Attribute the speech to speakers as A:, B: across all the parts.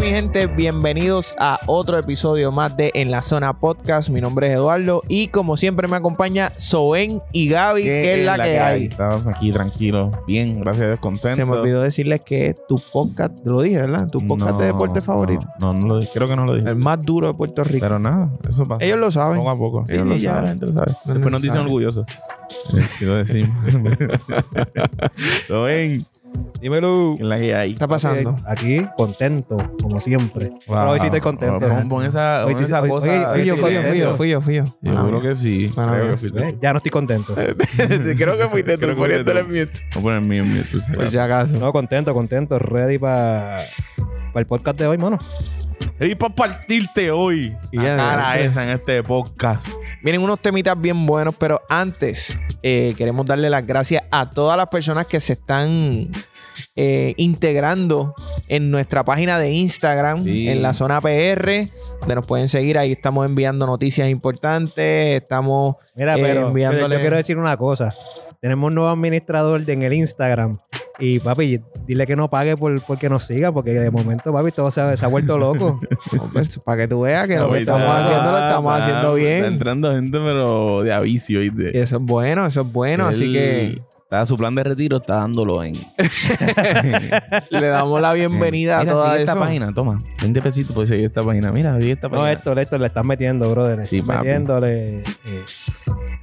A: mi gente, bienvenidos a otro episodio más de En la Zona Podcast. Mi nombre es Eduardo y como siempre me acompaña Soen y Gaby, que es la, que, hay.
B: Estamos aquí tranquilos. Bien, gracias a Dios, contento.
A: Se me olvidó decirles que es tu podcast, lo dije, ¿verdad? Tu podcast de deporte favorito.
B: No, no, lo dije. Creo que no lo dije.
A: El más duro de Puerto Rico.
B: Pero nada, eso pasa.
A: Ellos lo saben.
B: Poco a poco.
A: Sí,
B: Ellos lo
A: sí, ya.
B: saben, la gente lo sabe.
A: No
B: Después nos dicen
A: saben.
B: orgullosos. Eh, Quiero decir. lo ven.
C: Dímelo.
B: que es la que hay.
A: ¿Qué está pasando?
C: Aquí, contento, como siempre. Pero hoy sí estoy contento.
B: Pon, pon esa,
C: Hoy
B: pon
C: te-
B: esa
C: hoy-
B: cosa.
C: oye, oye,
B: ese
C: yo fui, yo fui,
B: silencio.
C: yo
A: yo, fui yo. Ah,
B: Seguro que sí.
A: Mala
B: Creo
A: mía.
B: que fuiste.
C: Eh, Ya no estoy contento.
A: Creo que fuiste
B: Creo
A: tú
B: que fuiste
A: poniéndole
B: tú.
A: mute.
B: Voy a poner el mío, el mío. tú sabes.
A: Por si acaso.
C: No, contento, contento. Ready para el podcast de hoy, mano.
B: Y para partirte hoy.
A: Y
B: la
A: ya,
B: cara
A: adelante.
B: esa en este podcast.
A: Vienen unos temitas bien buenos, pero antes eh, queremos darle las gracias a todas las personas que se están eh, integrando en nuestra página de Instagram,
B: Sí.
A: en la zona PR, donde nos pueden seguir. Ahí estamos enviando noticias importantes, estamos
C: Mira,
A: eh,
C: pero yo,
A: enviándole-
C: yo quiero decir una cosa. Tenemos un nuevo administrador de- en el Instagram. Y papi, dile que no pague por, porque nos siga, porque de momento, papi, todo se ha, se ha vuelto loco.
A: Hombre, para que tú veas que lo que
B: Ahorita
A: estamos
B: está-
A: haciendo lo estamos
B: está-
A: haciendo
B: Está
A: bien.
B: entrando gente, pero de avicio,
A: Y
B: ¿viste?
A: eso es bueno, eso es bueno. Así
B: Él
A: que
B: Está, su plan de retiro está dándolo en.
A: le damos la bienvenida a
B: Mira,
A: toda
B: sigue esta
A: eso.
B: página, toma. 20 pesitos puedes seguir esta página. Mira, sigue esta
C: no,
B: página.
C: esto, esto le están metiendo, brother. Le
B: Sí,
C: están
B: papi.
C: metiéndole. eh,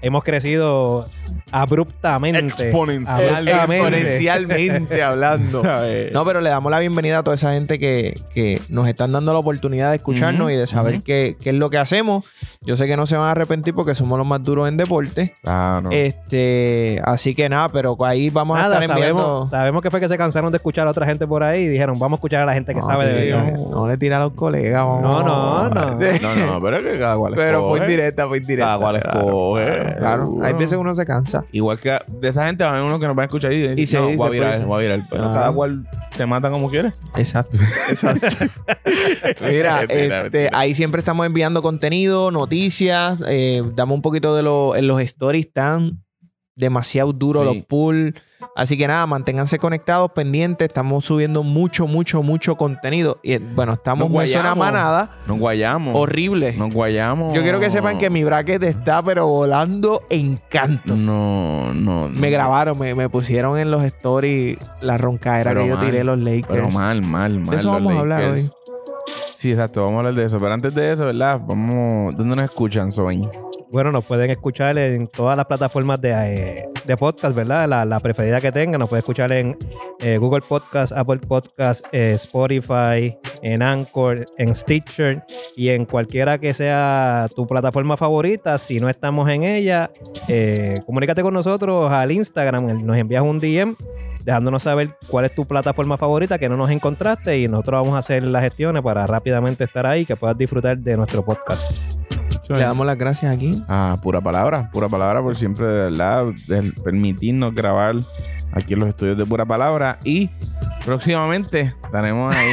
C: hemos crecido abruptamente.
B: Exponencial-
C: Abruptamente.
A: Exponencialmente hablando.
B: ¿Sabes?
A: No, pero le damos la bienvenida a toda esa gente que, que nos están dando la oportunidad de escucharnos y
B: Ujú,
A: de saber
B: ujú.
A: qué, qué es lo que hacemos. Yo sé que no se van a arrepentir porque somos los más duros en deporte.
C: Ah,
B: Claro.
A: Este, así que nada, pero ahí vamos
C: Nada,
A: a estar enviando.
C: sabemos, sabemos que fue que se cansaron de escuchar a otra gente por ahí y dijeron, vamos a escuchar a la gente que sabe de
A: tío,
C: verdad.
A: No le tira a los colegas, vamos.
C: No, no, no.
B: no, no, pero es que cada cual
A: Pero fue
B: escoge.
A: indirecta, fue indirecta.
B: Cada cual escoge.
A: Claro, hay veces que uno se cansa.
B: Igual que de esa gente va a haber uno que nos va a escuchar y dice,
A: Y se
B: no,
A: dice,
B: voy a virar,
A: pues,
B: voy a virar. Pero
A: claro.
B: cada cual se mata como quiere.
A: Exacto. Exacto. Mira,
B: Mentira,
A: este,
B: mentira.
A: ahí siempre estamos enviando contenido, noticias. eh, damos un poquito de lo, en los stories, están demasiado duros
B: Sí.
A: los pulls. Así que nada, manténganse conectados, pendientes. Estamos subiendo mucho, mucho, mucho contenido. Y, eh, bueno, estamos
B: Nos
A: en zona
B: guayamos.
A: manada.
B: Nos guayamos.
A: Horrible.
B: Nos guayamos.
A: Yo quiero que sepan que mi bracket está, pero volando en canto.
B: No, no.
A: Me
B: no.
A: grabaron, me, me pusieron en los stories la roncadera
B: Pero
A: que yo
B: mal,
A: tiré los Lakers.
B: Pero mal, mal, mal.
A: de eso
B: los
A: vamos a hablar
B: Lakers.
A: hoy.
B: Sí, exacto, vamos a hablar de eso. Pero antes de eso, ¿verdad? Vamos. ¿Dónde nos escuchan, Soben?
C: Bueno, nos pueden escuchar en todas las plataformas de, eh, de podcast, ¿verdad? La, la preferida que tengan, nos pueden escuchar en eh, Google Podcast, Apple Podcast, eh, Spotify, en Anchor, en Stitcher y en cualquiera que sea tu plataforma favorita. Si no estamos en ella, eh, comunícate con nosotros al Instagram, nos envías un DM dejándonos saber cuál es tu plataforma favorita que no nos encontraste y nosotros vamos a hacer las gestiones para rápidamente estar ahí que puedas disfrutar de nuestro podcast.
A: Le damos las gracias aquí.
B: Ah, pura palabra, pura palabra por siempre, de verdad, de permitirnos grabar aquí en los estudios de pura palabra. Y próximamente estaremos ahí.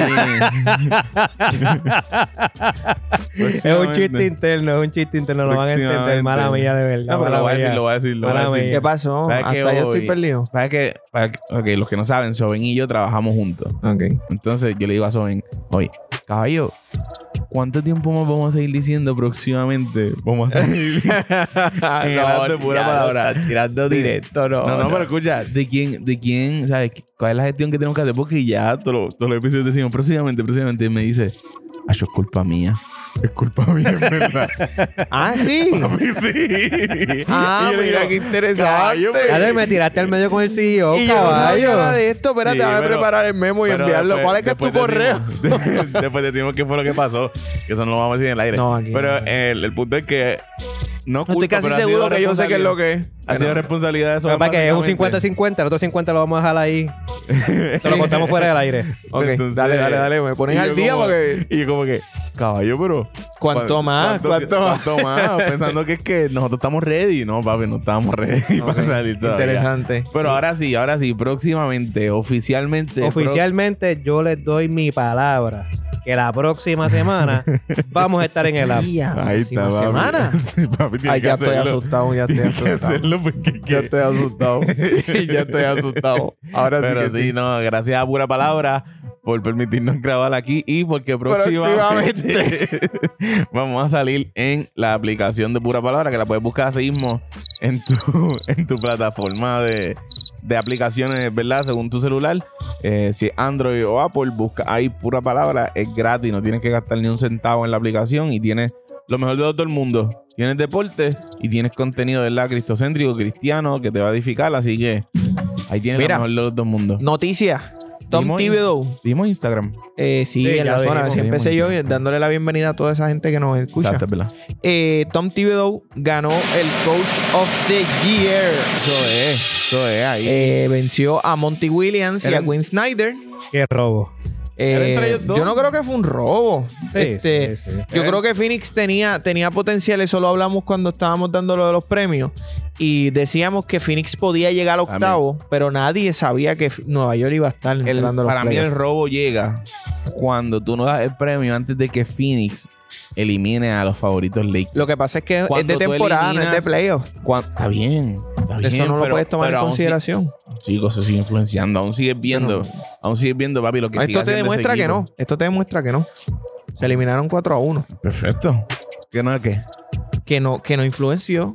C: Es un chiste interno, es un chiste interno, lo van a entender.
B: Próximamente.
C: Mala mía, de verdad.
B: No, pero
C: mala
B: lo voy a
C: mía.
B: decir, lo voy a decir, lo voy a
C: Mala
B: decir.
C: mía.
A: ¿Qué pasó?
B: ¿Sabes
A: Hasta
B: qué
A: yo estoy
B: voy?
A: perdido.
B: ¿Sabes que, para, ok, los que no saben, Soben y yo trabajamos juntos.
A: Ok.
B: Entonces yo le digo a Soben, oye, caballo, ¿cuánto tiempo más vamos a seguir diciendo próximamente? Vamos a seguir. Ah, Hablando de pura palabra.
A: Tirando directo, no.
B: No, no, pero escucha, ¿de quién, de quién, sabes, cuál es la gestión que tenemos que hacer? Porque ya todos los, todos los episodios decimos, próximamente, próximamente, y me dice, ah, yo es culpa mía. Es culpa mía, en verdad.
A: Ah, sí.
B: Papi, sí.
A: ah,
B: Y yo le
A: mira
B: digo,
A: qué interesante.
B: caballo, pero-
C: Dale, me tiraste al medio con el CEO,
A: Y yo no sabía nada
C: caballo.
A: de esto. Espérate,
B: Sí,
A: déjame
B: pero-
A: preparar el memo y
B: pero
A: enviarlo.
B: después-
A: ¿Cuál es que es tu
B: después
A: correo?
B: decimos- después decimos qué fue lo que pasó, que eso no lo vamos a decir en el aire.
A: No, aquí
B: pero eh,
A: no.
B: el, el punto es que no
A: No,
B: culpa, pero ha sido responsabilidad.
A: que es.
B: Ha sido responsabilidad de eso.
C: Lo que pasa es que es un 50-50, el otro 50 lo vamos a dejar ahí. Te lo contamos fuera del aire.
A: Ok, dale, dale, dale. Me pones al día porque.
B: Y yo como que, caballo, pero...
A: ¿Cuánto más? ¿Cuánto más?
B: cuánto más? Pensando que es que nosotros estamos ready. No, papi, no estamos ready para salir todavía.
A: Interesante.
B: Pero ahora sí, ahora sí, próximamente, oficialmente.
C: Oficialmente, yo les doy mi palabra que la próxima semana vamos a estar en el app.
A: Día,
B: pro- Ahí
A: próxima
B: está, papi.
A: semana.
B: Sí, papi, tiene
A: Ay,
B: que
A: ya estoy
B: hacerlo.
A: asustado, ya estoy
B: Tiene que
A: asustado.
B: hacerlo porque es que-
A: Ya estoy asustado. ya estoy asustado. Ahora sí
B: Pero
A: que
B: sí, no, gracias a pura palabra por permitirnos grabar aquí y porque próximamente vamos a salir en la aplicación de Pura Palabra, que la puedes buscar así mismo en tu, en tu plataforma de, de aplicaciones, ¿verdad? Según tu celular. Eh, si es Android o Apple, busca ahí Pura Palabra, es gratis, no tienes que gastar ni un centavo en la aplicación y tienes lo mejor de todo el mundo. Tienes deporte y tienes contenido, ¿verdad? Cristocéntrico, cristiano, que te va a edificar, así que ahí tienes
A: Mira.
B: lo mejor de los dos mundos.
A: Noticias. Tom
B: Dimos-
A: Thibodeau.
B: Dimos Instagram.
A: Eh, sí,
C: Sí,
A: en
C: ya
A: la
C: dijimos,
A: zona. Así
B: dijimos,
A: empecé yo
B: dijimos.
A: dándole la bienvenida a toda esa gente que nos escucha.
B: Exacto, es ¿verdad?
A: Eh, Tom Thibodeau ganó el Coach of the Year.
B: Eso es, eso es ahí.
A: Eh, venció a Monty Williams y
B: Era-
A: a Quinn Snyder.
C: Qué robo.
A: Eh,
B: Era entre ellos dos.
A: yo no creo que fue un robo.
C: Sí,
A: Este,
C: sí, sí.
A: Yo
B: Era-
A: creo que Phoenix tenía, tenía potencial, eso lo hablamos cuando estábamos dando lo de los premios. Y decíamos que Phoenix podía llegar al
B: Amén.
A: octavo, pero nadie sabía que F- Nueva York iba a estar
B: El-
A: entrando a los
B: para mí el
A: playoffs.
B: robo llega cuando tú no das el premio antes de que Phoenix elimine a los favoritos Lakers.
A: Lo que pasa es que es
B: Cuando
A: de
B: tú
A: temporada, no es de
B: eliminas-
A: playoff.
B: Cuan- Está bien, está bien.
A: Eso no lo
B: pero-
A: puedes tomar
B: pero
A: en
B: aún sí-
A: consideración.
B: Chicos, se sigue influenciando. Aún sigues viendo. Aún sigues viendo, papi, lo que sigue
A: Ah, Esto te
B: haciendo ese
A: demuestra que
B: equipo.
A: no. Esto te demuestra que no. Se eliminaron 4 a 1.
B: Perfecto. ¿Qué no es qué?
A: Que no, que no influenció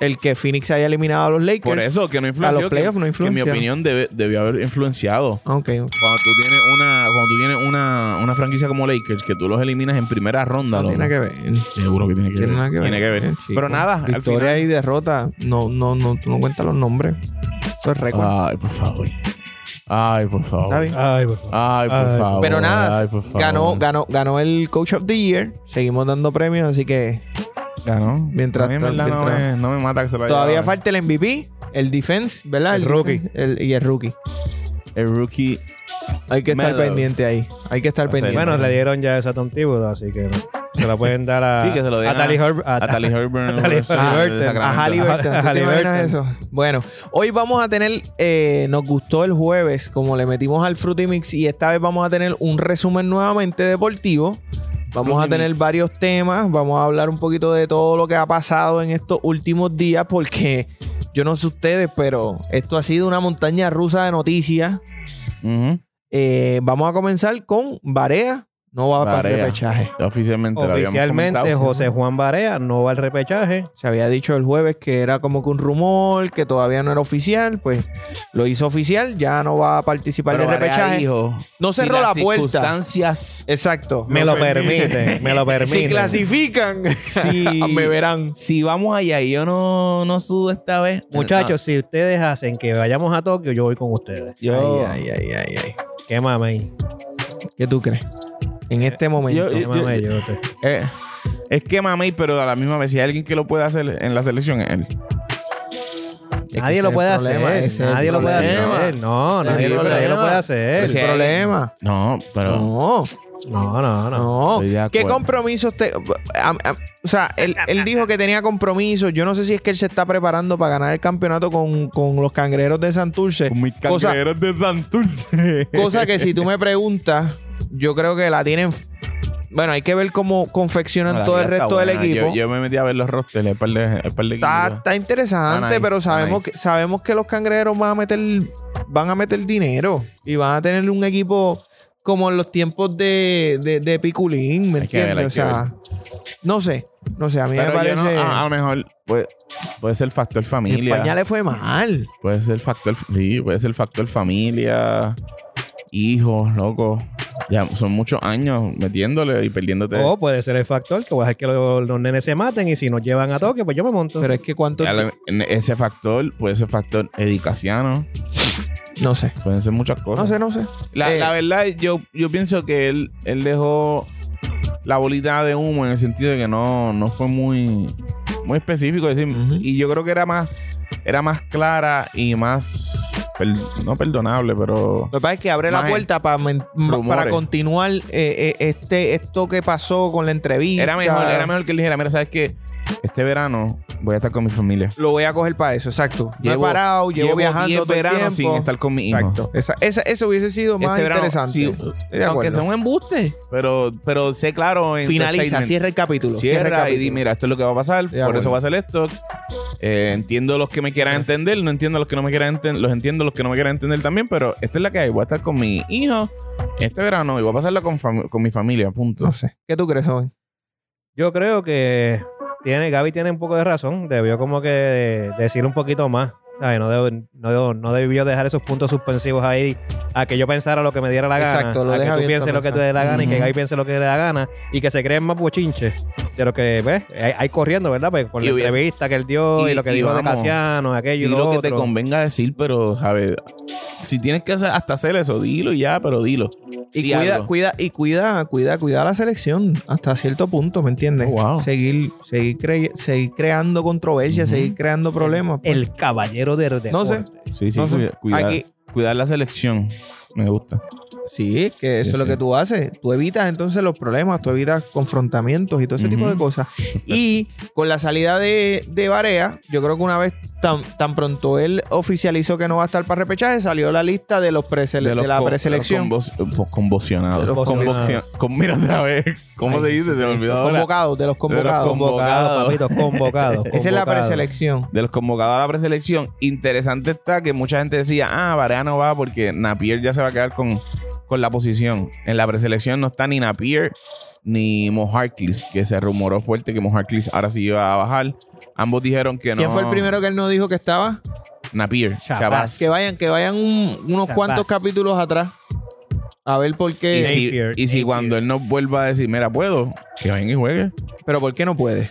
A: el que Phoenix haya eliminado a los Lakers.
B: Por eso, que no influenció. que-
A: playoffs no
B: que en mi
A: influenciaron.
B: opinión debe- debió haber influenciado.
A: Ah, ok.
B: Cuando tú tienes una, cuando tú tienes una, una franquicia como Lakers, que tú los eliminas en primera ronda.
A: No
B: loco.
A: tiene que ver.
B: Seguro que tiene que
A: Tiene
B: ver.
A: nada que ver.
B: Tiene que ver.
A: eh, chico.
B: Pero nada, al
A: Victoria
B: final-
A: y derrota. No, no, no, tú no cuentas los nombres. Eso es récord.
B: Ay, por favor. Ay, por favor.
A: Está bien.
C: Ay, por favor.
B: Ay, pues, ah, por
C: Ay,
B: favor.
A: Pero nada,
B: Ay, por favor.
A: ganó, ganó, ganó el Coach of the Year. Seguimos dando premios, así que
B: Ganó.
A: Mientras
B: A mí en
A: tanto,
B: verdad no,
A: mientras-
B: me, no me mata que se lo haya
A: todavía
B: dado.
A: falta el MVP, el defense, ¿verdad?
C: El rookie.
A: defense, el- y el rookie.
B: El rookie.
A: Hay que estar
B: Meadow.
A: pendiente ahí. Hay que estar
B: O sea,
A: pendiente.
C: Bueno, le dieron ya esa tontibuda, así que no. se la pueden dar
A: Ah,
C: a,
B: Sí, que se lo
C: a
B: dejan
C: Tally Herb.
B: A Tally Herburn.
C: Tally
B: de
C: Halliburton.
B: Sacramento.
A: A Halliburton. ¿Tú te
C: Halliburton.
A: imaginas eso? Bueno, hoy vamos a tener, eh, nos gustó el jueves, como le metimos al Fruitimix y esta vez vamos a tener un resumen nuevamente deportivo. Vamos a
B: Fruitimix.
A: tener varios temas, vamos a hablar un poquito de todo lo que ha pasado en estos últimos días porque yo no sé ustedes, pero esto ha sido una montaña rusa de noticias.
B: Ujú.
A: Eh, vamos a comenzar con Barea, no va para el
B: Barea.
A: repechaje.
B: Oficialmente. lo habíamos
C: Oficialmente,
B: comentado.
C: José Juan Barea no va al repechaje.
A: se había dicho el jueves que era como que un rumor, que todavía no era oficial, pues lo hizo oficial, ya no va a participar
B: Pero
A: del
B: Barea
A: repechaje.
B: dijo,
A: No cerró
B: si
A: la
B: las
A: puerta.
B: circunstancias.
A: Exacto.
C: Me lo permiten, me lo
A: si
C: permiten.
A: clasifican,
B: Sí.
A: me verán.
B: Si vamos allá y yo no, no subo esta vez.
C: Muchachos, si ustedes hacen que vayamos a Tokio, yo voy con ustedes.
B: Ah, yo,
A: Ay, ay, ay, ay, ay.
C: Qué mamey.
A: ¿Qué tú crees? En este momento.
B: Yo-
C: Qué
B: yo-
C: mamey, yo te-
B: eh, es que mamey, pero a la misma vez, si hay alguien que lo puede hacer en la selección, es él.
A: Es que
C: Nadie
A: ese
C: lo
A: es
C: puede
A: el problema,
C: hacer.
A: ese es el
C: Nadie lo puede
A: problema.
C: hacer. No,
B: Ese es
C: nadie
B: el
C: lo nadie lo
B: problema.
C: puede
A: Ese
C: hacer.
A: Es
B: si
A: el
B: hay-
A: problema.
B: No, pero.
A: No,
C: No, no, no.
A: no.
B: Estoy de
A: ¿Qué
B: acuerdo.
A: compromisos te.? am- am- o sea, él, él dijo que tenía compromisos. Yo no sé si es que él se está preparando para ganar el campeonato con, con los cangrejeros de Santurce.
B: Con mis
A: Cosa-
B: cangrejeros de Santurce.
A: Cosa que si tú me preguntas, yo creo que la tienen. Bueno, hay que ver cómo confeccionan
B: No, la
A: todo el
B: liga está
A: resto del
B: buena.
A: equipo.
B: Yo, yo me metí a ver los rosters, el par de, el par de
A: Está,
B: equipos.
A: está interesante,
B: Está nice,
A: pero
B: está
A: sabemos
B: nice.
A: que sabemos que los cangrejeros van a meter van a meter dinero y van a tener un equipo como en los tiempos de, de, de Piculín, ¿me
B: Hay que ver,
A: entiendes?
B: hay
A: o
B: que
A: sea, no sé, no sé, a mí me
B: Pero yo
A: parece
B: no- a, a lo mejor puede, puede ser factor
A: en
B: familia.
A: España le fue mal.
B: Puede ser factor, sí, puede ser factor familia, hijos, loco. Ya son muchos años metiéndole y perdiéndote.
C: O Oh, puede ser el factor que voy a dejar que lo- los, nenes se maten y si nos llevan a Tokio, pues yo me monto.
A: Pero es que cuánto
B: Ya lo- en ese factor puede ser factor edicaciano,
A: no sé.
B: pueden ser muchas cosas.
A: No sé, no sé.
B: La,
A: Eh,
B: la verdad, yo, yo pienso que él, él dejó la bolita de humo en el sentido de que no, no fue muy, muy específico. es decir,
A: Ujú.
B: Y yo creo que era más, era más clara y más per- no perdonable, pero
A: Lo que pasa es que abre la
B: Más
A: puerta para, men-
B: rumores.
A: para continuar eh, eh, este, esto que pasó con la entrevista.
B: era mejor, era mejor que él dijera, mira, sabes que Este verano voy a estar con mi familia.
A: Lo voy a coger para eso, exacto. No
B: Llevo-
A: he parado, llevo,
B: llevo
A: viajando
B: 10
A: todo el
B: veranos
A: tiempo.
B: sin estar con mi hijo.
A: Exacto. Esa, esa- eso hubiese sido más
B: Este verano,
A: interesante.
B: sí,
A: Estoy de
B: aunque
A: acuerdo.
B: sea un embuste, pero, pero sé claro en tu
A: Finaliza,
B: statement.
A: cierra el capítulo.
B: Cierra
A: el
B: y
A: capítulo.
B: di, mira, esto es lo que va a pasar,
A: De
B: por
A: acuerdo.
B: eso va a ser esto. Eh, entiendo los que me quieran entender, no entiendo los que no me quieran entender, los entiendo los que no me quieran entender también, pero esta es la que hay. Voy a estar con mi hijo este verano y voy a pasarla con, fam- con mi familia, punto.
A: No sé. ¿Qué tú crees, joven?
C: Yo creo que tiene, Gaby tiene un poco de razón. Debió como que decir un poquito más. Ay, no, deb- no, deb- no debió dejar esos puntos suspensivos ahí a que yo pensara lo que me diera la gana.
A: Exacto, lo
C: a que
A: deja
C: tú
A: abierto
C: pienses
A: a
C: lo que te
A: pensar.
C: dé la gana y que
B: Ujú.
C: Gaby piense lo que le da gana y que se creen más bochinches de lo que ves. Hay, hay corriendo, ¿verdad? Pues por
B: Y
C: la
B: hubiese-
C: entrevista que él dio y,
B: y-
C: lo que
B: y
C: dijo de
B: vamos,
C: Casiano, aquello
B: Y
C: y lo,
B: lo que
C: otro.
B: te convenga decir, pero, ¿sabes? Si tienes que hacer- hasta hacer eso, dilo y ya, pero dilo.
A: Y
B: Di
A: cuida,
B: algo.
A: cuida, y cuida, cuida, cuida la selección hasta cierto punto, ¿me entiendes?
B: Oh, wow.
A: Seguir, seguir, cre- seguir creando controversia,
B: Ujú.
A: seguir creando problemas. pues.
C: El caballero del deporte.
A: No sé.
B: Sí, sí,
A: No sé.
B: cuida- cuidar,
A: Aquí-
B: cuidar la selección. Me gusta.
A: Sí, es que eso
B: Sí,
A: es lo
B: sí.
A: que tú haces. Tú evitas entonces los problemas, tú evitas confrontamientos y todo ese tipo de
B: Ujú.
A: cosas. Y con la salida de, de Barea, yo creo que una vez tan, tan pronto él oficializó que no va a estar para repechaje, salió la lista de los presele- de,
B: los
A: la
B: co-
A: preselección.
B: De los convos- pues, convocionados.
A: De los
C: convocionados.
B: Convocio- con- mira otra vez. ¿Cómo
A: Ay,
B: se dice? Se me olvidó
A: Los
B: ahora.
A: convocados, de los convocados.
B: convocados.
C: Convocado, papito, convocado.
A: Esa es la
C: convocado.
A: preselección.
B: De los convocados a la preselección. Interesante está que mucha gente decía, ah, Varela no va porque Napier ya se va a quedar con, con la posición. En la preselección no está ni Napier ni Moharklis, que se rumoró fuerte que Moharklis ahora sí iba a bajar. Ambos dijeron que no.
A: ¿Quién fue el primero que él no dijo que estaba?
B: Napier.
C: Shabazz.
B: Shabazz.
A: Que vayan, que vayan un- unos
C: Capaz.
A: cuantos capítulos atrás. A ver por
B: Y
A: qué.
B: si,
C: Napier,
B: y si
C: Napier.
B: cuando él nos vuelva a decir, mira, puedo, que venga y juegue.
A: Pero ¿por qué no puede?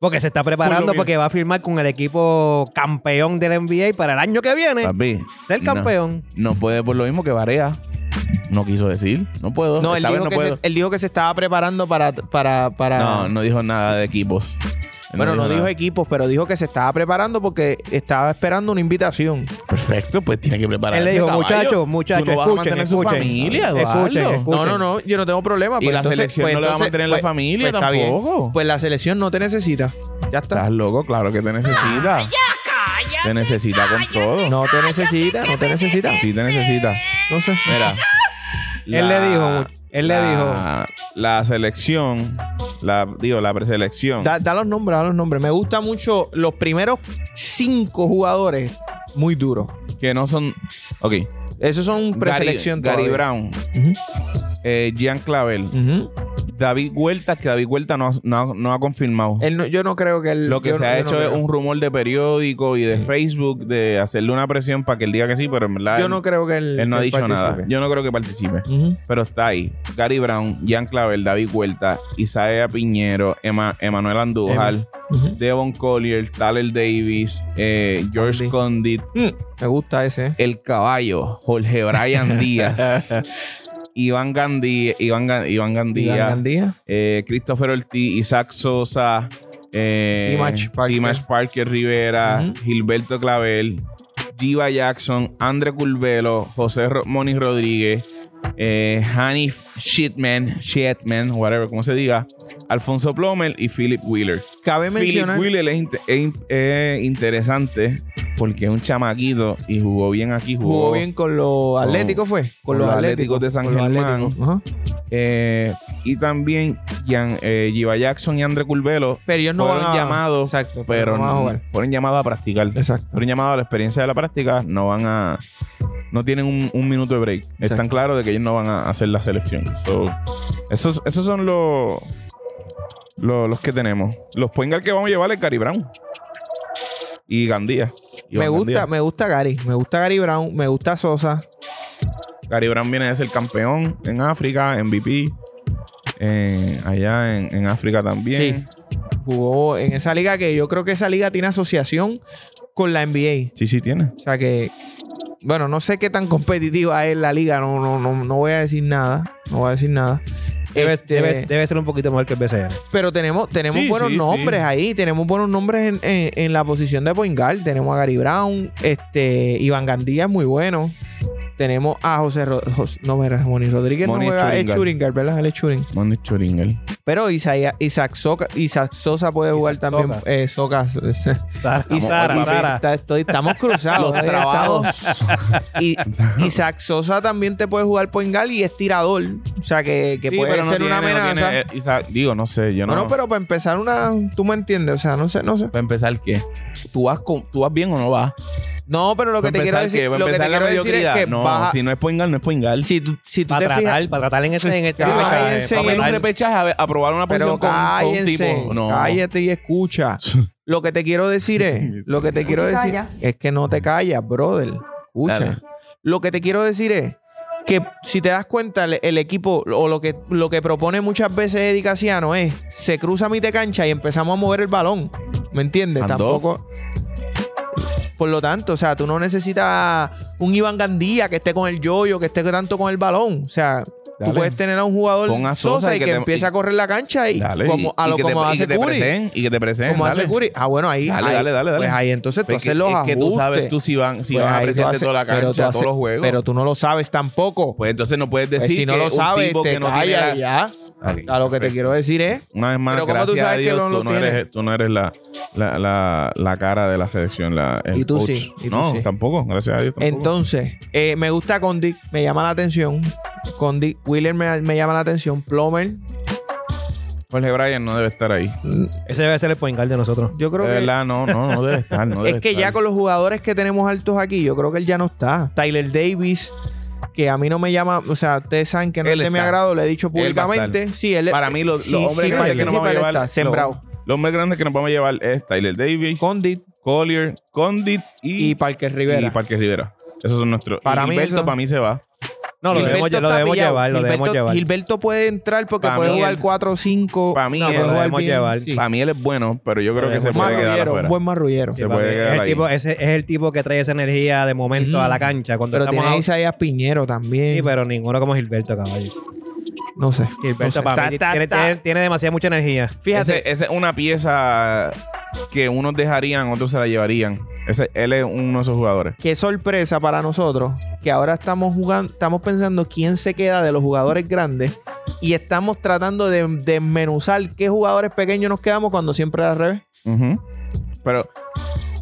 C: Porque se está
B: Por lo
C: preparando
B: que-
C: porque va a firmar con el equipo campeón del NBA para el año que viene
B: Papi,
C: Pues, ser
B: no.
C: campeón.
B: No puede por lo mismo que Varea. No quiso decir. No puedo.
A: No, él
B: Esta vez
A: dijo,
B: no
A: que
B: puedo.
A: se, él dijo que se estaba preparando para. para, para
B: No, no dijo nada de equipos. Él
A: bueno, no dijo
B: nada.
A: equipos, pero dijo que se estaba preparando porque estaba esperando una invitación.
B: Perfecto, pues tiene que preparar.
C: Él le dijo, muchachos, muchachos, escuchen,
B: mantener su
C: escuchen.
B: familia, Eduardo.
C: escuchen, escuchen.
A: No, no, no, yo no tengo problema.
B: Y
A: pues
B: la
A: entonces-
B: selección
A: pues
B: no le va a
A: entonces-
B: mantener la
A: pues-
B: familia
A: pues está bien.
B: tampoco.
A: Pues la selección no te necesita. Ya está.
B: Estás loco, claro que te necesita. Te necesita con todo.
A: No te necesita, no te necesita.
B: Sí, te necesita.
A: No sé.
B: Mira.
C: Él le dijo, él le
B: dijo. La selección, la, digo, la preselección.
A: Da, da los nombres, da los nombres. Me gusta mucho los primeros cinco jugadores muy duros.
B: Que no son. Ok.
A: Esos son
B: Gary-
A: preselección.
B: Gary,
A: todavía.
B: Brown, eh, Gian Clavel,
A: Ujú, ujú.
B: David Huerta, que David Huerta no, ha- no ha- no ha confirmado.
A: Él no- yo no creo que él.
B: Lo que
A: yo
B: se
A: no-
B: ha
A: yo
B: hecho
A: no
B: es
A: creo.
B: un rumor de periódico y de Facebook de hacerle una presión para que él diga que sí, pero en verdad
A: Yo
B: él,
A: no creo que él.
B: él no ha
A: que él
B: dicho nada.
A: participe.
B: Yo no creo que participe.
A: Ujú.
B: Pero está ahí. Gary Brown, Jan Clavel, David Huerta, Isaiah Piñero, Ema- Emanuel Andújar,
A: Ujú.
B: Devon Collier, Tyler Davis, eh, George Condit,
A: Mm, Me gusta ese. ¿eh?
B: El Caballo, Jorge Brian Díaz, Iván Gandía, Iván, Gan- Iván Gandía,
A: Iván Gandía.
B: eh, Christopher Ortiz, Isaac Sosa, eh,
A: Image Parker.
B: Image Parker Rivera,
A: Ujú.
B: Gilberto Clavel, Giva Jackson, Andre Curvelo, José Ro- Moni Rodríguez, eh, Hanif Shitman, Shitman, whatever, como se diga, Alfonso Plomer y Philip Wheeler.
A: Cabe
B: Philip
A: mencionar.
B: Wheeler es, inte- es in- es interesante porque es un chamaquito y jugó bien aquí, jugó,
A: Jugó bien con los Atléticos, fue. Con, los Atléticos
B: de San
A: con los
B: Germán.
A: Atléticos. Ajá.
B: Eh, y también Gian, eh, Giva Jackson y Andre Curvelo
A: Pero ellos no
B: fueron
A: van a.
B: llamados,
A: Exacto.
B: pero
A: no van a
B: no-
A: jugar.
B: fueron llamados a practicar.
A: Exacto.
B: Fueron llamados a la experiencia de la práctica, no van a. No tienen un, un minuto de break. Están claros de que ellos no van a hacer la selección. So, esos, esos son los, los, los que tenemos. Los Poingal que vamos a llevar es Gary Brown. Y Gandía.
A: Me
B: Iván
A: gusta,
B: Gandía.
A: me gusta Gary. Me gusta Gary Brown. Me gusta Sosa.
B: Gary Brown viene de ser campeón en África, MVP. eh, allá en, en África también.
A: Jugó en esa liga que yo creo que esa liga tiene asociación con la NBA.
B: Sí, sí, tiene.
A: O sea que, bueno, no sé qué tan competitiva es la liga, no, no, no, no voy a decir nada, no voy a decir nada.
C: Debe,
A: Este,
C: debe- debe ser un poquito mejor que el BCN.
A: Pero tenemos, tenemos
B: Sí,
A: buenos
B: sí,
A: nombres
B: sí.
A: ahí, tenemos buenos nombres en, en- en la posición de point guard, tenemos a Gary Brown, este, Iván Gandía es muy bueno, tenemos a José, Ro- Jos- no, era Moni Rodríguez,
B: Moni
A: no juega, es
B: Churingal.
A: Churingal, ¿verdad? Él es Churing.
B: Mano Churingel.
A: Pero Isaiah- Isaac, Soca- Isaac Sosa puede jugar
C: Isaac
A: también.
C: Socas.
A: Eh, Socas.
C: Sara,
A: Y
B: Estamos-
C: Sara,
B: Oye,
C: Sara.
A: Está- estoy- estamos cruzados.
B: Los
A: eh,
B: trabados.
A: estamos- Y Isaac Sosa también te puede jugar Poingal y es tirador. O sea que, que
B: Sí,
A: puede
B: pero
A: ser
B: no tiene-
A: una
B: no
A: amenaza.
B: tiene- eh, Isaac- digo, no sé, yo no.
A: No, no, pero para empezar una, tú me entiendes, o sea, no sé, no sé.
B: Para empezar, ¿qué? ¿Tú vas, con- ¿Tú vas bien o no vas?
A: No, pero lo que
B: Para
A: te quiero
B: empezar,
A: decir,
B: ¿qué? ¿Para
A: lo que te
B: empezar la
A: quiero decir es
B: mediocridad?
A: que
B: no,
A: baja-
B: si no es Poingal, no es Poingal.
A: si tú, si tú
C: Para
A: te
C: tratar,
A: fijas,
C: para tratar en ese, en este
A: Cállense,
C: para
B: en un
A: Poingal.
C: tratar-
B: repechaje a, ver- a probar una
A: pero
B: posición con, con un
A: cállense,
B: tipo. No.
A: cállate y escucha. Lo que te quiero decir es, lo que te quiero
D: te
A: decir
D: callas.
A: es que no te callas, brother. Escucha.
B: Dale.
A: Lo que te quiero decir es que si te das cuenta, el, el equipo o lo que, lo que propone muchas veces Eddie Casiano es se cruza mi cancha y empezamos a mover el balón. ¿Me entiendes?
B: Handoff.
A: Tampoco. Por lo tanto, o sea, tú no necesitas un Iván Gandía que esté con el yoyo, que esté tanto con el balón. O sea,
B: Dale.
A: tú puedes tener a un jugador
B: Pon a Sosa
A: Sosa y
B: y
A: que,
B: que te-
A: empiece
B: y-
A: a correr la cancha y
B: Dale,
A: como, a
B: y-
A: lo
B: y que
A: como
B: te, y
A: hace
B: que te
A: Curry.
B: presen- y que te presenten.
A: Como hace Curry. Ah, bueno, ahí.
B: Dale,
A: ahí-
B: dale, dale, dale.
A: Pues ahí entonces tú
B: Es que,
A: haces los
B: es que tú
A: ajustes.
B: sabes tú si van, si
A: Pues
B: van a
A: ahí tú
B: presentar
A: haces-
B: toda la
A: pero
B: cancha,
A: tú
B: todos
A: haces-
B: los juegos.
A: Pero tú no lo sabes tampoco.
B: pues entonces no puedes
A: Pues
B: decir
A: si no
B: que
A: lo sabes,
B: un tipo
A: te
B: que no tiene
A: callas
B: la-
A: y ya. A
B: Ok,
A: lo que te
B: perfecto.
A: quiero decir es.
B: Una vez más,
A: Pero ¿cómo tú
B: gracias
A: sabes
B: a
A: que
B: Dios,
A: no lo
B: tú, no
A: tiene?
B: eres, tú no eres la, la, la, la cara de la selección. La, el
A: Y tú
B: coach.
A: sí, y tú
B: no,
A: sí.
B: tampoco, gracias a Dios. tampoco.
A: Entonces, eh, me gusta Condi, me llama la atención. Condi, Wheeler me, me llama la atención. Plomer, mm,
B: Jorge Pues, Bryan no debe estar ahí.
C: Ese debe ser el point guard de nosotros.
A: yo creo
B: de
A: que.
B: verdad, no, no, no debe estar. No
A: es
B: debe
A: que ya
B: estar.
A: con los jugadores que tenemos altos aquí, yo creo que él ya no está. Tyler Davis, que a mí no me llama, o sea, ustedes saben que no
B: Él
A: es de mi
B: está.
A: agrado, lo he dicho
B: va a estar.
A: públicamente. Sí, él
B: Para mí, los,
A: sí,
B: los hombres
A: sí,
B: grandes que nos vamos
A: participa,
B: a
A: él
B: llevar.
A: está,
B: los-
A: sembrado.
B: Los, hombres grandes que nos vamos a llevar es Tyler Davis,
A: Condi
B: Collier, Condit y,
A: y Parker Rivera.
B: y Parque Rivera. Esos son nuestros.
A: Para
B: Para
A: mí
B: mí,
A: eso-
B: para mí se va.
C: No, lo
A: Gilberto
C: debemos, lo
A: está
C: debemos
A: pillado.
C: llevar, lo debemos
A: Gilberto-
C: llevar.
A: Gilberto puede entrar porque
B: Pa'
A: puede
B: mí
A: jugar
B: él-
A: 4 o 5.
B: pa' mí él-
A: puede
B: Lo
A: jugar
C: debemos
A: bien.
C: llevar.
A: Sí. Eh,
B: Para mí él es bueno, pero yo creo
C: Lo
B: que se
A: Un
C: debemos
B: puede
C: llevar.
B: quedar
A: marrullero,
B: afuera.
A: un buen marrullero.
B: Se
C: Sí,
B: puede
C: papi,
B: quedar
C: es, el
B: ahí.
C: tipo, ese, es el tipo que trae esa energía de momento
A: Mm.
C: a la cancha. Cuando
A: Pero
C: estamos
A: tiene a
C: out-
A: Isaías Piñero también.
C: Sí, pero ninguno como Gilberto, caballo.
A: no sé.
C: Gilberto
A: No sé.
C: para
A: Está-
C: mí
A: está-
C: tiene,
A: está-
C: tiene- tiene demasiada mucha energía.
A: Fíjate,
B: Ese- Esa es una pieza que unos dejarían, otros se la llevarían. Ese, él es uno de esos jugadores.
A: qué sorpresa para nosotros que ahora estamos jugando, estamos pensando quién se queda de los jugadores grandes y estamos tratando de de desmenuzar qué jugadores pequeños nos quedamos cuando siempre era al revés.
B: Ujú. Pero,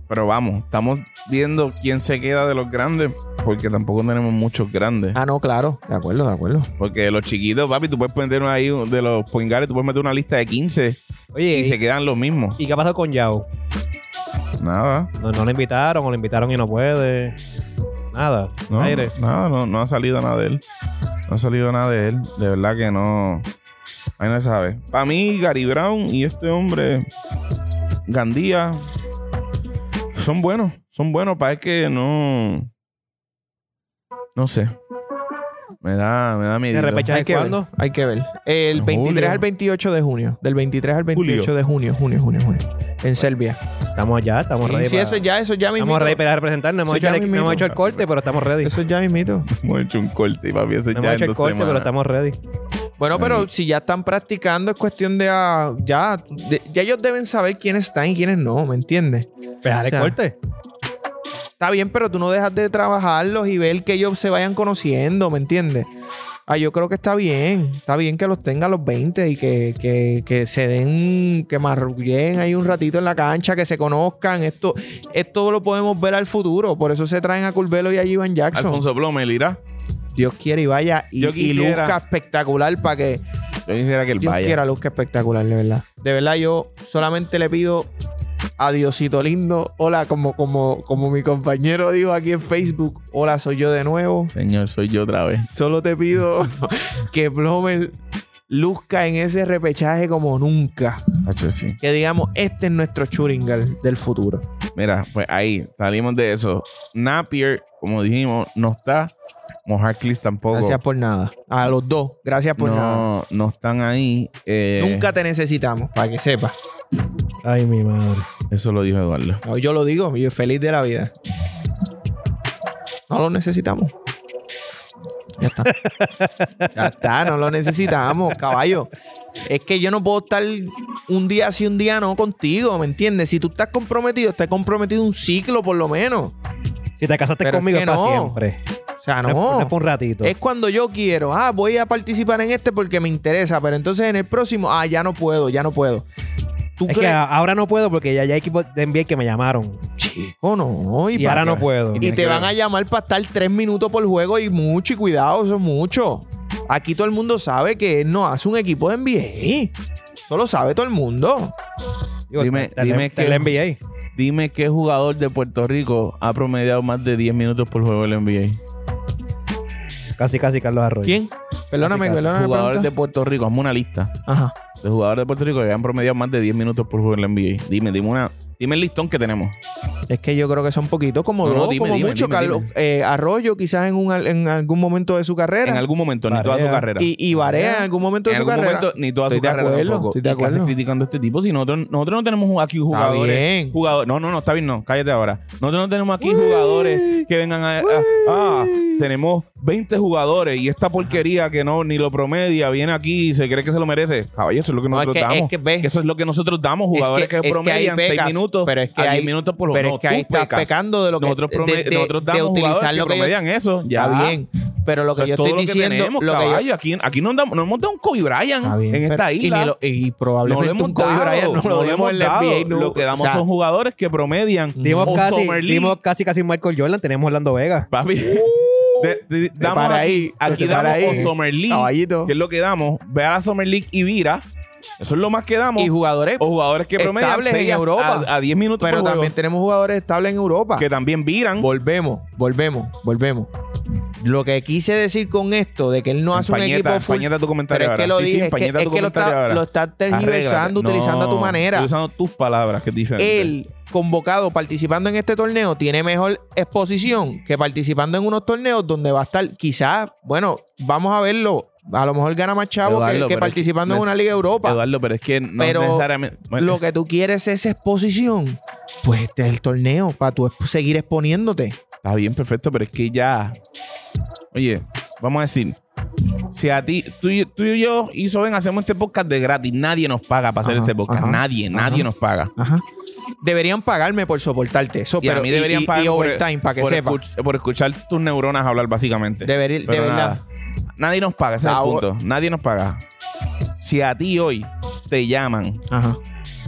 B: pero vamos, estamos viendo quién se queda de los grandes, porque tampoco tenemos muchos grandes.
A: Ah, no, claro. De acuerdo, de acuerdo.
B: Porque los chiquitos, papi, tú puedes poner ahí de los poingares, tú puedes meter una lista de 15
C: Oye,
B: y
C: ¿y,
B: se quedan los mismos.
C: ¿y qué pasó con Yao?
B: Nada.
C: No, no lo invitaron, o lo invitaron y no puede. Nada.
B: No,
C: aire.
B: nada, no, no ha salido nada de él. No ha salido nada de él. De verdad que no. Ahí no se sabe. Para mí, Gary Brown y este hombre, Gandía, son buenos. Son buenos. Para que no. No sé. Me da, me da miedo.
C: Se repecha- ¿Ya
A: Hay
C: de
A: que, ver,
C: cuándo?
A: hay que ver. El
B: En
A: 23
B: julio.
A: al 28 de junio. Del 23 al 28 de junio. Junio, junio, junio. En Serbia.
C: Estamos allá, estamos
A: Sí,
C: ready.
A: sí,
C: para-
A: eso ya, eso ya mismito.
C: Estamos ready para representar. No hemos,
A: Sí,
C: hecho
A: ya
C: el, no
A: mismito.
C: hemos hecho el corte, pero estamos ready.
A: Eso ya mismito.
B: Hemos hecho un corte y papi, eso
C: No
B: ya
C: hemos
B: en
C: hecho el
B: dos
C: corte, pero
B: semanas.
C: estamos ready.
A: Bueno, pero si ya están practicando, es cuestión de ah, ya, de- ya ellos deben saber quiénes están y quiénes no, ¿me entiendes?
C: Pues haz
A: O sea,
C: el corte.
A: Está bien, pero tú no dejas de trabajarlos y ver que ellos se vayan conociendo, ¿me entiendes? Ah, yo creo que está bien. Está bien que los tenga a los 20 y que, que- que se den, que marrullen ahí un ratito en la cancha, que se conozcan. Esto, esto lo podemos ver al futuro. Por eso se traen a Curbelo y a Ivan Jackson.
B: Alfonso Blomel irá.
A: Dios quiere y vaya y,
B: Yo
A: y
B: quisiera-
A: luzca espectacular para que
B: Yo quisiera que él
A: Dios
B: vaya.
A: quiera luzca espectacular, de verdad. De verdad, yo solamente le pido a Diosito lindo. Hola, como, como, como mi compañero dijo aquí en Facebook. Hola, soy yo de nuevo.
B: Señor, soy yo otra vez.
A: Solo te pido que Plomer luzca en ese repechaje como nunca.
B: Hacho, sí.
A: Que digamos, este es nuestro Churingal del futuro.
B: Mira, pues ahí salimos de eso. Napier, como dijimos, no está. Mojarclis tampoco.
A: Gracias por nada. A los dos, gracias por
B: no,
A: nada.
B: no están ahí. Eh,
A: Nunca te necesitamos, para que sepas.
C: Ay, mi madre.
B: Eso lo dijo Eduardo.
A: No, Yo lo digo, yo feliz de la vida. No lo necesitamos. Ya está. ya está, no lo necesitamos, caballo. Es que yo no puedo estar un día sí, un día no contigo, ¿me entiendes? Si tú estás comprometido, estás comprometido un ciclo por lo menos.
C: Si te casaste
A: Pero es
C: conmigo
A: que
C: es para
A: no.
C: siempre.
A: O sea, no.
C: es- no es por un ratito.
A: Es cuando yo quiero. Ah, voy a participar en este porque me interesa. Pero entonces en el próximo, ah, ya no puedo, ya no puedo. ¿Tú
C: Es que
A: crees?
C: a- ahora no puedo porque ya, ya hay equipos de NBA que me llamaron.
A: Chico, no.
C: Y,
A: para
C: ahora no
A: qué?
C: puedo.
A: Y
B: Tienes
A: te
B: Pues que
A: van
B: ver.
A: a llamar para estar tres minutos por juego y mucho, y cuidado, eso es mucho. Aquí todo el mundo sabe que él no hace un equipo de NBA. Eso lo sabe todo el mundo.
C: Digo,
B: Dime-
C: está el-
B: dime
C: está
B: que-
C: el NBA.
B: Dime qué jugador de Puerto Rico ha promediado más de 10 minutos por juego del NBA.
C: Casi, casi Carlos Arroyo.
A: ¿Quién? Perdóname,
C: Así que,
A: perdóname.
B: Jugadores
A: pregunta.
B: de Puerto Rico, hazme una lista
A: Ajá.
B: de jugadores de Puerto Rico que han promediado más de 10 minutos por juego del NBA. Dime, dime una, dime el listón que tenemos.
A: Es que yo creo que son poquitos, como
B: No, no,
A: dos,
B: dime,
A: como
B: dime,
A: mucho.
B: dime,
A: Carlos, eh, Arroyo, quizás en, un, en algún momento de su carrera.
B: En algún momento, ni toda su
C: Barea.
B: carrera.
A: y, y Barea en algún momento de su
B: en algún
A: carrera.
B: momento, ni toda su
A: Estoy de
B: carrera
A: acuerdo,
B: tampoco.
A: estoy de
B: ¿Y qué haces
A: acuerdo.
B: criticando a este tipo? Si nosotros, nosotros no tenemos aquí jugadores.
A: bien.
B: jugadores- no, no, no, está bien, no. Cállate ahora. Nosotros no tenemos aquí jugadores que vengan a, a- Ah, tenemos 20 jugadores y esta porquería que no ni lo promedia viene aquí y se cree que se lo merece. Caballo, eso es lo que
A: No, es
B: nosotros
A: que- es
B: damos.
A: que ves.
B: eso es lo que nosotros damos, jugadores que,
A: es ahí
B: promedian 6
A: pecas,
B: minutos
A: pero es que
B: a 10
A: ahí-
B: minutos por los
A: pero
B: no,
A: es que
B: tú
A: ahí estás
B: pecas.
A: pecando de lo que
B: nosotros, prome-
A: de- de-
B: nosotros
A: de
B: damos
A: utilizar
B: jugadores
A: lo
B: que
A: que yo-
B: promedian eso. Ya
A: Está bien. Pero lo que
B: Eso es
A: yo
B: todo
A: estoy diciendo,
B: que tenemos,
A: lo que yo-
B: caballo. Aquí, aquí no, andamos- no hemos dado un Kobe Bryant
A: Está bien,
B: en
A: pero-
B: esta
A: y ni
B: isla.
A: lo- Y,
B: no lo
A: probablemente
B: hemos
A: un Kobe
B: dado.
A: Bryant no lo demos en la
B: dado.
A: NBA. no.
B: Lo que damos
A: O sea,
B: son jugadores que promedian.
C: Dimos,
B: O
C: casi,
B: Summer League.
C: dimos casi, casi Michael Jordan. Tenemos Orlando Vega.
B: Papi. de- de- damos
A: para
B: aquí-
A: ahí,
B: Aquí
A: te para
B: damos o
A: ahí,
B: Summer League.
A: caballito.
B: Que es lo que damos. Ve a la Summer League y vira. Eso es lo más que damos.
A: Y jugadores,
B: o jugadores que promedian
A: estables en
B: seis a-
A: Europa.
B: A, a 10 minutos
A: pero
B: por juego,
A: también tenemos jugadores estables en Europa.
B: que también viran.
A: Volvemos, volvemos, volvemos. Lo que quise decir con esto de que él no hace
B: Empañeta,
A: un equipo full.
B: empañeta tu comentario
A: Pero es que
B: ahora.
A: lo
B: Sí, sí,
A: dije, es que,
B: empañeta
A: es
B: tu
A: que lo,
B: comentario
A: está,
B: ahora.
A: lo está tergiversando,
B: Arréglate.
A: utilizando a tu
B: No,
A: manera.
B: Utilizando tus palabras, que es diferente.
A: él convocado participando en este torneo tiene mejor exposición que participando en unos torneos donde va a estar quizás, bueno, vamos a verlo, a lo mejor gana más chavo que-
B: Eduardo,
A: que,
B: pero
A: participando
B: es-
A: en una liga de Europa.
B: Eduardo, pero es que no
A: Pero
B: necesariamente. bueno,
A: lo
B: es-
A: que tú quieres es exposición. Pues este es el torneo para tú exp- seguir exponiéndote.
B: Está bien, perfecto, pero es que ya. Oye, vamos a decir. Si a ti, tú, y- tú y yo y Soben hacemos este podcast de gratis, nadie nos paga para hacer
A: Ajá,
B: este podcast.
A: ajá,
B: nadie,
A: ajá.
B: nadie nos paga.
A: Ajá. Deberían pagarme por soportarte eso,
B: Y
A: pero
B: a mí deberían
A: y,
B: pagar
A: y overtime para que
B: por
A: sepa.
B: escuch- por escuchar tus neuronas hablar, básicamente.
A: Deberi- de
B: Pero
A: verdad.
B: nada, nadie nos paga, ese es
A: Ah,
B: el
A: o-
B: punto. Nadie nos paga. Si a ti hoy te llaman
A: Ajá.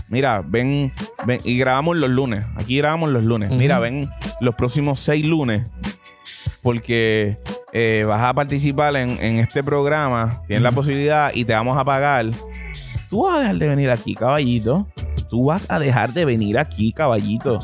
B: mira, ven, ven, y grabamos los lunes. Aquí grabamos los lunes.
A: Ujú.
B: Mira, ven los próximos seis lunes. Porque eh, vas a participar en, en este programa. Tienes la posibilidad y te vamos a pagar. Tú vas a dejar de venir aquí, caballito. Tú vas a dejar de venir aquí, caballito.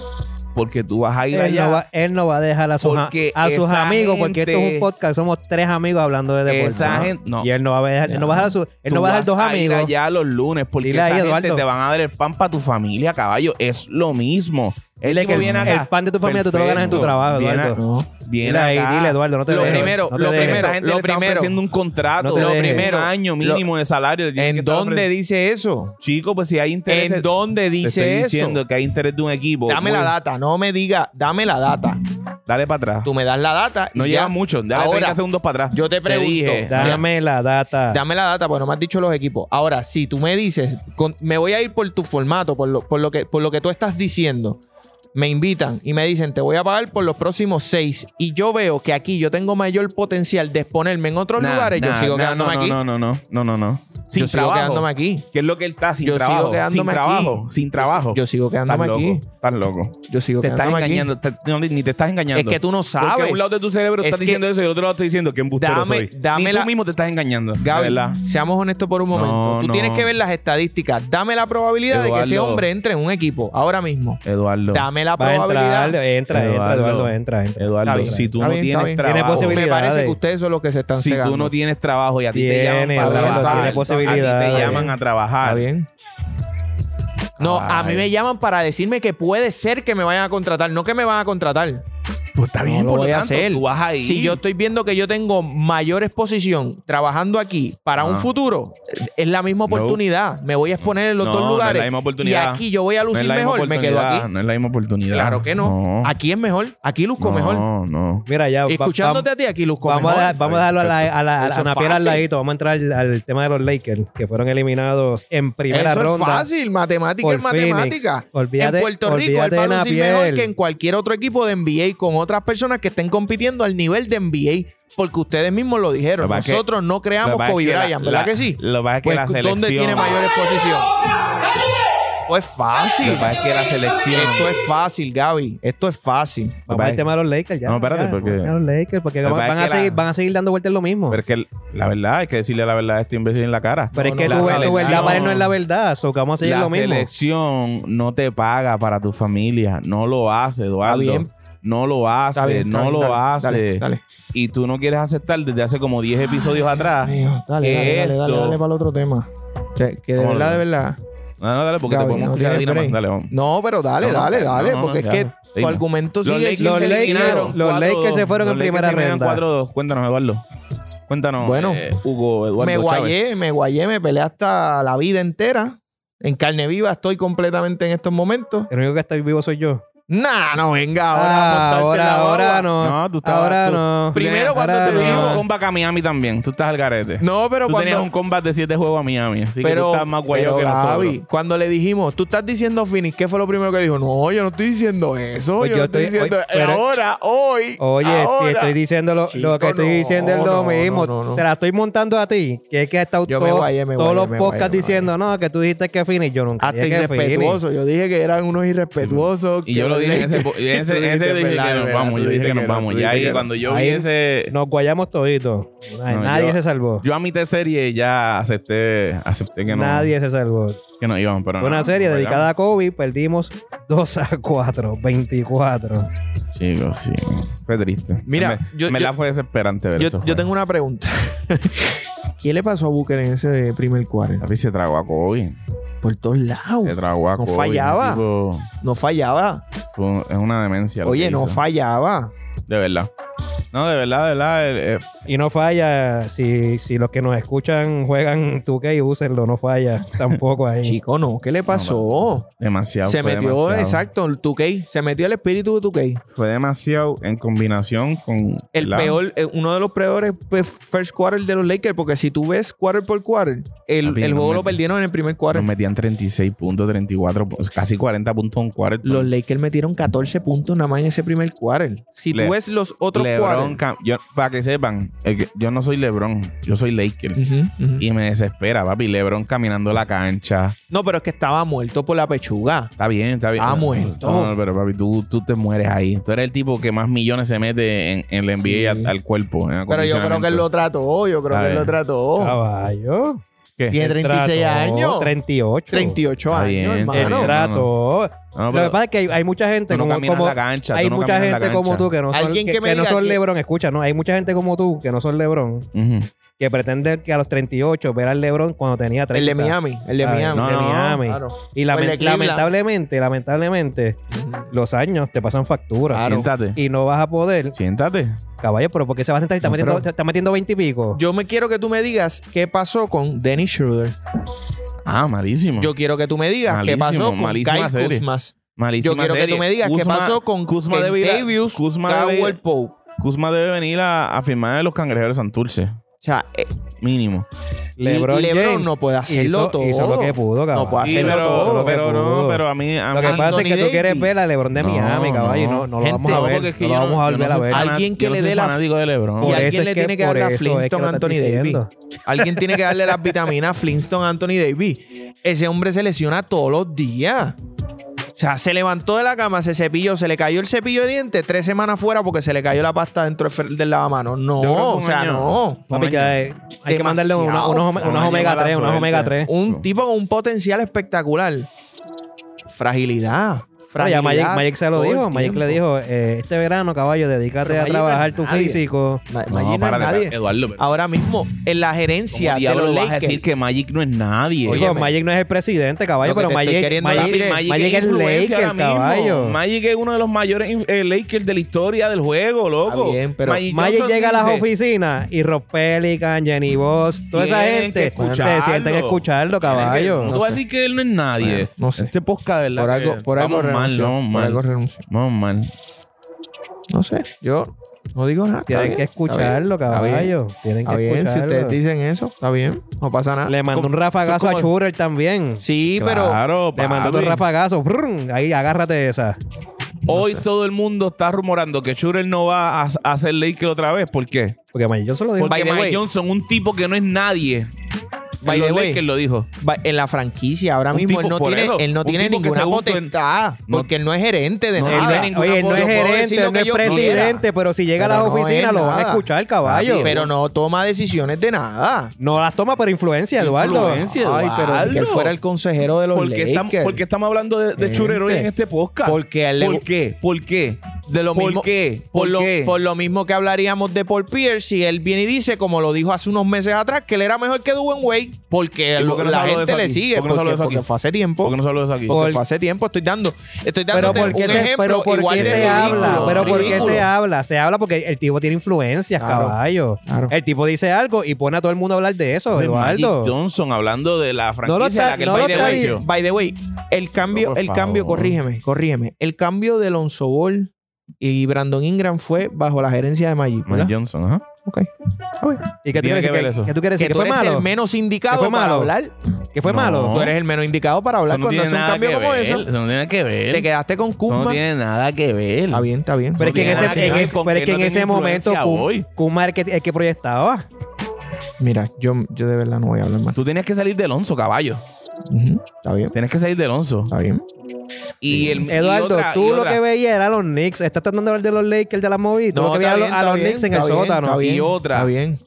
B: Porque tú vas a ir
C: Él
B: allá.
C: Eh, no, va, él no va a dejar a sus, a-
B: Porque
C: a sus
B: esa
C: amigos porque esto es
B: gente-
C: un podcast. Somos tres amigos hablando de deporte.
B: Esa gente- no.
C: Y él no va a dejar, él no va a dejar, a su- él
B: Tú
C: no va a dejar dos
B: vas ir
C: amigos.
B: allá los lunes porque
C: Dile
B: esa
C: ahí,
B: gente
C: Eduardo.
B: te van a dar el pan para tu familia, caballo. Es lo mismo. El
C: Dile
B: tipo
C: que el-
B: viene acá.
C: el pan de tu familia tú te lo ganas en tu trabajo,
B: Viene a-
C: Eduardo.
B: Viene
C: Dile ahí,
B: acá.
C: dile, Eduardo, no te
B: Lo
C: dejes,
B: primero,
C: no te
B: lo
C: dejes.
B: primero,
A: Esa gente
B: lo
A: le están
B: primero.
A: ofreciendo
B: un contrato,
C: No te
B: lo
C: dejes.
B: primero,
A: Un
B: año mínimo de salario.
A: ¿En dónde dice eso?
B: Chico, pues si hay interés.
A: ¿En dónde
B: Te estoy
A: dice
B: diciendo
A: eso?
B: que hay interés de un equipo.
A: Dame la
B: Muy-
A: data, no me diga, dame la data.
B: Dale para atrás.
A: Tú me das la data. y
B: No
A: ya.
B: lleva mucho. Dale
A: Ahora,
B: 30 segundos para atrás.
A: yo te pregunto,
B: dije,
C: Dame la data.
A: Dame la data, porque no me has dicho los equipos. Ahora, si tú me dices, con- me voy a ir por tu formato, por lo, por, lo que, por lo que tú estás diciendo, me invitan y me dicen, te voy a pagar por los próximos seis, y yo veo que aquí yo tengo mayor potencial de exponerme en otros
B: nah,
A: lugares, yo
B: nah,
A: sigo
B: nah,
A: quedándome
B: no,
A: aquí.
B: No, no, no, no, no, no. Sin
A: yo sigo
B: trabajo.
A: quedándome aquí.
B: ¿Qué es lo que él está? Sin
A: Yo sigo
B: trabajo. sin
A: quedándome aquí.
B: trabajo. Sin trabajo.
A: Yo sigo quedándome
B: Estás
A: aquí.
B: loco, Estás loco.
A: Yo sigo
B: Te estás
A: quedándome aquí.
B: engañando. te- no, ni te estás engañando.
A: Es que tú no
B: Porque a
A: sabes.
B: un lado de tu cerebro
A: Es
B: estás
A: que-
B: diciendo eso y al otro lado estás diciendo que embustero
A: Dame-
B: soy.
A: dame
B: Ni tú
A: la-
B: mismo te estás engañando. de
A: Gaby,
B: verdad.
A: seamos honestos por un momento.
B: No,
A: Tú tienes
B: no.
A: que ver las estadísticas. Dame la probabilidad de que ese
B: Eduardo.
A: hombre entre en un equipo ahora mismo.
B: Eduardo.
A: Dame la
C: Va a
A: probabilidad.
C: entrar, eh, entra, entra,
B: Eduardo.
C: Eduardo, entra, entra.
B: Eduardo,
A: Está bien,
B: si tú
A: está
B: no
A: bien, está
B: tienes
A: bien.
B: trabajo,
C: Tiene
A: Me
C: posibilidades.
A: parece
C: posibilidades.
A: que ustedes son los que se están
B: si
A: cegando.
B: tú no tienes trabajo y a ti te
C: Tiene,
B: llaman para
C: Eduardo,
B: trabajar,
A: tiene
B: a ti
C: posibilidades.
B: te llaman a
A: Está
B: trabajar.
A: bien. No, a mí
B: Ay.
A: me llaman para decirme que puede ser que me vayan a contratar, no que me van a contratar.
B: Pues está bien,
A: No lo
B: por lo
A: voy a
B: tanto,
A: hacer.
B: tú vas a ir.
A: Si yo estoy viendo que yo tengo mayor exposición trabajando aquí para un
B: No.
A: futuro, es la misma
B: No.
A: oportunidad. Me voy a exponer en los
B: No,
A: dos
B: no es
A: lugares.
B: la misma oportunidad.
A: Y aquí yo voy a
B: No es
A: lucir
B: la misma
A: mejor, me quedo
B: oportunidad,
A: aquí.
B: No es la misma oportunidad.
A: Claro que no. Aquí es mejor, aquí luzco
B: no,
A: mejor.
B: No, no.
C: Mira, ya. va-
A: Escuchándote a ti, aquí luzco
C: Vamos a,
A: mejor.
C: dejar- vamos a dejarlo a la, a la- a
A: Eso es
C: Ana Piedra al
A: fácil.
C: ladito. Vamos a entrar al, al tema de los Lakers, que fueron eliminados en primera
A: Eso
C: ronda.
A: es fácil, matemática
C: por
A: es matemática.
C: Phoenix. Olvídate-
A: en Puerto Rico él
C: olvídate
A: va a
C: de
A: lucir mejor
C: Napier.
A: que en cualquier otro equipo de NBA con otras personas que estén compitiendo al nivel de NBA. Porque ustedes mismos lo dijeron.
B: Lo que pasa es que-
A: Nosotros no creamos
B: Lo que pasa
A: Kobe
B: es que la-
A: Bryant, ¿verdad
B: la-
A: que sí?
B: Lo que pasa es que
A: Pues,
B: la selección.
A: ¿Dónde tiene mayor exposición? Pues
B: Lo que
A: fácil.
B: pasa es que la selección.
A: Esto es fácil, Gaby. Esto es fácil.
C: Vamos al tema de los Lakers ya.
B: No, espérate,
C: ya,
B: porque-
C: vamos A los Lakers, porque
B: Lo que
C: van,
B: pasa
C: van a
B: es que
C: seguir,
B: la-
C: van a seguir dando vueltas en lo mismo.
B: Pero
C: Pero,
B: es que la verdad, hay que decirle la verdad a este imbécil en la cara.
C: es que
B: la
C: tu, tu
B: selección-
C: verdad para él no es la verdad, so que vamos a seguir
B: la
C: lo mismo.
B: selección no te paga para tu familia. No lo hace, Eduardo.
A: Está bien.
B: No lo hace,
A: Está bien, está
B: no
A: bien,
B: lo
A: dale,
B: hace.
A: dale, dale.
B: Y tú no quieres aceptar desde hace como 10 episodios atrás.
A: Mío, Dale,
B: que
A: dale, dale, dale,
B: esto-
A: dale para el otro tema. Que, que de
B: ¿Cómo lo
A: verdad, de
B: ves?
A: verdad.
B: No, no, dale, porque
A: Gaby,
B: te podemos
A: no
B: escuchar a ti
A: tiene
B: nomás.
A: break.
B: Dale, vamos.
A: No, pero dale,
B: No, no,
A: dale,
B: no,
A: dale.
B: no,
A: porque
B: ya,
A: es que tu
B: dime.
A: argumento
B: Los
A: sigue
B: Lakers
A: sin
C: los
B: se
C: Lakers-
A: eliminaron.
C: los Lakers se fueron en primera ronda.
B: 4-2. Cuéntanos, Eduardo. Cuéntanos,
A: Bueno,
B: eh, Hugo Eduardo
A: Me guayé,
B: Chávez.
A: me guayé, me peleé hasta la vida entera. En carne viva estoy completamente en estos momentos.
C: El único que está vivo soy yo.
A: Nah, no, venga, ahora
C: Ah,
A: a montarte en
C: ahora,
A: la guagua.
C: ahora no.
B: No, tú estabas-
C: ahora
B: tú-
C: no.
A: Primero cuando
C: Ahora
A: te
C: no.
B: Digo, con Vaca Miami también. Tú estás al garete.
A: No, pero
B: tú tenías
A: cuando...
B: un combat de 7 juegos a Miami. Así que tú
A: pero,
B: estás más guayado
A: pero,
B: que nosotros.
A: Gaby, cuando le dijimos, tú estás diciendo Phoenix, ¿qué fue lo primero que dijo? No, yo no estoy diciendo eso.
C: Pues
A: yo,
C: yo
A: no estoy,
C: estoy-
A: diciendo.
C: hoy- pero-
A: ahora, hoy.
C: Oye,
A: ahora.
C: si estoy diciendo lo, lo que
A: Chico,
C: estoy
A: no,
C: diciendo es lo
A: no,
C: mismo.
A: no, no, no.
C: Te la estoy montando a ti. Que es que has estado
A: Yo me
C: todo-
A: guayé, me
C: todos
A: guayé,
C: los
A: me
C: podcasts
A: guayé, me
C: diciendo, no, que tú dijiste que Phoenix. Yo nunca
A: Hasta
C: dije que Phoenix.
A: irrespetuoso. Yo dije que eran unos irrespetuosos.
B: Y yo lo dije en ese, po- en ese, en ese dije que nos vamos, yo dije que nos vamos. Ya ahí cuando yo vi
C: Ahí-
B: ese,
C: Nos guayamos toditos. Ay,
B: No,
C: nadie
B: yo-
C: se salvó.
B: yo a mi serie ya acepté, acepté que no,
C: Nadie se salvó.
B: que no íbamos, pero
C: Fue
B: no,
C: una serie
B: no
C: dedicada a Kobe. Perdimos 2 a 4. 24.
B: pegamos. Chicos, sí, fue triste.
A: Mira,
B: me,
A: yo-
B: me
A: yo-
B: la fue desesperante ver
A: Yo,
B: eso.
A: yo tengo una pregunta. ¿Qué le pasó a Booker en ese primer cuarto?
B: Papi, se tragó a Kobe,
A: Por todos lados.
B: se tragó a
A: No
B: Kobe.
A: fallaba.
B: Tipo,
A: No fallaba.
B: fue un- es una demencia. lo
A: Oye,
B: que
A: no
B: hizo.
A: fallaba.
B: De verdad. No, de verdad, de verdad. el- eh,
C: Y no falla. Si, si los que nos escuchan juegan 2K y úsenlo, no falla tampoco ahí.
A: Chico, no. ¿Qué le pasó?
B: demasiado.
A: se
B: fue
A: metió,
B: demasiado.
A: exacto, el 2K. Se metió el espíritu de 2K.
B: Fue demasiado en combinación con.
A: el
B: la-
A: peor, eh, uno de los peores pues, first quarter de los Lakers, porque si tú ves quarter por quarter, el,
B: Papi,
A: el
B: no
A: juego
B: me-
A: lo perdieron en el primer quarter.
B: Nos metían 36 puntos, 34, pu- casi 40 puntos en un cuarto.
A: Los Lakers metieron 14 puntos nada más en ese primer quarter. Si
B: Le-
A: tú ves los otros quarters.
B: LeBron, cam- yo- para que sepan, el que- yo no soy LeBron, yo soy Laker.
A: Ujú, ujú.
B: Y me desespera, papi. LeBron caminando la cancha.
A: No, pero es que estaba muerto por la pechuga.
B: Está bien, está bien.
A: Ah,
B: No,
A: muerto.
B: no, no, pero papi, tú, tú te mueres ahí. Tú eres el tipo que más millones se mete en, en la NBA
A: Sí.
B: al, al cuerpo. en
A: Pero yo creo que él lo trató, yo creo
B: A
A: que él
B: ver.
A: lo trató.
C: Caballo.
B: ¿Qué?
A: Tiene 36
C: Trató,
A: años.
C: 38.
A: 38
B: Está bien,
A: años,
C: El
B: Ah, no,
A: hermano.
C: trato.
B: No,
C: Lo
B: pero
C: que pasa es que hay, hay mucha gente
B: tú no
C: como,
B: caminas
C: como-
B: la cancha.
C: hay
B: tú no
C: mucha
B: caminas la
C: gente como
B: cancha.
C: tú que no son,
A: Alguien
C: que,
A: que me
C: que no
A: diga
C: son
A: que-
C: LeBron, escucha, no, hay mucha gente como tú que no son LeBron
B: Ujú.
C: que pretenden que a los 38 ver al LeBron cuando tenía 30.
A: El de Miami, el de
C: Ay,
A: Miami.
C: no,
B: de
C: Miami.
A: Claro.
C: Y lame-
A: O el de Cleveland.
C: lamentablemente, lamentablemente
A: Ujú.
C: los años te pasan facturas
B: Siéntate.
C: y no vas a poder,
B: Siéntate.
C: caballo, pero ¿por qué se va a sentar y está
B: No,
C: metiendo
B: pero-
C: está metiendo 20 y pico?
A: Yo me quiero que tú me digas qué pasó con Dennis Schroeder.
B: Ah, malísimo.
A: Yo quiero que tú me digas qué
B: Malísimo,
A: pasó con
B: malísima
A: Kyle
B: serie.
A: Kuzmas.
B: Malísima
A: Yo quiero que
B: serie.
A: tú me digas qué
B: Kuzma-
A: pasó con
B: Kuzma
A: Kent
B: debe ir a-
A: Davius,
B: Kuzma
A: Cowell
B: debe-
A: Pope. O
B: Kuzma debe venir a, a firmar en los cangrejeros de Santurce.
A: sea, eh,
B: Mínimo.
A: LeBron,
C: James
A: no puede hacerlo
C: hizo-
A: todo.
C: hizo lo que pudo, caballo.
A: No puede
B: Sí,
A: hacerlo
B: pero,
A: todo.
C: lo que
B: pero no,
C: pudo.
B: pero a mí. a
C: Lo que
B: mí-
A: Anthony
C: pasa es que tú
A: Davis.
C: quieres ver a LeBron de
B: No,
C: Miami, caballo, y no, no lo
A: Gente,
C: vamos a
A: no,
C: ver.
B: porque es que
C: no lo
B: yo
C: vamos a
B: yo no
C: volver a
B: soy
C: ver.
A: fan-
B: fanat-
A: Alguien que
B: yo no
A: le
B: soy
A: dé la-
B: fanático de LeBron.
A: Y
C: Por eso
A: alguien le
C: es que-
A: tiene que
C: por
A: dar la
C: eso es que lo
A: Flintstone a
C: estás
A: Anthony Davis.
C: diciendo.
A: Alguien tiene que darle las vitaminas Flintstone a Anthony Davis. Ese hombre se lesiona todos los días. O sea, se levantó de la cama, se cepilló, se le cayó el cepillo de dientes, tres semanas fuera porque se le cayó la pasta dentro del fer- del lavamanos. No,
B: Yo creo que fue
A: o
B: un
A: sea,
B: año.
A: no.
C: Papi, que hay, hay que
A: Demasiado
C: mandarle una- unos, ome- unas
B: mala
C: omega 3, unas
B: suerte.
C: omega 3.
A: Un tipo con un potencial espectacular. Fragilidad.
C: Ya
A: fragilidad
C: Magic, Magic se lo
A: todo el
C: dijo. Magic
A: tiempo.
C: le dijo: eh, Este verano, caballo, dedícate
A: Pero
C: a
A: Magic no es
C: trabajar tu
A: nadie.
C: físico.
A: Ma-
B: No,
A: Magic no es
B: párate,
A: nadie. Ah,
B: párate, Eduardo, pero-
A: Ahora mismo, en la gerencia
B: ¿Cómo
A: de
B: diablo
A: los
B: vas a
A: Lakers.
B: decir que Magic no es nadie?
A: Oye,
C: Digo,
A: me-
C: Magic no es el presidente, caballo,
A: Lo que
C: pero
A: te estoy
C: Magic,
A: queriendo
C: Magic,
A: decir,
C: Magic, es
B: influencia
C: Laker,
B: ahora mismo.
C: caballo.
B: Magic es uno de los mayores inf- eh, Lakers de la historia del juego, loco.
A: Está bien, pero-
C: Magic
B: Johnson
C: llega a las
B: dice,
C: oficinas y Rob Pelican, Jenny Boss, toda esa
B: Tienen que
C: gente se
B: escucharlo.
C: sienten a escucharlo, caballo.
B: No,
A: No
B: te voy a
A: sé.
B: decir que él no es nadie.
A: Bueno, no sé.
B: Este podcast, ¿verdad?
A: Por
B: que
A: algo, por algo
B: vamos
A: renunció,
B: mal, vamos
A: Por
B: mal.
A: algo renunció.
B: Vamos mal.
A: No sé, yo no digo nada. está bien,
C: Tienen que
A: está bien,
C: escucharlo,
A: está bien,
C: caballo. Tienen
A: Está
C: que
A: bien, si ustedes
C: escucharlo.
A: dicen eso, está bien, no pasa nada.
C: Le mandó un
B: como-
C: rafagazo
B: son
C: a
B: como-
C: Schurer también.
A: Sí, pero
B: claro,
C: Le mandó
B: papi.
C: un rafagazo. ¡brum! Ahí, agárrate esa.
B: Hoy todo el mundo está rumorando que Shooter no va a, a hacer Laker otra vez. ¿Por qué?
C: Porque Mike Johnson lo dijo.
A: By
B: Porque
A: the
B: Mike
A: way.
B: Johnson, un tipo que no es nadie.
A: By
B: en los
A: the way.
B: Lakers lo dijo.
A: Va- En la franquicia, ahora
B: Un
A: mismo
B: tipo
A: él no
B: por
A: tiene,
B: eso,
A: él no
B: un
A: tiene
B: tipo que
A: ninguna
B: se auto-
A: potestad.
B: no-
A: porque él no es gerente de
B: no,
A: nada.
B: él no es ninguna
C: Oye, él no es
B: Yo puedo
C: gerente,
A: decir lo
C: él no
A: que
C: es
A: yo quiera.
C: presidente, pero si llega a las
A: Pero no es
C: oficinas lo van a
A: nada.
C: escuchar, caballo.
A: Pero no toma decisiones de nada.
C: No las toma, pero influencia, Eduardo.
B: Influencia,
A: Ay, pero ni que él
B: Eduardo.
A: fuera el consejero de los
B: Porque estamos,
A: Lakers.
B: porque estamos hablando de, de Shooter hoy en
A: Gente.
B: este podcast.
A: Porque a él le-
B: ¿Por qué? ¿Por qué?
A: de lo
B: ¿Por
A: mismo,
B: qué?
A: Por,
B: ¿Por
A: lo,
B: qué?
A: por lo mismo que hablaríamos de Paul Pierce, si él viene y dice, como lo dijo hace unos meses atrás, que él era mejor que Dwayne Wade, porque
B: ¿Y por qué no se
A: la
B: habló de
A: gente
B: eso
A: le
B: aquí?
A: sigue,
B: ¿Por qué no se
A: porque,
B: habló de eso
A: porque
B: aquí?
A: fue hace tiempo.
B: ¿Por qué no se habló de eso aquí?
A: Porque
C: Por-
A: fue hace tiempo, estoy dando, estoy dando
C: Pero ¿por qué
A: un
C: se,
A: ejemplo
C: pero ¿por qué
A: igual de
C: se
A: ridículo,
C: habla? Pero ¿por qué
A: ridículo.
C: se habla? Se habla porque el tipo tiene influencias,
A: Claro,
C: caballo.
A: claro.
C: El tipo dice algo y pone a todo el mundo a hablar de eso,
B: De
C: Eduardo.
B: Magic Johnson hablando de la franquicia
C: lo está-
B: a la que él
C: no
B: va
C: lo
B: y
C: está
A: By
B: le
A: the
B: venció.
A: way, by the way, el cambio,
B: por
A: el cambio,
B: favor.
A: corrígeme, corrígeme. El cambio de Lonzo Ball y Brandon Ingram fue bajo la gerencia de Magic. ¿verdad?
B: Mike Johnson, ajá.
A: Ok.
C: ¿Y qué tú
B: Tiene
C: quieres
B: que ver
C: decir?
B: eso.
C: ¿Qué tú quieres
A: Que
C: decir? Ah, ¿Que
A: tú
C: fue
A: eres
C: malo?
A: el menos indicado
C: ¿Que fue
A: para
C: malo?
A: hablar.
C: ¿Que fue
B: No.
C: malo?
A: Tú eres el menos indicado para hablar
B: Eso no
A: cuando
B: tiene
A: hace un
B: nada
A: cambio
B: que
A: como
B: ver.
A: eso.
B: Eso no tiene que ver.
A: Te quedaste con
B: Eso no
A: Kuzma.
B: tiene nada que ver.
A: Está bien, está bien.
C: Pero es que en
B: No
C: ese,
B: tiene nada
C: en
B: que
C: ese-
B: ver con
C: pero es
B: que
C: que en
B: no
C: ese
B: tenga
C: momento
B: influencia hoy.
C: Kumar el que, el que proyectaba.
A: Mira, yo, yo de verdad no voy a hablar más.
B: Tú tenías que salir de Alonso, caballo.
A: Ujú, Está bien,
B: Tienes que salir de Alonso.
A: está bien.
B: Y el y
C: Eduardo,
B: otra- y
C: tú lo
B: otra-
C: que veías era los Knicks. Estás tratando de hablar de los Lakers de las movidas. Tú
A: No,
C: lo que
A: está
C: veías era
A: bien,
C: a
A: está
C: los
A: bien,
C: Knicks en el
A: está bien,
C: sótano.
A: está
B: Y
A: bien,
B: otra.
A: Está bien.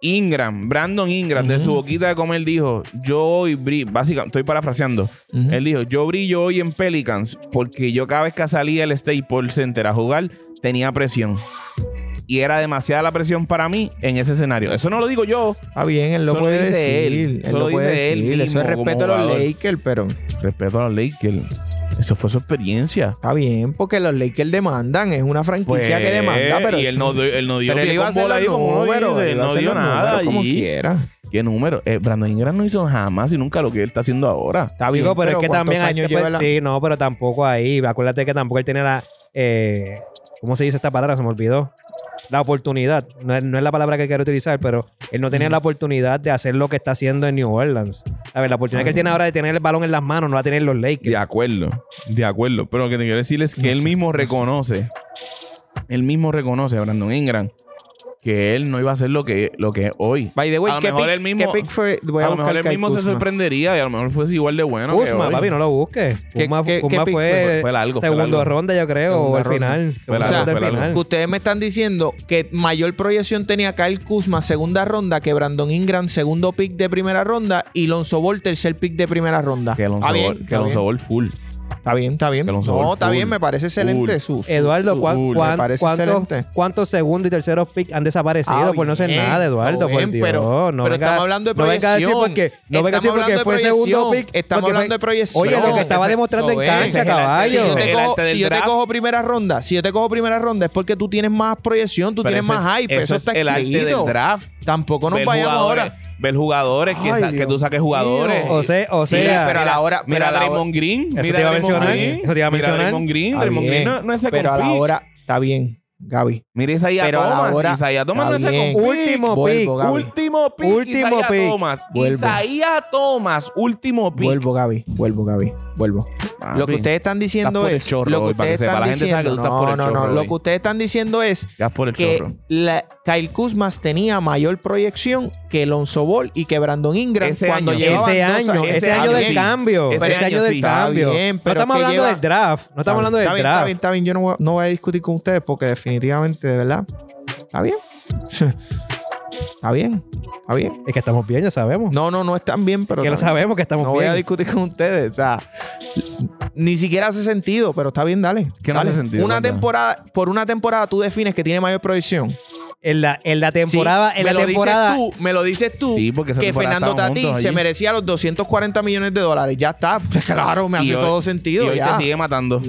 B: Ingram, Brandon Ingram, de su boquita de comer, dijo: Yo hoy brillo, básicamente, estoy parafraseando.
A: Ujú.
B: Él dijo: Yo brillo hoy en Pelicans porque yo cada vez que salía al Staples Center a jugar tenía presión. Y era demasiada la presión para mí en ese escenario. Eso no lo digo yo.
A: Está bien, él lo
B: Eso lo
A: puede
B: dice
A: decir.
B: él.
A: Él
B: Eso
A: lo
B: lo
A: puede
B: dice él
A: decir. Eso
B: mismo
A: es
B: como
A: respeto a los
B: jugador.
A: Lakers, pero
B: Respeto a los Lakers. Eso fue su experiencia.
A: está bien, porque los Lakers demandan. Es una
B: Pues,
A: franquicia que demanda, pero.
B: y él no, dio- él no dio
A: pero él
B: pie
A: iba a
B: con
A: hacer
B: bola ahí,
A: los
B: como uno
A: números,
B: dice,
A: él iba a
B: no
A: hacer
B: dio
A: los
B: nada
A: números como
B: allí.
A: quiera.
B: ¿Qué número? Eh, Brandon Ingram no hizo jamás y nunca lo que él está haciendo ahora.
A: Está bien,
C: Digo, pero, es que
A: ¿cuántos
C: también hay
A: años
C: que
A: lleva la-
C: Sí, no, pero tampoco ahí. Acuérdate que tampoco él tiene la. eh, ¿Cómo se dice esta palabra? Se me olvidó. La oportunidad. No es, no es la palabra que quiero utilizar, pero él no
A: Mm.
C: tenía la oportunidad de hacer lo que está haciendo en New Orleans. A ver, la oportunidad que él tiene
A: Ah.
C: ahora de tener el balón en las manos no la tienen los Lakers.
B: De acuerdo, de acuerdo. Pero lo que te quiero decir es que él mismo reconoce, él mismo reconoce, Brandon Ingram, que él no iba a hacer lo que, lo que es hoy.
A: By the way,
B: a lo
A: ¿qué
B: mejor
A: pick-
B: él mismo,
A: qué pick fue? Voy a
B: a
A: buscar
B: lo mejor él
A: Kyle
B: mismo se
A: Kuzma.
B: sorprendería y a lo mejor fuese igual de bueno. que
C: Kuzma,
B: hoy.
C: papi, no lo busques.
A: ¿Qué-
C: Kuzma,
A: qué- qué
C: Kuzma
A: pick
C: fue,
B: fue? Fue largo, fue
C: segundo
B: largo.
C: ronda, yo creo, o
A: Segunda
C: al
A: ronda.
C: final.
B: Fue
C: Segunda
B: largo,
C: ronda,
B: fue
C: al
B: largo.
C: final.
A: Que ustedes me están diciendo que mayor proyección tenía Kyle Kuzma, segunda ronda, que Brandon Ingram, segundo pick de primera ronda, y Lonzo Ball, tercer pick de primera ronda.
B: Que Alonso
A: Está bien,
B: Ball- que
A: está bien.
B: Alonso Ball full.
A: Está bien, está bien.
B: Que Lonzo
A: No,
B: Ball
A: está
B: full.
A: bien, me parece excelente.
B: Full.
A: Sus.
C: Eduardo, ¿cuán-
B: Full, me
C: cuán-
A: parece
C: cuántos,
A: excelente.
C: cuántos segundos y terceros pick han desaparecido
A: Ah,
C: por no ser
A: bien,
C: nada, Eduardo?
A: bien,
C: por Dios,
A: pero-
C: no
A: pero
C: venga-
A: estamos hablando de
C: no venga a decir
A: proyección.
C: porque, no venga a
A: Estamos
C: decir porque
A: hablando
C: fue
A: de
C: segundo
A: proyección.
C: pick.
A: Estamos
C: porque fue-
A: hablando de proyección.
C: Oye, lo que estaba
A: Ese-
C: demostrando en
A: eso es.
C: cancha,
A: Si
C: caballo.
A: yo,
B: Ese
A: te
B: es el
A: cojo,
B: arte del
A: si yo te
B: draft.
A: cojo primera ronda, si yo te cojo primera ronda, es porque tú tienes más proyección, tú
B: Pero
A: tienes
B: ese
A: más
B: es-
A: hype. Eso, está
B: es el arte
A: escrito.
B: del draft.
A: Tampoco nos
B: Ver
A: vayamos
B: jugadores,
A: ahora.
B: Ver jugadores, que,
A: Ay,
B: sa- que
A: Dios
B: tú saques jugadores.
A: mío.
C: O sea, o
A: Sí,
C: sea
A: pero a la hora- pero
B: Mira
A: a
B: a
A: la hora-
B: Draymond Green.
C: Eso
B: mira
C: te iba a
B: a Draymond
C: mencionar,
B: Green,
C: eso te iba
B: mira
C: a mencionar.
B: Draymond Green.
A: Está
B: Draymond
A: bien,
B: Green no, no es second
A: Pero a la
B: pick.
A: hora, está bien, Gaby.
B: Mira Isaiah
A: Pero a la
B: Thomas.
A: hora-
B: Isaiah Thomas no es
A: Está
B: second
A: bien.
B: pick.
C: Último
A: Vuelvo,
C: pick.
A: Gaby.
B: Último pick.
C: Último
B: Isaiah
C: pick.
B: Thomas.
A: Vuelvo.
B: Isaiah Thomas. Último pick.
A: Vuelvo, Gaby. Vuelvo, Gaby. Vuelvo.
B: Papi,
A: Lo que ustedes están diciendo
B: por el
A: es.
B: chorro
A: Lo que
B: hoy, para que
A: ustedes
B: sepa.
A: están
B: La gente sabe
A: diciendo.
B: que tú estás por
A: No,
B: el
A: no, no.
B: chorro
A: Lo
B: hoy.
A: que ustedes están diciendo es
B: Gas por el
A: que
B: chorro.
A: la, Kyle Kuzmas tenía mayor proyección que Lonzo Ball y que Brandon Ingram
B: Ese
A: cuando
B: año.
A: llevaban
C: ese
A: dos
C: año,
A: años.
C: ese
B: Está
C: año del
B: bien.
C: cambio,
B: Ese
C: ese, año
B: año
C: del
B: sí.
C: cambio.
A: Está bien,
C: no
A: pero
C: estamos
A: que
C: hablando
A: lleva-
C: del draft, no estamos hablando del
A: está bien,
C: draft.
A: Está bien, está bien. Yo no voy, a- no voy a discutir con ustedes porque definitivamente, de verdad, está bien. está bien, está bien.
C: Es que estamos bien, ya sabemos.
A: No, no, no están bien, pero
C: que lo
A: está bien.
C: sabemos que estamos
A: no voy
C: bien.
A: a discutir con ustedes. O sea, ni siquiera hace sentido, pero está bien, dale.
B: ¿Qué no
A: Dale.
B: hace sentido,
A: Una
B: Wanda?
A: temporada, por una temporada tú defines que tiene mayor proyección.
C: en la en la temporada,
A: Sí,
C: en
A: me
C: la
A: lo
C: temporada
A: dices tú, me lo dices tú
B: Sí, porque esa
A: que
B: temporada
A: Fernando
B: estaban
A: Tatís
B: juntos
A: se
B: allí.
A: merecía los 240 millones de dólares. Ya está, claro, me hace
B: Y hoy-
A: todo sentido.
B: Y hoy
A: ya.
B: te sigue matando.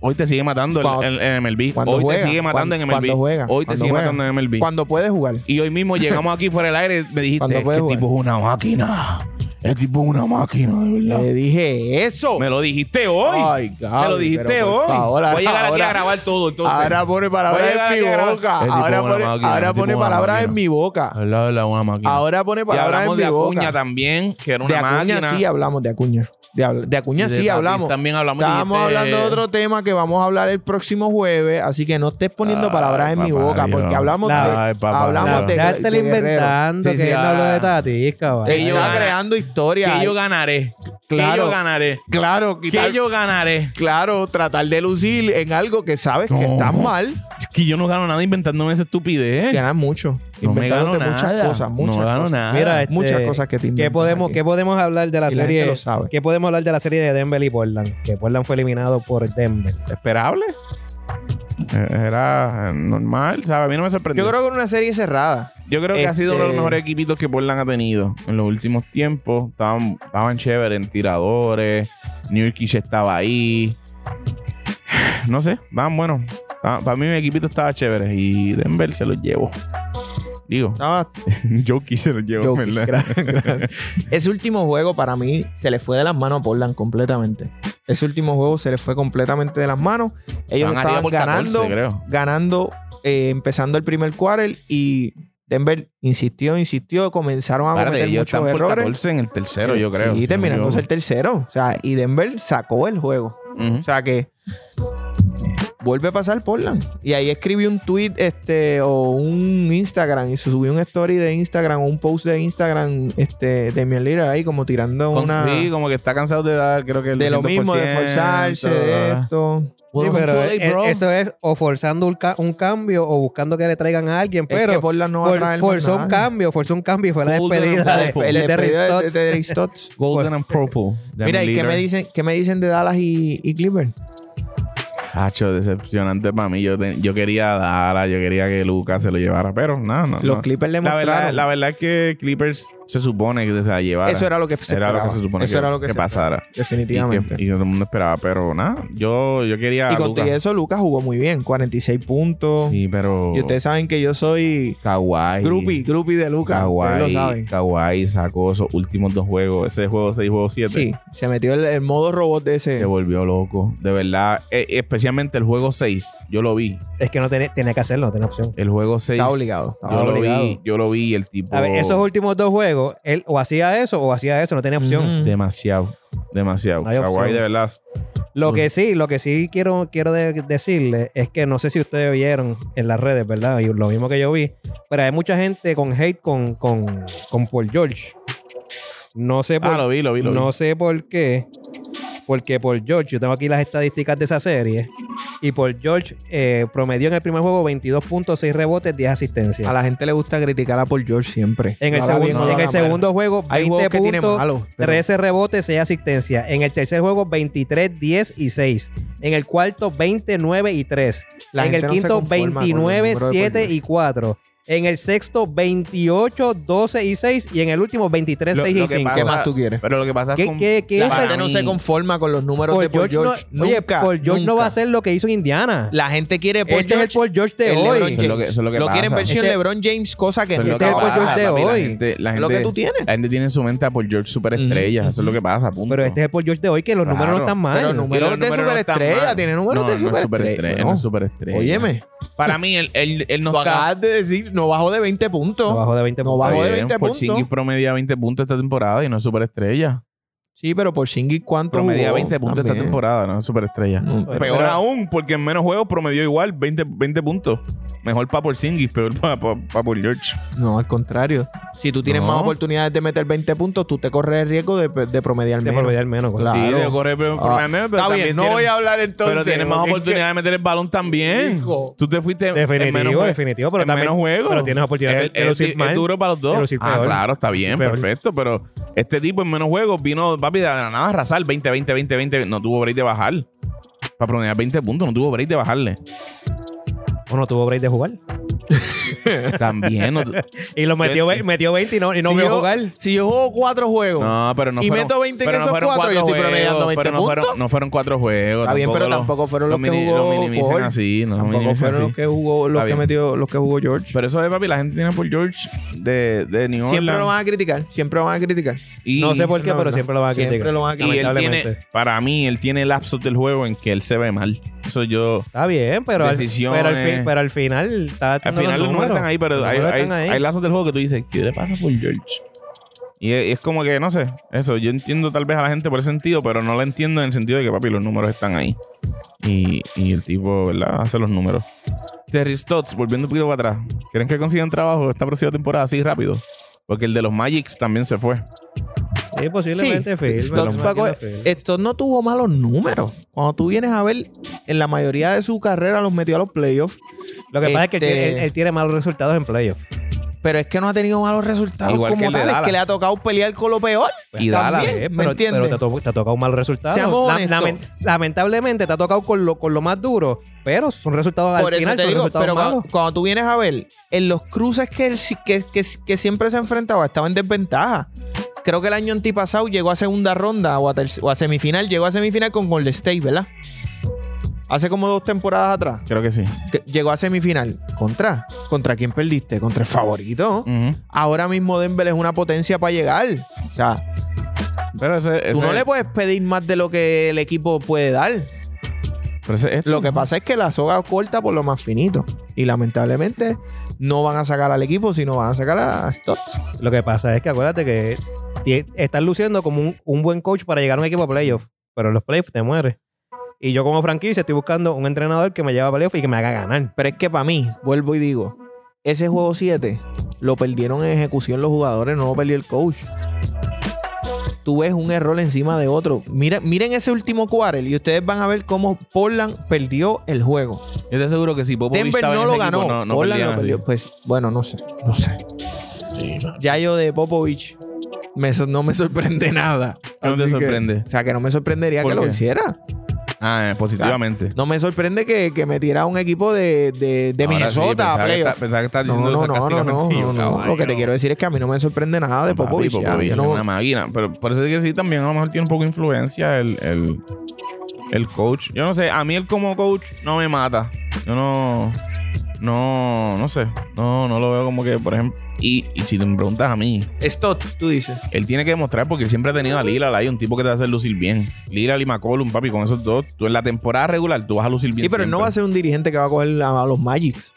B: Hoy te sigue matando
A: Cuando-
B: en, en- en MLB.
A: Cuando
B: Hoy
A: juega,
B: te sigue matando
A: cuando-
B: en
A: cuando
B: MLB.
A: juega,
B: Hoy te
A: cuando
B: sigue
A: juega.
B: matando en MLB.
A: Cuando puede jugar.
B: Y hoy mismo llegamos aquí fuera del aire, me dijiste,
A: Cuando puede
B: este
A: jugar.
B: tipo es una máquina. El tipo es una máquina, de verdad.
A: Le dije eso.
B: Me lo dijiste hoy.
A: Ay, Gaby,
B: Me lo dijiste
A: pero por
B: hoy.
A: favor,
B: Voy a llegar aquí
A: ahora-
B: a grabar todo. Entonces.
A: ahora pone
B: Voy a
A: palabras
B: llegar
A: en
B: aquí a
A: mi
B: grabar.
A: boca.
B: El tipo
A: Ahora
B: es una
A: pone,
B: máquina,
A: ahora
B: el tipo
A: pone
B: es una
A: palabras en
B: máquina.
A: mi boca.
B: Es la verdad, una máquina.
A: Ahora pone
B: y
A: palabras en
B: hablamos
A: mi
B: de
A: boca.
B: Acuña también, que era una
A: de Acuña
B: máquina.
A: sí hablamos, de Acuña. De, habl- de
B: Y
A: Acuña
B: de
A: sí
B: Tatis
A: hablamos.
B: También hablamos.
A: Estábamos
B: dijiste-
A: hablando de otro tema que vamos a hablar el próximo jueves, así que no estés poniendo
B: Ay,
A: palabras en mi
B: Ah, papá
A: boca,
B: Dios.
A: porque hablamos
C: La-
A: de...
B: Ay, papá
A: hablamos
B: Dios.
A: de-
C: Ya te lo
A: de Guerrero.
C: inventando,
B: Sí,
C: que
B: sí,
C: él no habló
B: ah.
C: de Tatis, cabrón.
B: Ey,
A: Él
B: yo
A: está
B: gané.
A: creando historia.
B: Que yo ganaré. Que
A: Claro.
B: yo ganaré.
A: claro, quitar-
B: Que yo ganaré.
A: claro, tratar de lucir en algo que sabes que
B: No.
A: está mal,
B: Es que yo no gano nada inventándome esa estupidez. ¿eh?
A: ganas mucho.
B: no me gano
A: inventándote muchas
B: nada.
A: cosas, muchas
B: no gano
A: cosas.
B: nada.
C: Mira, este,
A: muchas cosas que te
C: ¿Qué
A: inventas
C: podemos,
A: aquí.
C: ¿Qué podemos hablar de la
A: Y la
C: serie?
A: gente lo sabe.
C: ¿Qué podemos hablar de la serie de Denver y Portland? Que Portland fue eliminado por Denver.
B: esperable. Eh, Era eh, normal, ¿sabes? A mí no me sorprendió.
A: Yo creo que era una serie cerrada.
B: Yo creo que ha sido uno de los
A: Este-
B: mejores equipitos que Portland ha tenido en los últimos tiempos. Estaban, estaban chéveres en tiradores. Nurkic estaba ahí. No sé, estaban buenos. Estaban- para mí mi equipito estaba chévere y Denver se los llevó. Digo,
A: Estaba-
B: Jokic se los llevó,
A: Ah. Jokic,
B: ¿verdad?
A: gra- gra- Ese último juego para mí se le fue de las manos a Portland completamente. Ese último juego se le fue completamente de las manos. Ellos
B: Estaban arriba
A: estaban
B: por 14,
A: ganando,
B: creo.
A: ganando, eh, empezando el primer quarter y Denver insistió, insistió, comenzaron a
B: Párate,
A: cometer
B: ellos
A: muchos
B: están por
A: errores.
B: 14 en el tercero, yo creo.
A: Y
B: si no me
A: terminándose el
B: equivoco.
A: tercero. O sea, y Denver sacó el juego.
B: Ujú.
A: O sea que vuelve a pasar Portland. Y ahí escribí un tweet este, o un Instagram y se subió un story de Instagram o un post de Instagram este, de mi líder ahí como tirando
B: Con-
A: una...
B: Sí, como que está cansado de dar, creo que el
A: de lo mismo, de
B: 200%,
A: forzarse, de esto.
C: Sí,
B: Well,
C: pero
B: too late,
C: e-
B: bro.
C: eso es o forzando un, ca- un cambio o buscando que le traigan a alguien, pero
A: es que Portland no va a
C: for-
A: traer más
C: forzó un
A: nada.
C: cambio, forzó un cambio y fue la
B: Golden
C: despedida de,
B: Apple.
C: de
A: El de
C: Terry
A: Pedro- de
C: Stotts.
A: Terry Stotts.
B: Golden and Purple.
A: Pues, Mira, ¿y qué me, dicen, qué me dicen de Dallas y, y Clippers?
B: Hacho, decepcionante para mí. Yo, te- yo quería darla, yo quería que Lucas se lo llevara, pero nada, no,
A: Los
B: no.
A: Clippers le
B: La verdad,
A: mostraron.
B: la verdad es que Clippers se supone que se la llevara.
A: Eso era lo que se
B: Era lo
A: esperaba.
B: que se supone
A: Eso
B: que,
A: era lo que
B: que
A: se
B: pasara. Y que,
A: Definitivamente.
B: y que todo el mundo esperaba, pero nada, yo, yo quería
A: Y
B: a
A: contigo
B: Luka.
A: eso, Lucas jugó muy bien. 46 puntos.
B: Sí, pero...
A: Y ustedes saben que yo soy
B: Kawhi.
A: groupie, groupie de Lucas. Ustedes lo
B: Kawhi,
A: saben.
B: Kawhi sacó esos últimos dos juegos. Ese juego 6, juego 7.
A: Sí, se metió el, el modo robot de ese.
B: Se volvió loco. De verdad, eh, especialmente el juego 6. Yo lo vi.
C: Es que no tiene, tiene que hacerlo, no tiene opción.
B: El juego 6.
A: Está obligado.
B: Yo lo vi,
C: obligado.
B: yo lo vi y el tipo.
C: A ver, esos últimos dos juegos, él o hacía eso o hacía eso, no tenía opción.
B: Mm.
A: Ujú.
B: Demasiado, demasiado.
C: No hay opción.
B: Kawhi, de verdad.
C: Lo que sí, lo que sí quiero, quiero de- decirle es que no sé si ustedes vieron en las redes, ¿verdad? Y lo mismo que yo vi. Pero hay mucha gente con hate con, con, con Paul George. No sé por
B: Ah, lo vi, lo vi, lo vi.
C: No sé por qué. Porque por George, yo tengo aquí las estadísticas de esa serie. Y por George eh, promedió en el primer juego 22.6 rebotes, 10 asistencias.
A: A la gente le gusta criticar a Paul George siempre.
C: En el,
A: No habla bien,
C: segundo,
A: no
C: en
A: habla
C: el
A: mal.
C: segundo juego, 20
A: Hay juegos que tienen
C: puntos,
A: malos, pero-
C: 13 rebotes, 6 asistencias. En el tercer juego, 23, 10 y 6. En el cuarto, 29 y 3.
A: La
C: en
A: gente
C: el
A: no se
C: quinto,
A: conforma con el
C: 29,
A: número de
C: 7
A: partidos.
C: y 4. En el sexto, 28, 12 y 6. Y en el último, 23,
B: Lo-
C: 6
B: lo
C: y
B: que
C: 5.
B: pasa-
A: ¿Qué más tú quieres?
B: Pero lo que pasa es
C: ¿Qué-
B: con-
C: qué- qué
A: La
C: Para
A: gente no
B: mí-
A: se conforma con los números
C: Paul
A: de Paul
C: George no-
A: George.
C: oye,
A: nunca,
C: Paul George no
A: nunca.
C: va a hacer lo que hizo en Indiana.
A: La gente quiere Paul
C: este es el
A: George.
C: Paul George de
A: el
C: hoy.
A: LeBron
B: Eso es lo que-
A: James.
B: eso es lo que pasa.
A: quieren versión
C: Este-
A: LeBron James, cosa que
B: Eso es
A: no
B: lo
C: Este
B: que
C: es el
B: pasa,
C: Paul George de
B: papi,
C: hoy.
B: La gente, la
A: Es lo
B: gente-
A: que tú tienes.
B: La gente tiene en su mente a Paul George superestrella. Eso es lo que pasa, punto.
C: Pero este es el Paul George de hoy, que los números no
B: Claro,
C: están mal.
A: pero
B: Y los
A: números de
B: números no están
A: superestrella,
B: mal.
A: tiene números
B: No,
A: de
B: no es
A: superestrella,
B: No
A: ¿no?
B: es superestrella.
A: Óyeme,
B: Para mí, él, él, él no
A: tú
B: está.
A: acabas de decir, no bajó de 20 puntos.
C: Abajo de 20
A: No
C: puntos.
A: bajó de
B: Bien,
A: 20 puntos.
B: Porzingis promedia 20 puntos esta temporada y no es superestrella.
A: Sí, pero por Shingis, ¿cuánto
B: Promedia
A: jugó?
B: 20 puntos esta
A: También.
B: temporada, no es superestrella.
A: No,
C: Pero-
B: Peor aún, porque en menos juegos promedió igual 20, 20 puntos. Mejor para Porzingis, peor para Paul George.
A: No, al contrario. Si tú tienes
B: No.
A: más oportunidades de meter 20 puntos, tú te corres el riesgo de, de promediar
C: De
A: menos.
C: promediar menos.
A: Claro.
B: Sí, de correr pero,
A: Ah,
B: pero
A: está bien,
B: también
A: no
B: tiene-
A: voy a hablar entonces.
B: Pero tienes más
A: porque es
B: oportunidad de meter el balón también.
A: Hijo.
B: Tú te fuiste en- en menos
C: Definitivo,
B: jue-
C: definitivo, pero
B: en
C: también.
B: menos juegos.
C: Pero tienes oportunidad
B: Es-
C: de- de
B: es-
C: lucir
B: es
C: mal.
B: duro para los
C: de
B: dos.
C: lucir
B: Ah,
C: peor.
B: claro, está bien,
C: Peor.
B: perfecto. Pero este tipo en menos juegos vino, papi, de la nada a arrasar 20, 20, 20, 20. No tuvo break de bajar. Para promediar 20 puntos, no tuvo break de bajarle.
C: O no tuvo break de jugar.
B: También. No,
C: Y lo metió, ve- metió 20 y no, y no
A: si,
C: vio
A: yo,
C: jugar.
A: si yo juego cuatro juegos
B: no, pero no
A: y
B: fueron.
A: meto 20 en
B: pero no
A: esos
B: fueron
A: cuatro, yo estoy promediando 20
B: pero no
A: puntos.
B: fueron, no fueron cuatro juegos.
A: Está bien, pero
B: lo-
A: tampoco fueron
B: lo
A: los que
B: mini-
A: jugó
B: Lo minimicen
A: Paul.
B: así. No lo
A: Tampoco
B: minimicen
A: fueron
B: así.
A: los que jugó, los
B: Está
A: que
B: bien.
A: metió, los que jugó George.
B: Pero eso es, papi, la gente tiene por George de, de New Orleans.
A: siempre lo van a criticar, siempre lo van a criticar.
B: y,
C: No sé por qué,
A: No,
C: pero
A: no.
C: siempre lo van a
A: Siempre
C: criticar.
A: lo van a
B: y él tiene,
C: lamentablemente.
B: para mí, él tiene lapsos del juego en que él se ve mal. Eso yo...
C: Está bien, pero al,
B: Decisiones.
C: pero, al fin- pero al final está
B: eh. Al
C: teniendo
B: final los números están ahí, pero
C: Los
B: hay,
C: números
B: hay,
C: están ahí.
B: hay lazos del juego que tú dices, ¿qué le pasa por George? Y es, y es como que, no sé, eso, yo entiendo tal vez a la gente por ese sentido, pero no la entiendo en el sentido de que, papi, los números están ahí. Y, y el tipo, ¿verdad? Hace los números. Terry Stotts, volviendo un poquito para atrás, ¿creen que consigan trabajo esta próxima temporada así rápido? Porque el de los Magics también se fue.
C: Sí, posiblemente firme,
A: Stotts
C: lo más
A: Paco-
C: que lo firme.
A: Stotts no tuvo malos números. Cuando tú vienes a ver, en la mayoría de su carrera los metió a los playoffs.
C: Lo que pasa es que él
A: Este-
C: tiene- él, él tiene malos resultados en playoffs.
A: Pero es que no ha tenido malos resultados
B: Igual que
A: como
B: el de
A: tal. Es
B: Dallas.
A: que le ha tocado pelear con lo peor.
B: Y Dallas,
A: también,
C: Eh,
A: ¿me
C: pero,
A: entiendes?
C: pero te, ha to- te ha tocado un mal resultado.
A: Seamos
C: La-
A: honestos.
C: lamen- lamentablemente te ha tocado con lo, con lo más duro, pero son resultados
A: Por
C: al
A: eso
C: final,
A: te
C: son
A: digo,
C: resultados
A: pero
C: malos.
A: cuando, cuando tú vienes a ver, en los cruces que, él sí- que, que- que siempre se enfrentaba, estaba en desventaja. Creo que el año antipasado llegó a segunda ronda o a, terc- o a semifinal, llegó a semifinal con Golden State, ¿verdad? Hace como dos temporadas atrás,
B: Creo que sí.
A: que llegó a semifinal. ¿Contra? ¿Contra quién perdiste? ¿Contra el favorito?
B: Ujú.
A: Ahora mismo Denver es una potencia para llegar. O sea,
B: Pero ese,
A: tú
B: ese-
A: no le puedes pedir más de lo que el equipo puede dar.
B: pero ese- este-
A: Lo que pasa es que la soga corta por lo más finito. Y lamentablemente no van a sacar al equipo, sino van a sacar a Stotts.
C: Lo que pasa es que acuérdate que ti- estás luciendo como un, un buen coach para llegar a un equipo a playoffs, pero en los playoffs te mueres. Y yo como franquicia estoy buscando un entrenador que me lleve a playoffs y que me haga ganar.
A: Pero es que para mí, vuelvo y digo, ese juego 7 lo perdieron en ejecución los jugadores, no lo perdió el coach. Tú ves un error encima de otro. Mira, miren ese último quarter y ustedes van a ver cómo Portland perdió el juego.
B: Yo te aseguro que si Popovich
A: Denver
B: estaba en
A: no
B: ese
A: lo
B: equipo,
A: ganó.
B: no, no
A: Portland
B: perdían
A: lo perdió.
B: así.
A: Pues bueno, no sé. No sé. Ya yo de Popovich me so- no me sorprende nada.
B: ¿No
A: Así
B: te
A: que-
B: sorprende?
A: o sea, que no me sorprendería
B: ¿Por
A: que lo
B: qué?
A: hiciera.
B: Ah, eh, positivamente.
A: No me sorprende que, que metiera a un equipo de, de, de
B: Ahora sí,
A: Minnesota a
B: pensaba, que
A: playoff.
B: está- pensaba que estás
A: No,
B: diciendo
A: no, no, no, no, no,
B: sarcásticamente,
A: no,
B: caballo.
A: Lo que te quiero decir es que a mí no me sorprende nada de
B: Papi,
A: Popovich. ya,
B: Popovich
A: yo
B: es
A: no-
B: una máquina. Pero por eso es que sí, también a lo mejor tiene un poco de influencia el, el, el coach. Yo no sé, a mí él como coach no me mata. Yo no. No, no sé. No, no lo veo como que, por ejemplo. Y, y si te preguntas a mí,
A: Stotts, tú dices.
B: él tiene que demostrar porque él siempre ha tenido a Lila, hay un tipo que te va a hacer lucir bien. Lila y McCollum, papi, con esos dos, tú en la temporada regular tú vas a lucir bien.
A: Sí, pero él no va a ser un dirigente que va a coger a, a los Magics.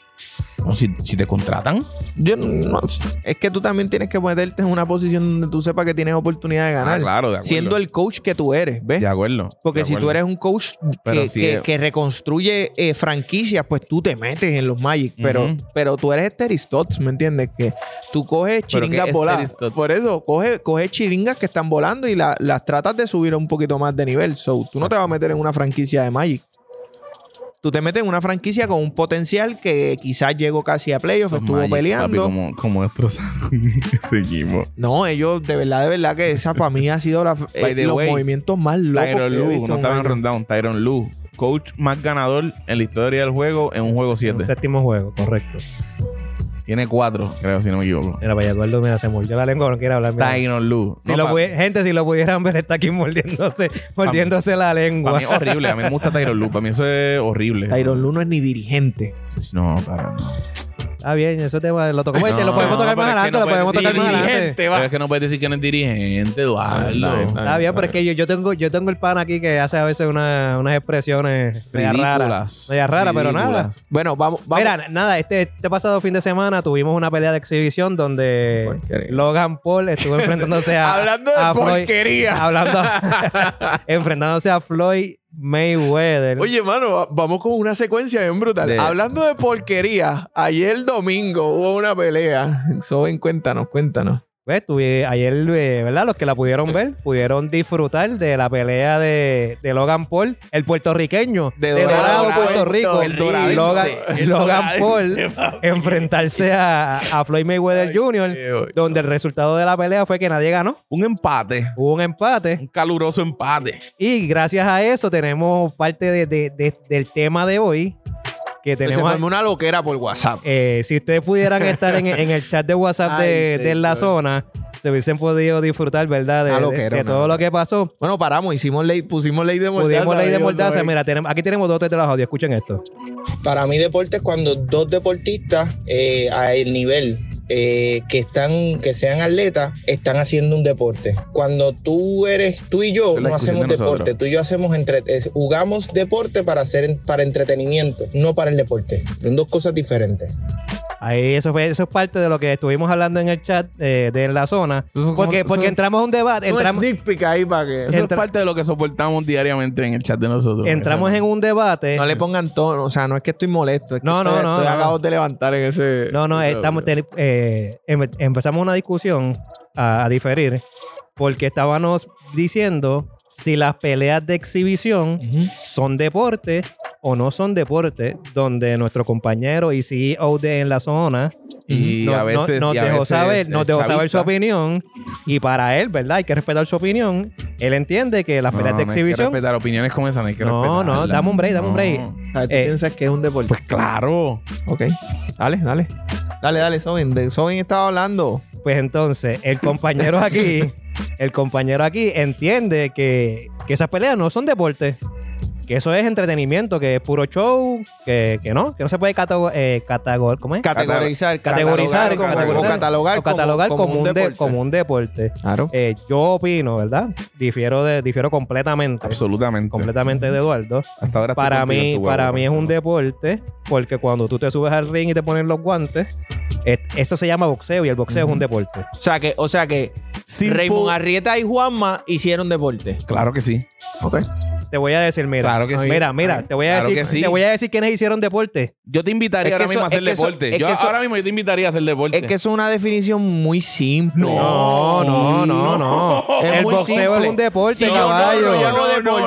B: No, si, si te contratan,
A: Yo no, es que tú también tienes que meterte en una posición donde tú sepas que tienes oportunidad de ganar.
B: Ah, claro, de acuerdo.
A: siendo el coach que tú eres, ¿ves?
B: de acuerdo.
A: ¿Eh? Porque
B: de
A: si tú
B: acuerdo.
A: eres un coach
B: Pero
A: que,
B: sí eh.
A: que-
B: es-
A: que reconstruye eh, franquicias, pues tú te metes en los Magic. Pero,
B: Ujú.
A: pero tú eres Terry Stotts, ¿me entiendes? Que tú coges
B: ¿Pero qué
A: chiringas
B: es Terry
A: voladas.
B: Stotts?
A: Por eso, coges coge chiringas que están volando y la- las tratas de subir a un poquito más de nivel. So, tú no te vas a meter en una franquicia de Magic. Tú te metes en una franquicia con un potencial que quizás llegó casi a playoff,
B: Los
A: estuvo
B: Magic, Papi,
A: peleando.
B: como, como destrozaron ese equipo.
A: No, ellos, de verdad, de verdad, que esa para mí ha sido la- eh,
B: By the
A: los
B: way,
A: movimientos más locos que he
B: Tyron
A: visto
B: Lue,
A: en
B: no
A: un
B: estaba en
A: año.
B: rundown. Tyron Lue, coach más ganador en la historia del juego en un juego
C: Un
B: 7.
C: séptimo juego, correcto.
B: Tiene 4, creo, si no me equivoco.
C: Mira, vaya Eduardo, mira, se mordió la lengua, no quiere hablar. mira.
B: Tyron Lue.
C: Si lo pudi- gente, si lo pudieran ver, está aquí mordiéndose, mordiéndose la
B: Para
C: lengua.
B: mí es horrible. A mí me gusta Tyron Lue. Para mí eso es
C: Eh,
B: horrible.
A: Tyron Lue no es ni dirigente.
B: Sí, sí, No, para no.
C: Está bien, eso tema lo tocamos.
B: No,
C: lo podemos tocar
B: pero
C: más
B: es que
C: adelante,
B: no
C: lo podemos
B: puedes
C: tocar más
B: decir
C: adelante.
B: dirigente, va. Pero es que no puedes decir que no es dirigente, Eduardo.
C: Está bien, pero es que yo, yo tengo, yo tengo el pan aquí que hace a veces una- unas expresiones media raras.
B: Ridículas.
C: Media rara, pero nada.
B: Ridículas.
A: Bueno, vamos, vamos.
C: Mira, nada, este, este pasado fin de semana tuvimos una pelea de exhibición donde
A: Porquería.
C: Logan Paul estuvo enfrentándose a.
A: Hablando de
C: a Floyd-
A: porquería.
C: Hablando. enfrentándose a Floyd Mayweather.
A: Oye, mano, va- vamos con una secuencia bien brutal.
B: De-
A: Hablando de porquería, ayer domingo hubo una pelea. Soben, cuéntanos, cuéntanos.
C: Pues, tuve- ayer, eh, ¿verdad? Los que la pudieron ver, pudieron disfrutar de la pelea de, de Logan Paul, el puertorriqueño
A: De
C: de, Dorado,
A: Dorado,
C: Puerto Rico.
A: el doradense,
C: Logan,
B: el
C: Logan
B: doradense,
C: Paul enfrentarse a, a Floyd Mayweather Jr., donde el resultado de la pelea fue que nadie ganó.
B: Un empate.
C: Hubo un empate.
B: Un caluroso empate.
C: Y gracias a eso tenemos parte de- de- de- del tema de hoy, que
A: Que Pues se
C: tenemos.
A: formó una loquera por WhatsApp.
C: Eh, si ustedes pudieran estar en, en el chat de WhatsApp de,
A: Ay,
C: de la
A: señor.
C: zona, se hubiesen podido disfrutar, ¿verdad? De,
A: Una
C: de-
A: loquera,
C: de
A: una
C: todo lo
A: loquera.
C: que pasó.
A: Bueno, paramos, hicimos ley, pusimos ley de mordaza.
C: Pudimos ley de
A: Dios
C: mordaza.
A: sabe.
C: Mira, tenemos, aquí tenemos dos de los audios. Escuchen esto.
D: Para mí deporte es cuando dos deportistas eh, a el nivel eh, que están que sean atletas están haciendo un deporte. Cuando tú eres tú y
B: Esa
D: yo
B: es la
D: no
B: discusión
D: hacemos
B: de
D: deporte,
B: nosotros.
D: tú y yo hacemos entre, es- jugamos deporte para hacer para entretenimiento, no para el deporte. Son dos cosas diferentes.
C: Ahí, eso, fue, eso es parte de lo que estuvimos hablando en el chat eh, de la zona.
B: Eso es como-
C: Porque,
B: eso
C: porque
B: es-
C: entramos a un debate.
A: Un
C: Entramos,
A: sneak peek ahí para que.
B: Eso
C: Entra-
B: es parte de lo que soportamos diariamente en el chat de nosotros.
C: entramos en un debate.
A: No le pongan tono, o sea, no es que estoy molesto, es que
C: No, no,
A: estoy,
C: no,
A: estoy
C: no.
A: acabo de levantar en ese.
C: No, no, estamos, teni- eh, em- empezamos una discusión a, a diferir porque estábamos diciendo si las peleas de exhibición son deporte o no son deporte, donde nuestro compañero y CEO de en la zona
B: Y
C: no-
B: a
C: no-
B: veces-
C: nos
B: y a
C: dejó,
B: veces
C: saber, nos
B: es
C: dejó saber
B: chavista.
C: su opinión y para él, ¿verdad? Hay que respetar su opinión. Él entiende que las
B: No,
C: peleas de
B: no hay que
C: exhibición...
B: respetar opiniones como esa, no hay que
C: No,
B: respetarlas.
C: no, dame un break, dame un break.
B: No.
A: A ver, ¿tú
C: Eh.
A: piensas que es un deporte?
B: Pues claro.
A: Ok. Dale, dale. Dale, dale, Soben. De- Soben estaba hablando.
C: Pues entonces, el compañero aquí, el compañero aquí entiende que, que esas peleas no son deporte, que eso es entretenimiento, que es puro show, que, que no, que no se puede catalogar, ¿cómo es?
A: Categorizar,
C: Categorizar,
A: como, o
C: categorizar,
A: catalogar,
C: o catalogar como, un de-
A: deporte.
C: como un deporte.
A: Claro.
C: Eh, yo opino, ¿verdad? Difiero de, difiero completamente,
B: Absolutamente.
C: completamente de Eduardo.
B: Hasta ahora estoy
C: Para
B: contigo en
C: mí,
B: tu
C: para
B: huevo,
C: mí es un
B: pero-
C: deporte porque cuando tú te subes al ring y te pones los guantes, es- eso se llama boxeo y el boxeo es un deporte.
A: O sea que, o sea que
B: Simple-
A: Raymond Arrieta y Juanma hicieron deporte.
B: Claro que sí.
A: Ok.
C: Te voy a decir, mira.
B: Claro que sí.
C: Mira, mira, te voy a
B: Claro
C: decir,
B: que sí.
C: te voy a decir quiénes hicieron deporte.
B: Yo te
A: Es
B: invitaría
A: que
B: ahora
A: eso-
B: mismo a hacer
A: es que eso-
B: deporte.
A: es
B: yo
A: que eso-
B: ahora mismo yo te invitaría a hacer deporte.
A: Es que es una definición muy simple.
B: No,
C: no, no, no.
A: Es
C: el
A: muy
C: boxeo
A: simple.
C: es un deporte,
A: Sí, no, no,
C: caballo.
A: no, yo no-
B: No,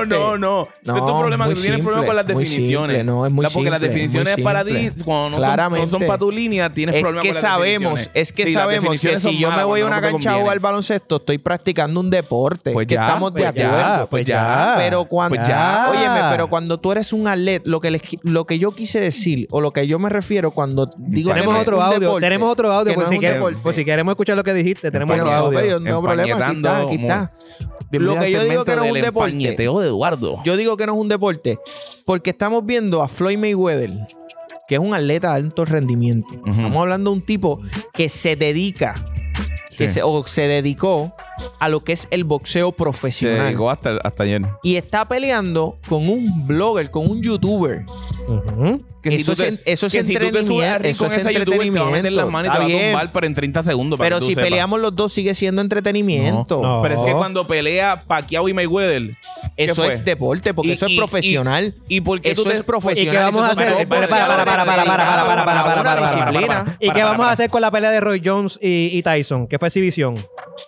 B: no,
A: deporte.
B: no, no. Ese es tu
A: No,
B: problema, que
A: muy
B: tú tienes problema
A: simple,
B: con las
A: muy
B: definiciones.
A: simple, no, es muy
B: La- Porque las
A: simple,
B: definiciones
A: muy
B: para ti,
A: simple.
B: cuando no
A: Claramente.
B: son, no son para tu línea, tienes
A: Es
B: problemas
A: que
B: con las
A: sabemos,
B: definiciones.
A: es que
B: Sí, las
A: sabemos que
B: definiciones
A: si
B: son
A: yo me
B: malas
A: voy a
B: cuando
A: una
B: no te
A: cancha a jugar
B: convienen.
A: baloncesto, estoy practicando un deporte.
B: Pues
A: que
B: ya,
A: estamos
B: pues
A: de
B: ya,
A: acuerdo.
B: pues ya.
C: Ah,
A: Pero cuando.
B: Pues ya.
A: Óyeme, pero cuando tú eres un atleta, lo que, les qui- lo que yo quise decir, o lo que yo me refiero cuando digo que
C: Tenemos
A: no es
C: otro
A: un
C: audio,
A: deporte,
C: tenemos otro audio
A: que
C: por,
A: no es
C: si
A: un
C: quer-
A: deporte.
C: por si queremos escuchar lo que dijiste, tenemos
A: Pero,
C: otro audio.
A: pero yo no tengo problema, aquí está, aquí está. Lo que yo digo que no es un deporte.
B: de Eduardo.
A: Yo digo que no es un deporte porque estamos viendo a Floyd Mayweather, que es un atleta de alto rendimiento. Estamos hablando de un tipo que se dedica que
B: Sí.
A: se, o se dedicó a lo que es el boxeo
B: Se
A: profesional.
B: dedicó hasta, hasta ayer.
A: Y está peleando con un blogger, con un youtuber.
C: Ujú.
A: Eso
B: tú
A: es en- eso es
B: que si tú te subes al
A: entretenimiento,
B: ring
A: eso
B: con
A: es
B: esa youtuber, te va a meter las manos y te va
A: Está
B: a
A: bien.
B: tumbar para en 30 segundos. para
A: Pero
B: que tú
A: si
B: sepas.
A: peleamos los dos, sigue siendo entretenimiento.
C: No, no.
B: Pero es que cuando pelea Pacquiao y Mayweather, ¿qué
A: Eso
B: fue?
A: es deporte, porque
B: Y-
A: eso es
B: y-
A: profesional.
B: y- ¿Y por qué tú
A: Eso
B: te-
A: es profesional.
C: ¿Y qué
A: eso
C: vamos a
A: es
C: hacer?
A: dos
C: Para, para, para, para, para, para, para, para, para, para,
A: Una
C: para, para,
A: disciplina.
C: ¿Y
B: Para,
C: qué
B: para,
C: vamos a
B: para.
C: hacer con la pelea de Roy Jones y, y Tyson? ¿Qué fue exhibición?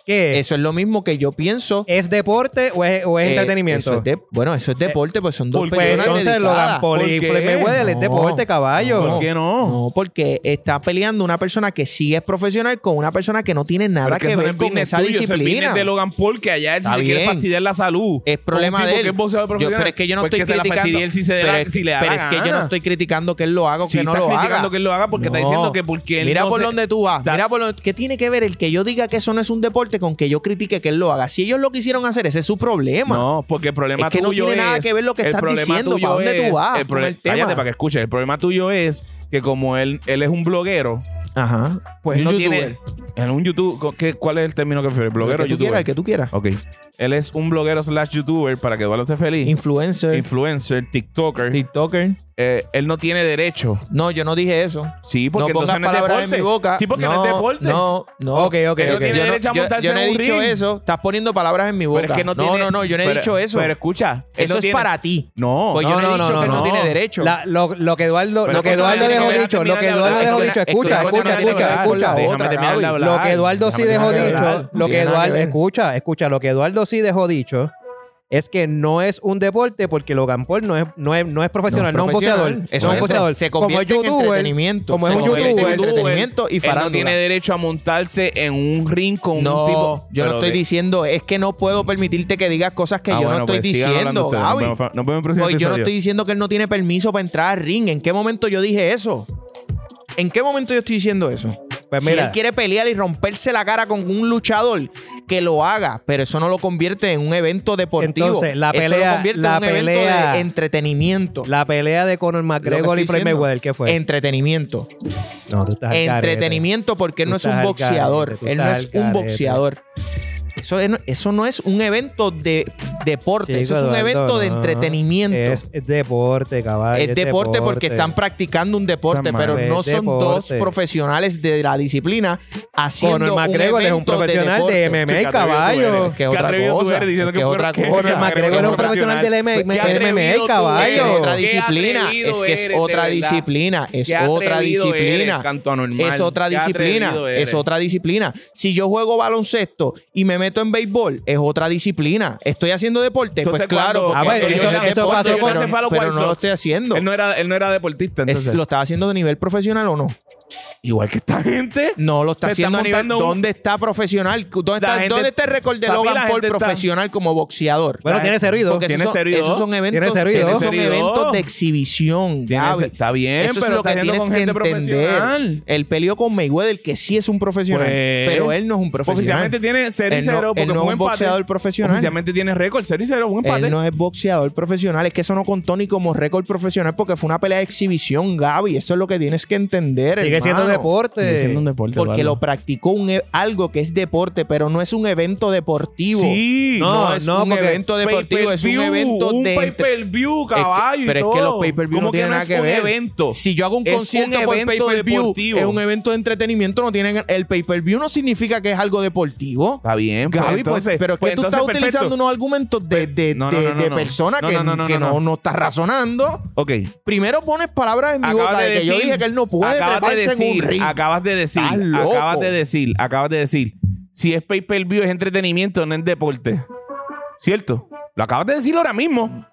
C: ¿Qué es?
A: Eso es lo mismo que yo pienso.
C: ¿Es deporte o es, o Eh. es
A: Eh,
C: entretenimiento?
A: eso es de- bueno, eso es deporte, pues son dos
B: Pues
A: personas
C: pues entonces Logan
A: dedicadas.
C: Paul y
B: ¿Por qué?
C: Floyd Mayweather es
A: No,
C: deporte, caballo.
B: ¿Por qué no?
A: No, porque está peleando una persona que sí es profesional con una persona que no tiene nada
B: Pero es
A: que
B: eso no
A: ver
B: es
A: con
B: business
A: esa
B: tuyo, eso es
A: disciplina.
B: business de Logan Paul que allá él si
A: Está
B: le quiere
A: bien.
B: fastidiar la salud.
A: Es problema
B: Un tipo
A: de él.
B: Que es boxeador
A: Yo-
B: profesional,
A: pero es que yo no
B: pues
A: estoy
B: se la
A: criticando.
B: fastidie él si se
A: pero
B: da la-
A: es,
B: si le da
A: pero
B: la
A: es que yo no
B: gana.
A: estoy criticando que él lo haga o
B: Si
A: que no
B: estás
A: lo
B: criticando
A: haga.
B: que él lo haga porque está diciendo que porque él
A: Mira
B: no
A: por
B: se-
A: dónde tú vas.
B: Está-
A: Mira por dónde- ¿Qué tiene que ver el que yo diga que eso no es un deporte con que yo critique que él lo haga? Si ellos lo quisieron hacer, ese es su problema.
B: No, porque el problema
A: Es que no
B: tuyo
A: tiene nada
B: es-
A: que ver lo que
B: el
A: estás
B: problema
A: diciendo,
B: tuyo
A: para dónde tú
B: es-
A: vas
B: el
A: con
B: pro-
A: el tema.
B: Cállate para que escuches. El problema tuyo es que como él, él es un bloguero,
A: Ajá. Pues
B: él
A: un
B: no
A: youtuber.
B: tiene... En un YouTube... co- ¿qué- ¿Cuál es el término que prefieres?
A: El
B: ¿Bloguero
A: que
B: o
A: tú quieras, el
B: youtuber?
A: que tú quieras.
B: Ok. Él es un bloguero slash youtuber, para que Eduardo esté feliz.
A: Influencer,
B: Influencer, tiktoker.
A: TikToker.
B: Eh, él no tiene derecho.
A: No, yo no dije eso.
B: Sí,
A: No
B: porque
A: pongas
B: entonces no es
A: palabras
B: deporte.
A: en mi boca.
B: Sí, porque no, es deporte.
A: No, no.
C: Ok, ok,
A: Yo
C: ok.
A: no-
B: Tiene
A: Yo no,
B: derecho a
A: yo-
B: montarse
A: yo
B: en
A: no he
B: un
A: dicho
B: ring.
A: eso. Estás poniendo palabras en mi boca.
B: Pero es que no,
A: no,
B: tiene-
A: no, no, yo no he
B: pero-
A: dicho eso.
B: Pero escucha, él
A: eso
B: no
A: es
B: tiene-
A: para ti.
B: No,
A: Pues yo no, he dicho que él no,
B: no.
A: tiene derecho.
C: La- lo, lo que Eduardo,
B: Pero
C: lo que
B: eso
C: Eduardo
B: no
C: dejó
B: tiene que
C: dicho,
B: ver-
C: lo que
B: déjame
C: Eduardo
B: terminar
C: dejó
B: de
C: dicho,
A: hablar.
C: escucha,
A: Déjame
C: escucha,
A: terminar de
C: escucha,
A: hablar.
C: escucha.
A: Déjame
C: otra,
A: terminar de
C: Gaby.
B: hablar.
C: Lo que Eduardo
B: Déjame
C: sí dejó
A: terminar de hablar.
C: dicho,
A: No
C: lo que
A: tiene nada que
C: Eduardo,
A: ver.
C: escucha, escucha, lo que Eduardo sí dejó dicho es que no es un deporte porque Logan Paul no es, no es, no es profesional, no es un boxeador.
A: Eso es,
C: no es un boxeador.
A: Se convierte
C: como es
A: en
C: youtuber,
A: entretenimiento.
C: Como es
A: Se
C: un
A: convierte en
C: youtuber.
A: entretenimiento y
B: él no
A: farándula.
B: tiene derecho a montarse en un ring con
A: No,
B: un tipo.
A: yo no
B: Pero
A: estoy
B: de-
A: diciendo, es que no puedo permitirte que digas cosas que
B: Ah,
A: yo
B: bueno,
A: no estoy
B: pues sigan
A: diciendo,
B: hablando ustedes.
A: Gaby.
B: Nos vemos- nos vemos en el próximo
A: Pues yo no
B: episodio.
A: estoy diciendo que él no tiene permiso para entrar al ring. ¿En qué momento yo dije eso? ¿En qué momento yo estoy diciendo eso?
C: Pues
A: si
C: mira.
A: él quiere pelear y romperse la cara con un luchador, que lo haga, pero eso no lo convierte en un evento deportivo.
C: Entonces, la
A: Eso
C: pelea-
A: lo convierte
C: la
A: en un evento
C: pelea-
A: de entretenimiento.
C: La pelea de Conor
A: Lo que
C: McGregor y
A: estoy
C: Floyd
A: diciendo.
C: Mayweather, ¿qué fue?
A: Entretenimiento.
C: no, tú estás al garete.
A: entretenimiento porque él
C: Tú
A: no es un
C: estás al garete,
A: boxeador.
C: tú
A: él no
C: estás
A: es
C: al
A: un
C: garete.
A: boxeador. Eso, es- eso no es un evento de deporte.
C: Chico,
A: eso es un
C: Eduardo,
A: evento de
C: no.
A: entretenimiento.
C: Es,
A: Es,
C: es deporte, caballo.
A: deporte porque están practicando un deporte,
B: Están
A: pero
C: mal.
A: no
C: Es
A: son
C: deporte.
A: dos profesionales de la disciplina haciendo
C: Conor
A: un
C: McGregor es un
A: evento de
C: profesional de,
A: deporte.
C: MMA,
B: Chica, atrevido tú
C: caballo.
B: eres.
A: Que es
B: Qué
A: otra
B: atrevido tú
A: cosa,
B: eres diciendo
A: que
B: que
A: es otra cosa.
B: porque- Conor
C: McGregor es un profesional del
B: Qué atrevido
C: MMA,
B: tú
A: Es
C: caballo.
B: eres.
A: otra
B: Qué
A: disciplina,
B: atrevido
A: es que es
B: eres, de
A: otra
B: verdad.
A: disciplina, es
B: Qué
A: otra
B: atrevido eres,
A: disciplina.
B: canto anormal.
A: Es otra
B: Qué
A: disciplina.
B: atrevido eres.
A: Es otra disciplina. Si yo juego baloncesto y me meto en béisbol, es otra disciplina. ¿Estoy haciendo deporte?
B: Entonces,
A: pues claro.
B: cuando-
C: Ah,
A: porque
C: pues,
A: estoy
C: eso-
A: haciendo
C: eso
A: deporte,
C: pasó
A: pero-
C: con-
B: Yo le hacía palo a
A: pero
B: White
A: no lo
B: Sox.
A: estoy haciendo.
B: Él no era, él no era deportista,
A: Es-
B: entonces.
A: ¿Lo estaba haciendo de nivel profesional o no?
B: Igual que esta gente.
A: No, lo está
B: Se está
A: haciendo a nivel.
B: montando un-
A: ¿Dónde está profesional? ¿Dónde
B: La
A: está,
B: gente-
A: dónde está el récord de
B: Papi, la
A: Logan Paul
B: gente está-
A: profesional como boxeador?
C: Bueno, tiene cero y dos.
A: Porque
B: Tiene
A: esos son,
B: cero y dos.
A: esos son
C: Tiene
A: eventos,
C: cero y
A: esos
C: dos.
A: son
B: Tiene cero y
A: eventos
B: dos.
A: de exhibición.
B: Tiene
A: Gaby.
B: ce- está bien,
A: Eso
B: pero
A: es lo
B: está
A: que
B: haciendo
A: tienes
B: con
A: que
B: gente
A: entender.
B: profesional.
A: El peleó con Mayweather, que sí es un profesional,
B: Pues,
A: pero él no es un profesional.
B: Oficialmente tiene 0 y
A: Él no-
B: 0
A: él
B: porque
A: no
B: fue
A: es
B: un
A: un
B: empate.
A: boxeador profesional.
B: Oficialmente tiene récord 0 y 0, un empate.
A: Él no es boxeador profesional. Es que eso no contó ni como récord profesional porque fue una pelea de exhibición, Gaby. Eso es lo que tienes que entender.
C: Sigue siendo
A: hermano.
C: deporte.
B: Sigue siendo un deporte.
A: Porque
B: Eduardo.
A: lo practicó un e- algo que es deporte, pero no es un evento deportivo.
B: Sí.
A: no,
C: No,
A: es
C: no,
A: un
C: porque
A: evento deportivo, es un
B: Pay-per-view,
A: evento
B: un
A: de entre-
B: pay-per-view, caballo. y
A: pero es que los
B: todo.
A: pay-per-view
B: ¿Cómo
A: no tienen
B: no
A: nada
B: es
A: que
B: un
A: ver.
B: evento.
A: Si yo hago un
B: Es
A: concierto
B: un
A: por
B: evento
A: pay-per-view,
B: deportivo.
A: es un evento de entretenimiento, no tienen el pay-per-view no significa que es algo deportivo.
B: Está bien, pues,
A: Gaby, pues,
B: entonces-
A: pero es que
B: pues,
A: tú
B: entonces,
A: estás
B: perfecto. Pues,
A: utilizando unos argumentos de, de,
B: No, no,
A: de-
B: no, no,
A: de
B: no.
A: persona
B: No,
A: que,
B: no, no, no,
A: que
B: no,
A: no,
B: no.
A: no estás razonando.
B: Ok.
A: Primero pones palabras en mi
B: Acabas
A: boca de,
B: de
A: que yo
B: decir-
A: dije que él no puede
B: acabas de
A: treparse en un
B: decir,
A: ring.
B: acabas de decir,
A: Estás loco.
B: acabas de decir, acabas de decir, si es pay-per-view es entretenimiento, no es deporte. ¿Cierto? Lo acabas de decir ahora mismo.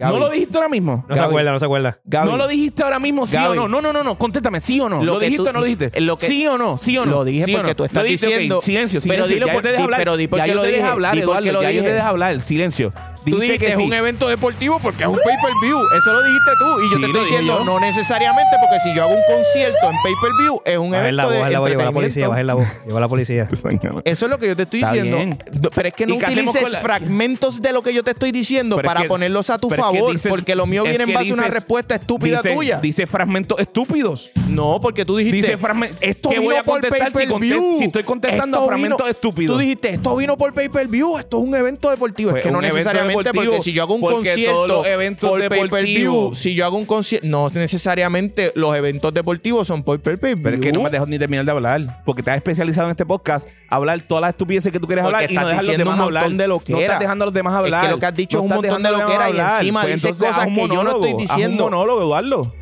A: Gaby.
B: ¿No lo dijiste ahora mismo?
C: No se acuerda, no se acuerda.
A: Gaby,
B: ¿No lo dijiste ahora mismo, sí
A: Gaby.
B: o no? No, no, no, no, contéstame, sí o no.
A: Lo
B: ¿Lo,
A: que
B: dijiste
A: tú- eh,
B: o no lo dijiste?
A: lo que-
B: sí o no, sí o no.
A: Lo dije
B: sí o
A: porque
B: no.
A: tú estás
B: Lo dijiste, ok.
A: diciendo-
B: Silencio,
A: Pero
B: silencio.
A: dilo
B: ya
A: por-
B: yo te dejé
A: di-
B: hablar.
A: pero di por
B: Ya
A: qué
B: yo
A: lo
B: te dejé
A: dije,
B: hablar,
A: di por qué
B: Eduardo,
A: lo
B: ya yo te
A: dije.
B: dejé hablar. Silencio.
A: Tú dijiste que es
B: sí.
A: un evento deportivo porque es un pay-per-view. Eso lo dijiste tú. Y yo
B: Sí,
A: te
B: lo
A: estoy
B: dije
A: diciendo,
B: yo.
A: no necesariamente, porque si yo hago un concierto en pay-per-view, es un
C: Baja
A: evento
C: la voz,
A: de
C: baja la voz, lleva la policía,
A: entretenimiento.
C: baja la voz, lleva la policía.
A: Eso es lo que yo te estoy
B: Está
A: diciendo.
B: bien.
A: Do- Pero es que no
B: ¿Y qué hacemos
A: utilices
B: con la-
A: fragmentos de lo que yo te estoy diciendo
B: Pero es
A: para
B: que-
A: ponerlos a tu
B: pero es que
A: favor,
B: dices-
A: porque lo mío
B: es
A: viene en
B: que
A: base a una
B: dices-
A: respuesta estúpida
B: dice-
A: tuya.
B: Dice fragmentos estúpidos.
A: no, porque tú dijiste.
B: Dice fragmen-
A: Esto
B: ¿Qué
A: vino
B: voy a
A: por
B: contestar si
A: pay-per-view.
B: conte- si estoy contestando a
A: Esto
B: fragmentos
A: vino-
B: estúpidos?
A: Tú dijiste, esto vino por pay-per-view, esto es un evento deportivo.
B: Pues,
A: es que no
B: un evento
A: necesariamente,
B: deportivo,
A: porque si yo hago un
B: porque todos
A: concierto
B: los eventos
A: por pay-per-view,
B: deportivos-
A: si yo hago un concierto, no necesariamente los eventos deportivos son por pay-per-view.
B: Pero es que no me dejas ni terminar de hablar. Porque te has especializado en este podcast a hablar todas las estupideces que tú quieres
A: Porque
B: hablar y
A: estás
B: no dejas a los
A: diciendo
B: demás
A: un montón
B: hablar.
A: de loquera.
B: No estás dejando a los demás
A: Es que
B: hablar.
A: lo que has dicho
B: No
A: es un
B: estás
A: montón de
B: dejando a los
A: loquera y
B: demás hablar.
A: encima dices
B: entonces,
A: cosas
B: haz un
A: que yo no
B: monólogo,
A: estoy
B: haz
A: diciendo.
B: un monólogo, Eduardo.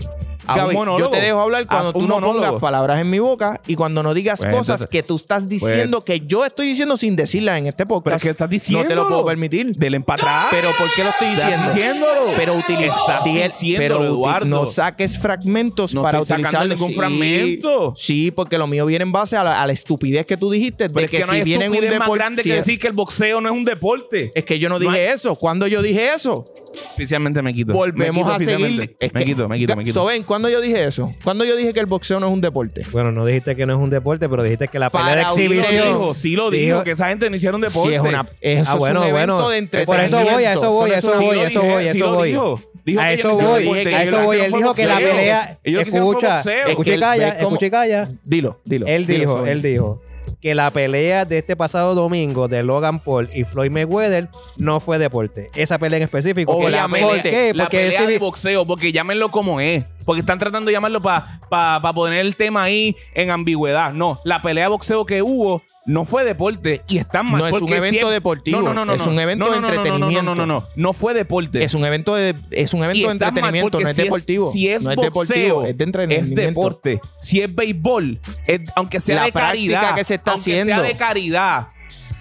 B: Haz
A: Gaby,
B: un monólogo.
A: yo te dejo hablar cuando
B: Haz
A: tú
B: un
A: no pongas
B: monólogo.
A: palabras en mi boca y cuando no digas
B: Pues,
A: cosas
B: entonces-
A: que tú estás diciendo que yo estoy diciendo sin decirlas en este podcast.
B: Pero es que estás diciendo.
A: No te lo puedo permitir.
B: Del empatar.
A: Pero ¿por qué lo estoy diciendo?
B: Ah. Estás diciéndolo.
A: Pero
B: Estás
A: utilizar
B: diciéndolo, Eduardo.
A: no saques fragmentos
B: No
A: para
B: estoy sacando
A: utilizar
B: ningún fragmento.
A: Sí, porque lo mío viene en base a la, a la estupidez que tú dijiste de
B: Pero es
A: que,
B: que no
A: si
B: hay
A: viene en un
B: estupidez más
A: deporte
B: grande que decir que el boxeo no es un deporte.
A: es que yo no
B: No
A: dije
B: hay-
A: eso. Cuando yo dije eso,
B: Oficialmente me quito.
A: volvemos
B: Me quito
A: a seguir.
B: oficialmente.
A: Es
B: Me
A: que-
B: quito, me quito, me quito.
A: Soben, ¿cuándo yo dije eso? Cuando yo dije que el boxeo no es un deporte?
C: Bueno, no dijiste que no es un deporte, pero dijiste que la pelea de
A: Para oír
B: Sí lo dijo,
C: exhibición.
B: sí lo dijo,
C: Dijo-
B: que esa gente no hicieron deporte.
A: Sí, es una- eso
C: Ah, bueno,
A: es un evento de
C: bueno. Por
A: entretenimiento.
C: eso voy, a eso voy, a eso
A: Sí,
C: voy,
B: lo
C: a eso
B: dije,
C: voy, a
B: sí
C: eso
B: lo
C: voy.
B: dijo. Dijo
C: A
B: que
C: eso
B: ellos no
C: voy,
B: hicieron
A: deporte,
C: a
A: ellos
C: eso
A: lo
C: voy.
A: que
C: Él
A: hicieron
C: dijo
A: fue
C: que la
A: boxeo.
C: pelea.
B: Ellos lo que hicieron fue
C: Escucha,
B: boxeo.
C: escucha y
A: Ve
C: calla,
A: cómo-
C: escucha y calla.
A: Dilo, dilo.
C: Él
A: dilo,
C: dijo,
A: Soben.
C: él dijo que la pelea de este pasado domingo de Logan Paul y Floyd Mayweather no fue deporte. Esa pelea en específico. que la-
A: Obviamente.
C: ¿Por qué?
B: La
C: Porque
B: pelea
C: ese-
B: de boxeo, porque llámenlo como es. Porque están tratando de llamarlo para poner el tema ahí en ambigüedad. No, la pelea de boxeo que hubo no fue deporte y están mal.
A: No, es un
B: porque
A: evento
B: siempre-
A: deportivo, es un evento de entretenimiento.
B: No, no, no, no, no, no fue deporte.
A: Es un evento de, es un
B: Y
A: evento de
B: está mal,
A: entretenimiento,
B: porque
A: no es
B: si
A: deportivo.
B: si es
A: no es
B: boxeo,
A: deportivo, es de entretenimiento.
B: es deporte. Si es béisbol, es- aunque sea
A: La
B: de
A: práctica
B: caridad.
A: que se está
B: aunque
A: haciendo.
B: sea de caridad.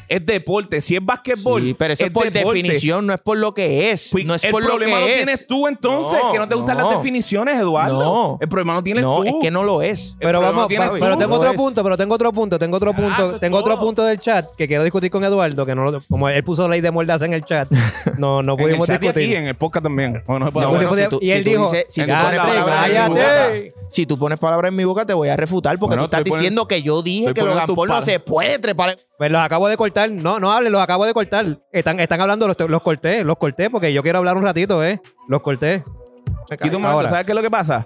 B: es deporte. Si es basquetbol,
A: Sí, pero eso es, por
B: deporte.
A: definición, no es por lo que es.
B: Pues,
A: no es
B: el
A: por lo que
B: problema lo,
A: es.
B: tienes tú entonces,
A: No,
B: que no te gustan las
A: no.
B: definiciones, Eduardo.
A: No.
B: El problema lo tienes
A: no,
B: tú.
A: es que no lo es.
B: El
C: Pero
B: problema
C: vamos,
B: lo tienes
A: pa-
B: tú.
C: pero tengo
A: No
C: otro
A: es.
C: punto, pero tengo otro punto, tengo otro
B: Ah,
C: punto,
B: eso es
C: tengo otro
B: todo.
C: punto del chat que quiero discutir con Eduardo, que no lo- como él puso ley de mordaza en el chat, no, no
B: en el
C: pudimos
B: chat y
C: discutir.
B: aquí, en el podcast también. Bueno, pues, no se puede
A: No,
B: hablar.
A: bueno, si tú-
C: y él
A: si tú
C: dijo,
A: dices- si tú
B: "Cállate,
A: pones palabras en mi
B: cállate".
A: boca, si tú pones palabras en mi boca, te voy a refutar porque
B: Bueno,
A: tú estás
B: estoy poniendo-
A: diciendo que yo dije
B: estoy
A: que los
B: poniendo tus
A: Paul no
B: palabras.
A: se puede trepar. en-
C: Pues los acabo de cortar, no, no hablen, los acabo de cortar. Están, están hablando, los, los corté, los corté porque yo quiero hablar un ratito, eh. Los corté.
B: Y tú, Marco,
C: Ahora.
B: ¿sabes qué es lo que pasa?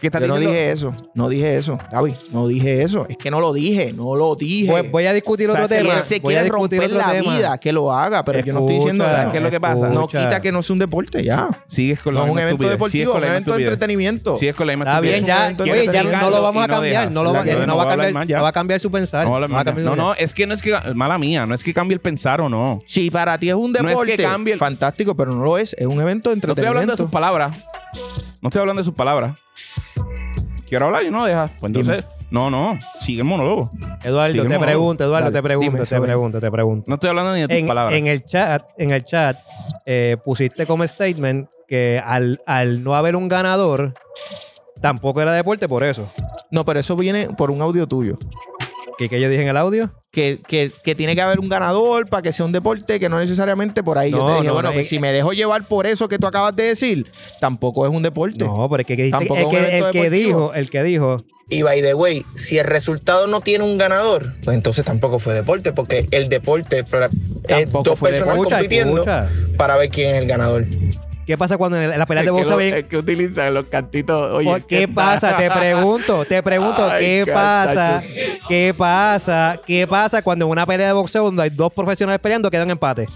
B: Que estás
A: Yo no
B: diciendo-
A: dije eso, no dije eso, Gaby, no dije eso. Es que no lo dije, no lo dije.
C: Voy, voy a discutir
A: eh, O sea,
C: otro
A: si
C: tema.
A: él se
C: voy a
A: quiere
C: discutir
A: romper la
C: otro tema.
A: vida, que lo haga, pero yo no estoy diciendo
C: Escucha,
A: eso.
B: ¿Qué es lo que pasa?
A: No
C: escucha.
A: quita que no sea un deporte ya.
B: Sigues con la
A: No es un
B: misma
A: evento
B: estupidez. Sigues
A: deportivo,
B: con
A: un
B: la misma
A: evento de
B: estupidez.
A: entretenimiento.
B: Sigues con la misma
C: Está bien,
B: estupidez.
C: ya,
A: Quiero
C: oye, ya no
B: detenerlo
C: lo vamos
B: y
C: a
B: no
C: cambiar,
B: dejas.
C: no lo va a
A: Claro,
C: cambiar, no
B: no
C: va a
B: voy a hablar
C: cambiar,
B: más ya.
C: no va a cambiar su pensar.
B: No,
C: No,
B: habla
C: va a
B: más ya.
C: cambiar su
B: no,
C: pensar.
B: no, es que no es que, mala mía, no es que cambie el pensar o no.
A: Si para ti es un
B: No es que
A: deporte,
B: cambie el-
A: fantástico, pero no lo es. Es un evento de
B: No estoy
A: entretenimiento.
B: hablando de sus palabras. No estoy hablando de sus palabras. Quiero hablar y no dejas. Pues entonces, no, no, sigue el monólogo.
C: Eduardo,
B: Seguimos
C: te
B: hablando.
C: pregunto, Eduardo,
A: Dale,
C: te pregunto,
A: dime,
C: te
A: Isabel.
C: pregunto, te pregunto.
B: No estoy hablando ni de tus
C: En,
B: palabras.
C: en el chat, en el chat eh, pusiste como statement que al, al no haber un ganador, tampoco era deporte por eso.
A: No, pero eso viene por un audio tuyo.
C: ¿Qué que yo dije en el audio?
A: Que, que- que tiene que haber un ganador para que sea un deporte, que no necesariamente por ahí. yo
C: No,
A: te dije,
C: no,
A: bueno,
C: no,
A: que
C: eh,
A: si me dejo llevar por eso que tú acabas de decir, tampoco es un deporte.
C: No, pero es que, el
A: Tampoco es un
C: que, el
A: evento
C: que
A: deportivo.
C: dijo, el que dijo,
D: Y by the way, si el resultado no tiene un ganador, pues entonces tampoco fue deporte, porque el deporte es
A: Tampoco
D: dos
A: fue
D: personas
C: escucha,
D: compitiendo
C: escucha.
D: para ver quién es el ganador.
C: ¿Qué pasa cuando en el- en las peleas de boxeo ven-
B: que utilizan los cantitos.
C: ¿Por ¿Qué pasa? Te pregunto, te pregunto,
B: Ay,
C: ¿qué
B: cachacho.
C: pasa? ¿Qué pasa? ¿Qué pasa cuando en una pelea de boxeo donde hay dos profesionales peleando quedan empate?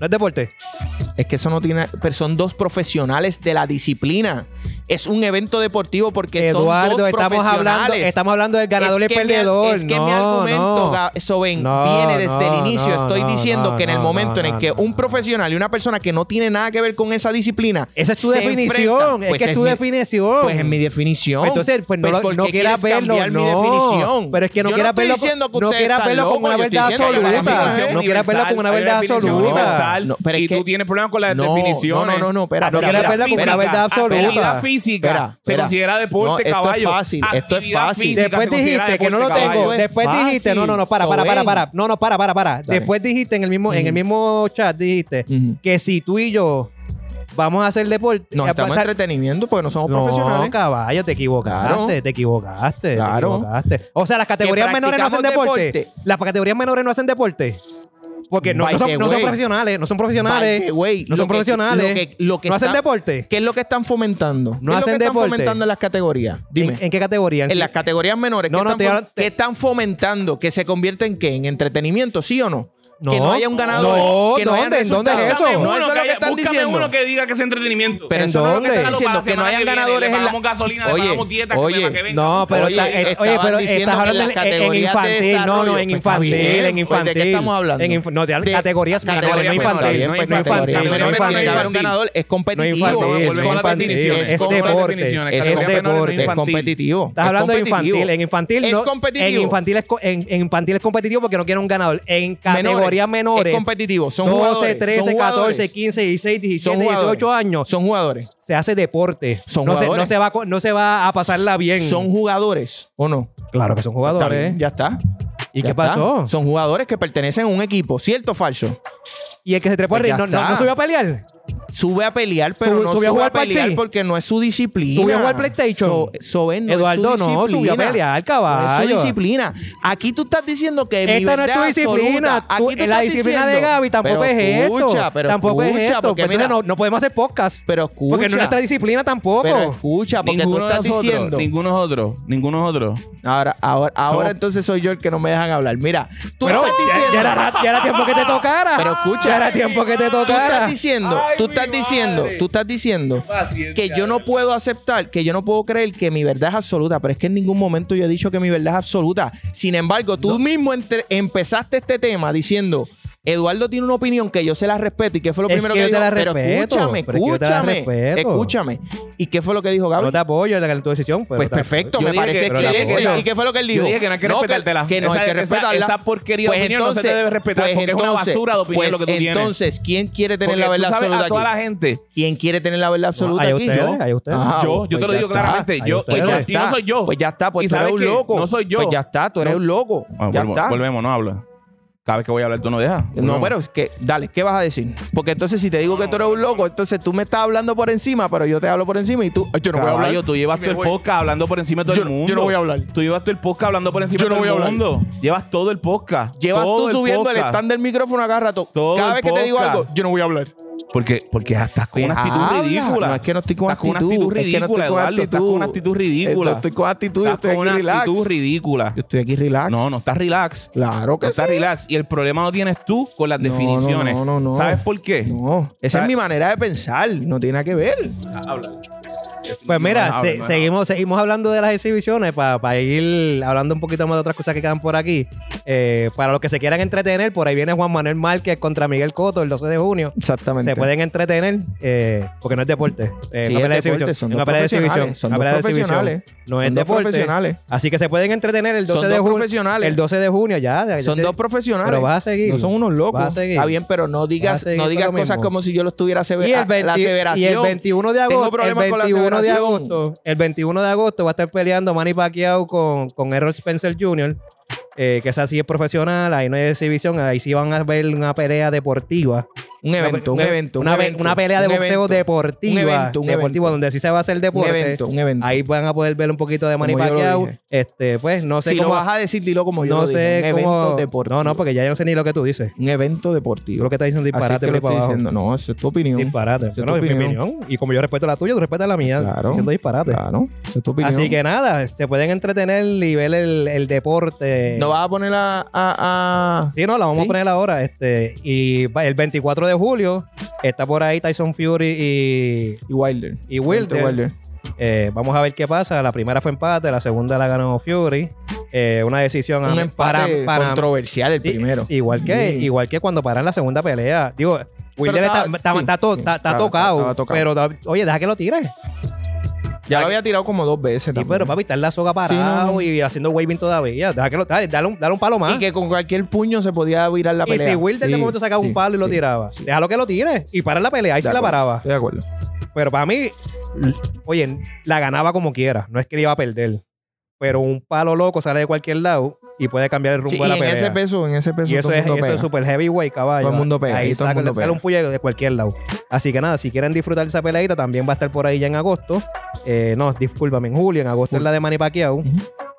C: ¿No es deporte?
A: Es que eso no tiene. Pero son dos profesionales de la disciplina. Es un evento deportivo porque son
C: Eduardo,
A: dos
C: estamos hablando,
A: profesionales.
C: estamos hablando del ganador
A: es
C: y
A: que mi-
C: perdedor.
A: es que
C: no,
A: mi argumento,
C: no.
A: Ga- Soben,
C: No,
A: viene desde
C: no,
A: el inicio.
C: no,
A: Estoy
C: no,
A: diciendo
C: no,
A: que en el
C: no,
A: momento
C: no,
A: en el que
C: no,
A: un
C: no.
A: profesional y una persona que no tiene nada que ver con esa disciplina.
C: Esa es tu
A: se
C: definición.
A: enfrentan,
C: Es
A: pues
C: que es tu
A: mi-
C: definición.
A: Pues es mi definición.
C: Pues entonces, pues no, lo-
A: ¿por
C: no
A: qué
C: quieras
A: quieres
C: verlo.
A: cambiar
C: no,
A: mi definición.
C: Pero es que no
A: Yo
C: quieras
A: estoy
C: verlo,
A: diciendo que
C: no
A: ustedes
C: quieras
A: están
C: verlo como
A: locos,
C: una
A: yo estoy
C: verdad
A: diciendo que para mí
C: absoluta.
A: no es
C: No quieras verlo como una verdad absoluta.
A: No, pero es
B: y
A: que-
B: tú tienes problemas con las
A: No,
B: definiciones. Ah,
A: no, no, no, espera,
B: espera.
A: espera,
C: espera, espera.
B: Actividad
C: Espera,
B: física
A: espera,
B: se
A: espera.
B: considera
A: No,
B: deporte,
A: esto es
B: caballo.
A: fácil, esto es
B: Actividad
A: fácil.
B: física se
C: Después
B: considera
C: dijiste que no lo
B: deporte,
C: tengo.
A: Eso
B: caballo.
A: es
C: Después
A: fácil,
C: dijiste, no, no, no, para, para, para,
A: Soben.
C: para. No, no, para, para, para. Después dijiste en el mismo, en el mismo chat dijiste
A: Ujú.
C: que si tú y yo vamos a hacer deporte, eh, pues,
A: Nos
C: a
A: estamos
C: pasar-
A: entreteniendo porque no somos
C: no,
A: profesionales.
C: caballo, te equivocaste,
A: Claro.
C: te equivocaste,
A: Claro.
C: te equivocaste. O sea, las categorías
A: Que
C: menores no hacen
A: practicamos
C: deporte.
A: deporte.
C: Las categorías menores no hacen deporte. Porque no,
A: By
C: no son,
A: the
C: no son
A: way.
C: profesionales, no son profesionales,
A: By the way,
C: no
A: lo
C: son
A: que-
C: profesionales,
A: lo que- lo que
C: no hacen
A: está-
C: deporte.
A: ¿Qué es lo que están fomentando? ¿Qué es
C: hacen
A: lo que están
C: deporte.
A: fomentando en las categorías? Dime.
C: ¿En, en qué categoría?
A: En las
C: categorías
A: categorías menores,
C: No,
A: ¿qué,
C: no,
A: están
C: te
A: fom-
C: hablan- te-
A: qué están fomentando? ¿Que se convierta en qué? ¿En entretenimiento? ¿Sí o no?
C: No.
A: que no haya un ganador.
C: No,
A: que no hayan
C: ¿dónde? ¿En dónde es
A: resultados.
C: eso?
A: No, eso
B: Búscame uno
A: es lo que
B: haya-
A: están
B: búscame
A: diciendo.
B: uno que diga que es entretenimiento.
A: Pero
C: ¿En
A: eso no es lo que
C: dónde?
A: están diciendo,
B: Para la
A: que no
B: semana
A: hayan
B: que viene,
A: ganadores
B: le
A: en la...
B: pagamos gasolina, le pagamos dieta, que
A: oye,
B: para que venga.
C: No, pero
A: oye,
C: está- eh,
A: estaban
C: oye, pero
A: diciendo
C: estás hablando
A: en
C: en,
A: las
C: en
A: categorías de
C: infantil, no, no,
A: desarrollo.
C: en
A: Pues está
C: infantil,
A: bien,
C: en
A: pues,
C: infantil.
A: ¿De qué estamos hablando?
C: En inf- no, de, categorías menores,
A: categorías
C: no
A: menores, bien,
C: infantil, no
A: pues,
C: infantil,
A: categorías
C: no
A: menores
C: infantil.
A: tiene que haber un ganador, es
C: No
A: competitivo,
C: infantil,
A: es
B: volvemos a las
A: competitivo,
B: definiciones,
A: es
C: es
B: como las
A: competitivo,
C: deporte,
B: definiciones,
C: es
B: categorías menores
C: deporte.
B: no
A: es competitivo.
C: Estás
A: es
C: hablando de
A: competitivo.
C: infantil, en infantil
A: es
C: no, en
A: competitivo.
C: infantil es co- en, en infantil es competitivo porque no quieren un ganador. En categorías menores,
A: es competitivo, son
C: 12,
A: jugadores,
C: 13,
A: son
C: 14,
A: jugadores.
C: 15, 16,
A: son
C: 17,
A: jugadores.
C: 18 años,
A: Son jugadores.
C: se hace deporte.
A: Son
C: no se,
A: jugadores.
C: no se va a co- no se va a pasarla bien.
A: Son jugadores, ¿o no?
C: claro que son
A: Está
C: jugadores. ¿eh?
A: bien, ya está.
C: ¿Y
A: Ya
C: qué pasó?
A: está. Son jugadores que pertenecen a un equipo, ¿cierto o falso?
C: Y el que se trepó al
A: Pues
C: ring,
A: ya
C: no, no,
A: está.
C: no se va a pelear.
A: Sube a pelear, pero
C: Sub-
A: no
C: subió
A: sube
C: a
A: a,
C: jugar
A: pelear
C: parchís.
A: porque no es su disciplina.
C: Subió a jugar PlayStation.
A: So- Soben no
C: Eduardo,
A: es su
C: no,
A: disciplina.
C: subió a pelear,
A: No es
C: caballo.
A: su disciplina. Aquí tú estás diciendo que mi
C: Esta no es tu
A: verdad
C: disciplina.
A: absoluta.
C: tú- eh,
A: Aquí tú
C: la
A: estás
C: disciplina de
A: diciendo-
C: Gaby tampoco
A: Pero
C: es
A: escucha,
C: esto.
A: pero
C: tampoco es
A: escucha,
C: esto.
A: Porque
C: Entonces
A: mira,
C: no, no podemos hacer podcast.
A: Pero escucha.
C: Porque no es nuestra disciplina tampoco.
A: Pero escucha, porque tú
B: Ninguno de
A: estás
B: nosotros,
A: diciendo.
B: ninguno de nosotros, ninguno de nosotros.
A: Ahora, ahora, ahora
B: Somos-
A: entonces soy yo el que no me dejan hablar. Mira, tú
C: Pero
A: estás
C: ya,
A: diciendo.
C: ya era, ra- ya era tiempo que te tocara.
A: Pero escucha.
C: Ya era tiempo que te
A: Tú
C: tocara.
A: estás diciendo,
B: Ay,
A: tú
B: mi
A: estás
B: madre.
A: diciendo, tú estás diciendo
B: Paciencia,
A: que yo no puedo aceptar, que yo no puedo creer que mi verdad es absoluta, pero es que en ningún momento yo he dicho que mi verdad es absoluta. Sin embargo, tú mismo entre- empezaste este tema diciendo Eduardo tiene una opinión que yo se la respeto y qué fue lo
C: Es
A: primero
C: que
A: que,
C: yo te
A: dijo.
C: la
A: pero
C: respeto,
A: escúchame,
C: pero es que yo te la
A: escúchame,
C: respeto.
A: escúchame. ¿Y qué fue lo que dijo Gaby?
C: No te apoyo en tu decisión. pero
A: pues
C: te
A: perfecto,
C: apoyo.
A: me
B: dije
A: parece
B: que- pero la
A: excelente.
B: cosa-
A: ¿Y qué fue lo que él dijo?
B: Yo dije que no hay que respetártela.
A: Que no
B: Esa-
A: hay que
B: esa-
A: respetarla.
B: esa porquería de opinión no se te debe respetar porque es una basura de opinión
A: pues
B: lo que tú tienes.
A: Entonces, ¿quién quiere tener
B: Porque
A: la
B: tú
A: verdad
B: sabes
A: absoluta
B: a toda
A: aquí?
B: la gente.
A: ¿Quién quiere tener la verdad absoluta
C: hay
A: aquí?
C: ustedes, hay ustedes.
A: Ah,
B: yo, yo
A: pues
B: te lo
A: ya
B: digo
A: está.
B: claramente.
C: Ahí
B: Yo,
C: ustedes.
A: Pues
B: y yo-
A: ya
B: y no
A: está.
B: soy yo.
A: Pues ya está,
B: ¿Y
A: pues tú
B: sabes
A: eres un
B: qué?
A: loco.
B: No soy yo.
A: Pues ya está, tú eres un loco.
B: Ah,
A: ya
B: volvemos,
A: está.
B: volvemos, no habla. Cada vez que voy a hablar, tú no dejas.
A: No,
B: Volvemos.
A: pero es que, dale, ¿qué vas a decir? Porque entonces si te digo que tú eres un loco, entonces tú me estás hablando por encima, pero yo te hablo por encima y tú, "Ay, yo no voy a
B: Caballo,
A: hablar.
B: tú llevas
A: Y
B: tú
A: me
B: el
A: voy.
B: podcast hablando por encima de todo
A: Yo
B: el
A: no-
B: mundo.
A: yo no voy a hablar.
B: Tú llevas tú el podcast hablando por encima
A: Yo no
B: de
A: voy a
B: todo el
A: hablar.
B: mundo. Llevas todo el podcast.
A: Llevas
B: todo
A: tú subiendo el
B: podcast.
A: stand del micrófono a cada rato.
B: Todo
A: cada
B: el
A: vez que te digo
B: podcast.
A: algo, yo no voy a hablar.
B: Porque, porque estás con una actitud
A: Pues Habla.
B: ridícula.
A: No, es que no estoy con
B: Estás una
A: actitud,
B: actitud
A: es que no
B: ridícula,
A: estoy con
B: Eduardo. Estás con
A: actitud.
B: una actitud ridícula.
A: Estoy con actitud, yo
B: Estás
A: estoy aquí
B: con una
A: relax.
B: actitud ridícula.
A: Yo estoy aquí relax.
B: No, no estás relax.
A: Claro
B: No
A: que sí.
B: estás relax. Y el problema lo tienes tú con las
A: No,
B: definiciones.
A: no, no, no.
B: ¿Sabes por qué?
A: No, esa es
B: ¿Sabes?
A: mi manera de pensar, no tiene nada que ver.
C: Pues mira,
B: No, no,
C: se-
B: no, no.
C: seguimos, seguimos hablando de las exhibiciones para ir hablando un poquito más de otras cosas que quedan por aquí. Eh, para los que se quieran entretener, por ahí viene Juan Manuel Márquez contra Miguel Cotto el 12 de junio.
A: Exactamente.
C: Se pueden entretener eh, porque no es deporte. Eh,
A: Sí,
C: una
A: es
C: pelea de
A: deporte,
C: exhibición.
A: son
C: Es una
A: dos
C: pelea de
A: profesionales,
C: exhibición.
A: son
C: una
A: dos
C: pelea de exhibición.
A: profesionales,
C: No es
A: son dos
C: deporte.
A: profesionales.
C: Así que se pueden entretener el 12
A: Son
C: de
A: dos
C: junio.
A: profesionales.
C: El 12 de junio ya. ya-
A: Son
C: ya-
A: dos profesionales.
C: Pero vas a seguir.
A: No son unos locos.
C: Vas a seguir.
A: Está bien, pero no
C: Vas a
A: digas,
C: seguir
A: no
C: con
A: digas
C: lo
A: cosas
C: mismo.
A: como si yo lo estuviera asevera-
C: Y el, 20
A: Ah, la
C: y el
A: aseveración.
C: 21 de agosto.
A: Tengo problemas
C: el
A: con la
C: 21 de
A: aseveración.
C: agosto. El 21 de agosto va a estar peleando Manny Pacquiao con, con Errol Spencer Jr., eh, que esa sí es profesional, ahí no hay exhibición, ahí sí van a ver una pelea deportiva.
A: Un evento, un
C: Una-
A: evento.
C: Una,
A: un
C: pe-
A: evento,
C: una pelea de
A: un
C: boxeo
A: evento,
C: deportiva.
A: Un evento, un
C: deportivo,
A: evento.
C: donde sí se va a hacer deporte.
A: Un evento, un evento.
C: Ahí van a poder ver un poquito de Manny
A: Como yo lo
C: Pacquiao.
A: dije.
C: Este, pues, no sé
A: Si lo
C: cómo.
A: vas a decir, dilo como yo
C: no
A: lo dije,
C: sé
A: un
C: cómo-
A: evento deportivo.
C: No, no, porque ya yo no sé ni lo que tú dices.
A: Un evento
C: Yo lo
A: deportivo.
C: que estás diciendo es
A: Así
C: disparate
A: que lo
C: por ahí para
A: estoy
C: abajo.
A: diciendo. No, eso es tu opinión.
C: Disparate.
A: Esa es
C: Bueno,
A: tu
C: mi
A: opinión.
C: opinión. Y como yo respeto la tuya, tú respetas la mía.
A: Claro.
C: Diciendo disparate.
A: Claro, esa es tu opinión.
C: Así que nada, se pueden entretener y ver el, el deporte.
A: No vas a poner a. a- a-
C: Sí, no, la vamos
A: Sí.
C: a poner ahora. Este, y va- el 24 de julio está por ahí Tyson Fury y.
A: Y Wilder.
C: Y Wilder.
A: Gente, Wilder.
C: eh, vamos a ver qué pasa. La primera fue empate, la segunda la ganó Fury. Eh, una decisión
A: Un
C: a-
A: empate controversial el
C: Sí,
A: primero.
C: Igual que,
A: Sí.
C: igual que cuando paran la segunda pelea. Digo, Wilder está,
A: estaba-
C: está-
A: sí,
C: está to-
A: sí,
C: está- está
A: estaba-
C: tocado,
A: estaba tocado.
C: Pero da- oye, deja que lo tire.
A: Ya lo había tirado como dos veces.
C: Sí,
A: también.
C: pero papi, está en la soga parado
A: no, no.
C: y haciendo waving todavía. Deja que lo dale, dale un, dale un palo más.
A: Y que con cualquier puño se podía virar la
C: Y
A: pelea.
C: si Wilder de
A: Sí,
C: momento sacaba
A: sí,
C: un palo y lo
A: sí.
C: tiraba, déjalo que lo tire y para la pelea. Ahí
A: De
C: se la
A: acuerdo,
C: paraba.
A: Estoy de acuerdo.
C: Pero para mí, oye, la ganaba como quiera. No es que le iba a perder. Pero un palo loco sale de cualquier lado y puede cambiar el rumbo
A: Sí,
C: de
A: y
C: la
A: en
C: pelea.
A: ese peso, en ese peso.
C: y eso
A: todo el
C: es,
A: mundo
C: eso
A: pega.
C: es super heavyweight, caballo.
A: Todo el mundo pega,
C: Ahí
A: y todo el
C: saca-
A: mundo
C: le sale
A: pega.
C: un puño de cualquier lado. Así que nada, si quieren disfrutar esa peleadita, también va a estar por ahí ya en agosto. Eh, no, discúlpame, en julio. En agosto es la de Manny Pacquiao.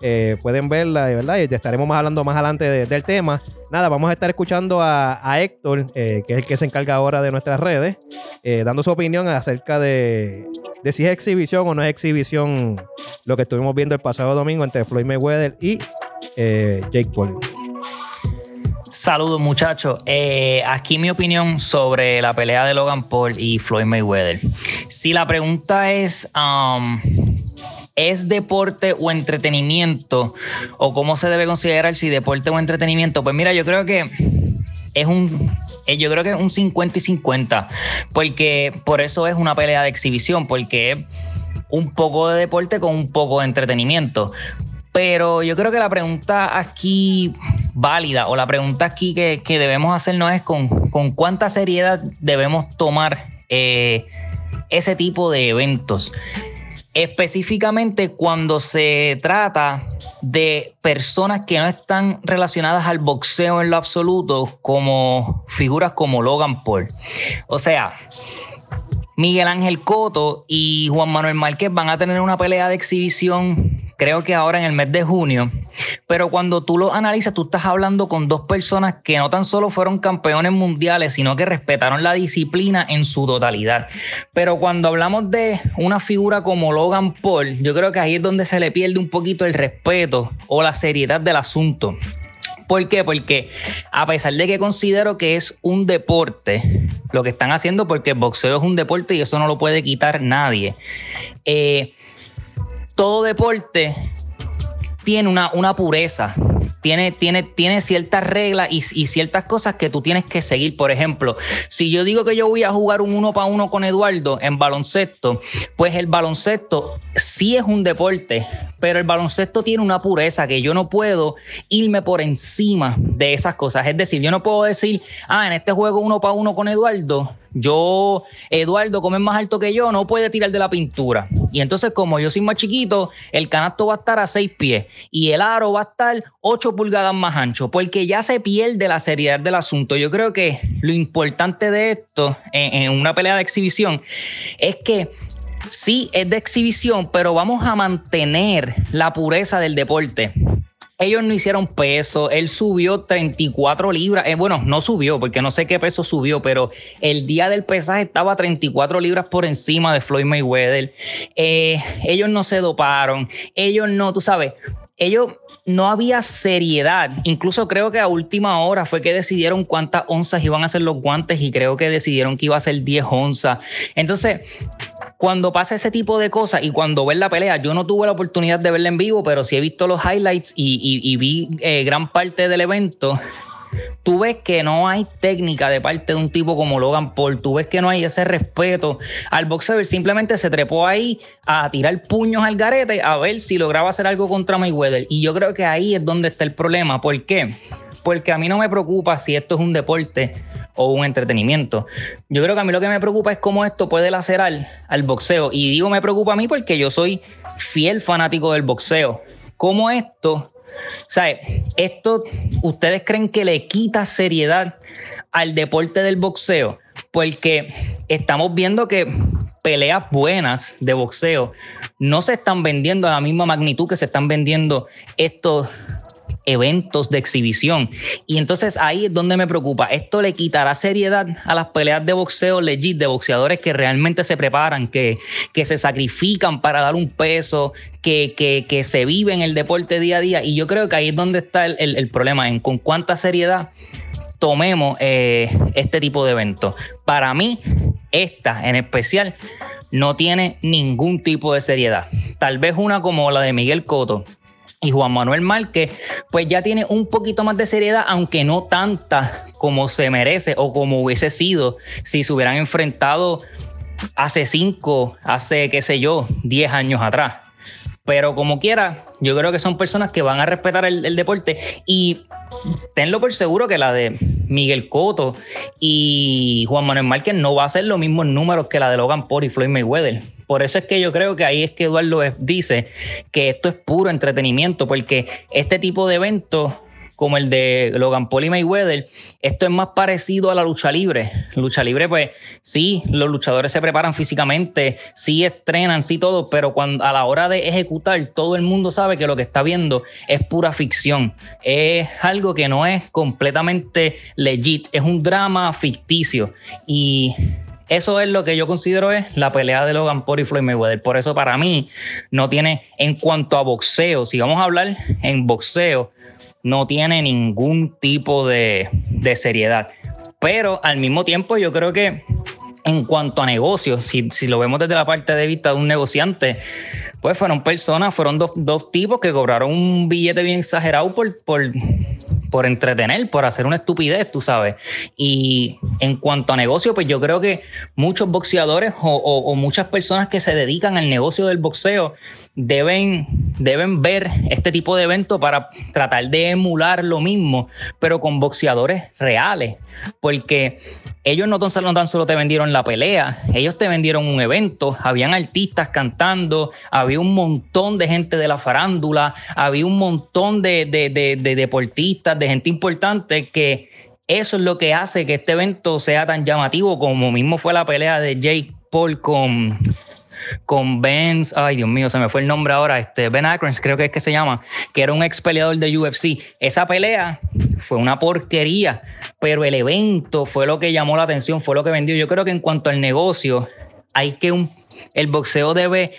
C: Eh, pueden verla, de verdad. Y te estaremos más hablando más adelante de- del tema. Nada, vamos a estar escuchando a, a Héctor, eh, que es el que se encarga ahora de nuestras redes, eh, dando su opinión acerca de, de si es exhibición o no es exhibición lo que estuvimos viendo el pasado domingo entre Floyd Mayweather y eh, Jake Paul.
E: Saludos muchachos. Eh, aquí mi opinión sobre la pelea de Logan Paul y Floyd Mayweather. Si la pregunta es, um, ¿es deporte o entretenimiento? ¿O cómo se debe considerar si deporte o entretenimiento? Pues mira, yo creo que es un... eh, Yo creo que es un 50 y 50, porque por eso es una pelea de exhibición, porque es un poco de deporte con un poco de entretenimiento. Pero yo creo que la pregunta aquí válida o la pregunta aquí que, que debemos hacernos es con, con cuánta seriedad debemos tomar eh, ese tipo de eventos. Específicamente cuando se trata de personas que no están relacionadas al boxeo en lo absoluto, como figuras como Logan Paul. O sea, Miguel Ángel Coto y Juan Manuel Márquez van a tener una pelea de exhibición, creo que ahora en el mes de junio. Pero cuando tú lo analizas, tú estás hablando con dos personas que no tan solo fueron campeones mundiales, sino que respetaron la disciplina en su totalidad. Pero cuando hablamos de una figura como Logan Paul, yo creo que ahí es donde se le pierde un poquito el respeto o la seriedad del asunto. ¿Por qué? Porque a pesar de que considero que es un deporte, lo que están haciendo, porque el boxeo es un deporte y eso no lo puede quitar nadie, eh, todo deporte tiene una, una pureza, tiene, tiene, tiene ciertas reglas y, y ciertas cosas que tú tienes que seguir. Por ejemplo, si yo digo que yo voy a jugar un uno para uno con Eduardo en baloncesto, pues el baloncesto sí es un deporte, pero el baloncesto tiene una pureza que yo no puedo irme por encima de esas cosas. Es decir, yo no puedo decir, ah, en este juego uno para uno con Eduardo, yo, Eduardo, como es más alto que yo, no puede tirar de la pintura. Y entonces, como yo soy más chiquito, el canasto va a estar a seis pies y el aro va a estar 8 pulgadas más ancho, porque ya se pierde la seriedad del asunto. Yo creo que lo importante de esto en, en una pelea de exhibición es que sí es de exhibición, pero vamos a mantener la pureza del deporte. Ellos no hicieron peso, él subió 34 libras, eh, bueno, no subió porque no sé qué peso subió, pero el día del pesaje estaba 34 libras por encima de Floyd Mayweather. Eh, ellos no se doparon, ellos no, tú sabes, ellos no había seriedad. Incluso creo que a última hora fue que decidieron cuántas onzas iban a ser los guantes y creo que decidieron que iba a ser 10 onzas. Entonces, cuando pasa ese tipo de cosas y cuando ves la pelea, yo no tuve la oportunidad de verla en vivo, pero sí he visto los highlights y, y- y vi eh, gran parte del evento. Tú ves que no hay técnica de parte de un tipo como Logan Paul, tú ves que no hay ese respeto al boxeador, simplemente se trepó ahí a tirar puños al garete a ver si lograba hacer algo contra Mayweather. Y yo creo que ahí es donde está el problema. ¿Por qué? Porque a mí no me preocupa si esto es un deporte o un entretenimiento. Yo creo que a mí lo que me preocupa es cómo esto puede lacerar al boxeo. Y digo me preocupa a mí porque yo soy fiel fanático del boxeo. ¿Cómo esto o sea, esto, ¿ustedes creen que le quita seriedad al deporte del boxeo? Porque estamos viendo que peleas buenas de boxeo no se están vendiendo a la misma magnitud que se están vendiendo estos eventos de exhibición. Y entonces ahí es donde me preocupa. Esto le quitará seriedad a las peleas de boxeo legit, de boxeadores que realmente se preparan, que, que se sacrifican para dar un peso, que, que, que se viven el deporte día a día. Y yo creo que ahí es donde está el, el- el problema, en con cuánta seriedad tomemos eh, este tipo de eventos. Para mí, esta en especial no tiene ningún tipo de seriedad. Tal vez una como la de Miguel Coto y Juan Manuel Márquez, pues ya tiene un poquito más de seriedad, aunque no tanta como se merece o como hubiese sido si se hubieran enfrentado hace 5, hace qué sé yo, 10 años atrás. Pero como quiera, yo creo que son personas que van a respetar el, el deporte y tenlo por seguro que la de Miguel Cotto y Juan Manuel Márquez no va a ser los mismos números que la de Logan Paul y Floyd Mayweather. Por eso es que yo creo que ahí es que Eduardo es- dice que esto es puro entretenimiento, porque este tipo de eventos como el de Logan Paul y Mayweather, esto es más parecido a la lucha libre. Lucha libre, pues sí, los luchadores se preparan físicamente, sí estrenan, sí todo, pero cuando a la hora de ejecutar, todo el mundo sabe que lo que está viendo es pura ficción. Es algo que no es completamente legit, es un drama ficticio. Y eso es lo que yo considero es la pelea de Logan Paul y Floyd Mayweather. Por eso para mí no tiene, en cuanto a boxeo, si vamos a hablar en boxeo, no tiene ningún tipo de, de seriedad. Pero al mismo tiempo yo creo que en cuanto a negocios, si, si lo vemos desde la parte de vista de un negociante, pues fueron personas, fueron dos, dos tipos que cobraron un billete bien exagerado por, por, por entretener, por hacer una estupidez, tú sabes. Y en cuanto a negocio, pues yo creo que muchos boxeadores o, o- o muchas personas que se dedican al negocio del boxeo deben, deben ver este tipo de evento para tratar de emular lo mismo, pero con boxeadores reales. Porque ellos no tan solo, no tan solo te vendieron la pelea, ellos te vendieron un evento, habían artistas cantando, había un montón de gente de la farándula, había un montón de, de- de- de deportistas, de gente importante que eso es lo que hace que este evento sea tan llamativo como mismo fue la pelea de Jake Paul con, con Benz, ay Dios mío, se me fue el nombre ahora, este Ben Akrens creo que es que se llama, que era un ex peleador de UFC. Esa pelea fue una porquería, pero el evento fue lo que llamó la atención, fue lo que vendió. Yo creo que en cuanto al negocio, hay que un, el boxeo debe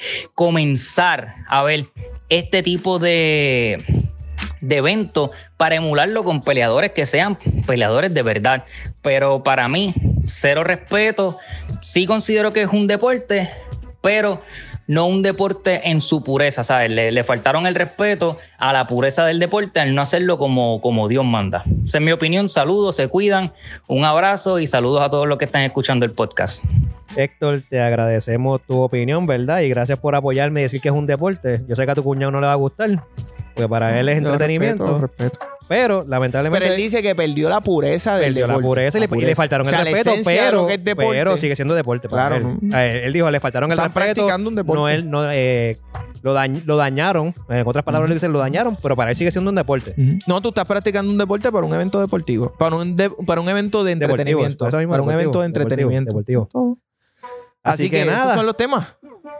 E: comenzar a ver este tipo de de evento para emularlo con peleadores que sean peleadores de verdad. Pero para mí, cero respeto. Sí considero que es un deporte, pero no un deporte en su pureza, ¿sabes? Le, le faltaron el respeto a la pureza del deporte al no hacerlo como, como Dios manda. Esa es mi opinión. Saludos, se cuidan. Un abrazo y saludos a todos los que están escuchando el podcast.
C: Héctor, te agradecemos tu opinión, ¿verdad? Y gracias por apoyarme y decir que es un deporte. Yo sé que a tu cuñado no le va a gustar, porque para él es
A: Yo
C: entretenimiento.
A: respeto, respeto.
C: Pero lamentablemente
A: Pero él dice que perdió la pureza del
C: perdió la
A: deporte.
C: pureza y
A: La
C: le, y le
A: pureza.
C: faltaron
A: O sea,
C: el
A: la
C: respeto,
A: esencia de
C: pero,
A: lo que es deporte.
C: pero sigue siendo deporte. para
A: Claro,
C: él. A Él, Él dijo, le faltaron el
A: Están
C: respeto.
A: practicando un deporte.
C: No, él, no, eh, lo, dañ- lo dañaron. En otras palabras, le dicen, lo dañaron, pero para él sigue siendo un deporte.
A: Ujú. No, tú estás practicando un deporte para un evento deportivo. Para un, de- para un evento de
C: Deportivo,
A: entretenimiento.
C: eso mismo,
A: para un
C: deportivo,
A: evento de
C: deportivo,
A: entretenimiento.
C: deportivo.
A: Todo. Así, que, nada. Esos son los temas.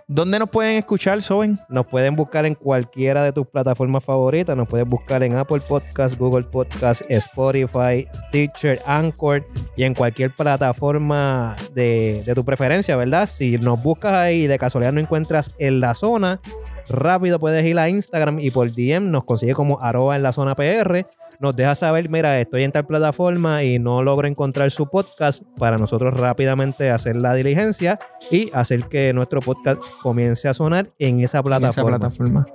A: ¿Dónde nos pueden escuchar, Soben?
C: Nos pueden buscar en cualquiera de tus plataformas favoritas. Nos puedes buscar en Apple Podcast, Google Podcast, Spotify, Stitcher, Anchor y en cualquier plataforma de, de tu preferencia, ¿verdad? Si nos buscas ahí y de casualidad no encuentras en la zona, rápido puedes ir a Instagram y por DM nos consigue como arroba en la zona PR. Nos deja saber, mira, estoy en tal plataforma y no logro encontrar su podcast para nosotros rápidamente hacer la diligencia y hacer que nuestro podcast comience a sonar
A: En
C: en esa
A: esa
C: plataforma.
A: plataforma.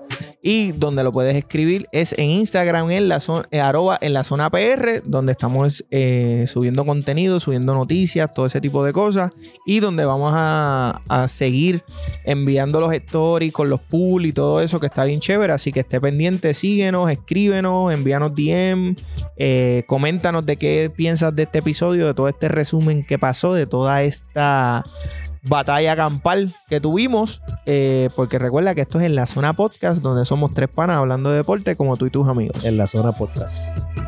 A: Y donde lo puedes escribir es en Instagram, en la zona, eh, arroba en la zona PR, donde estamos eh, subiendo contenido, subiendo noticias, todo ese tipo de cosas. Y donde vamos a, a seguir enviando los stories con los pools y todo eso que está bien chévere. Así que esté pendiente, síguenos, escríbenos, envíanos DM, eh, coméntanos de qué piensas de este episodio, de todo este resumen que pasó, de toda esta batalla campal que tuvimos. eh, porque recuerda que esto es en la zona podcast, donde somos tres panas hablando de deporte como tú y tus amigos.
C: En la zona podcast.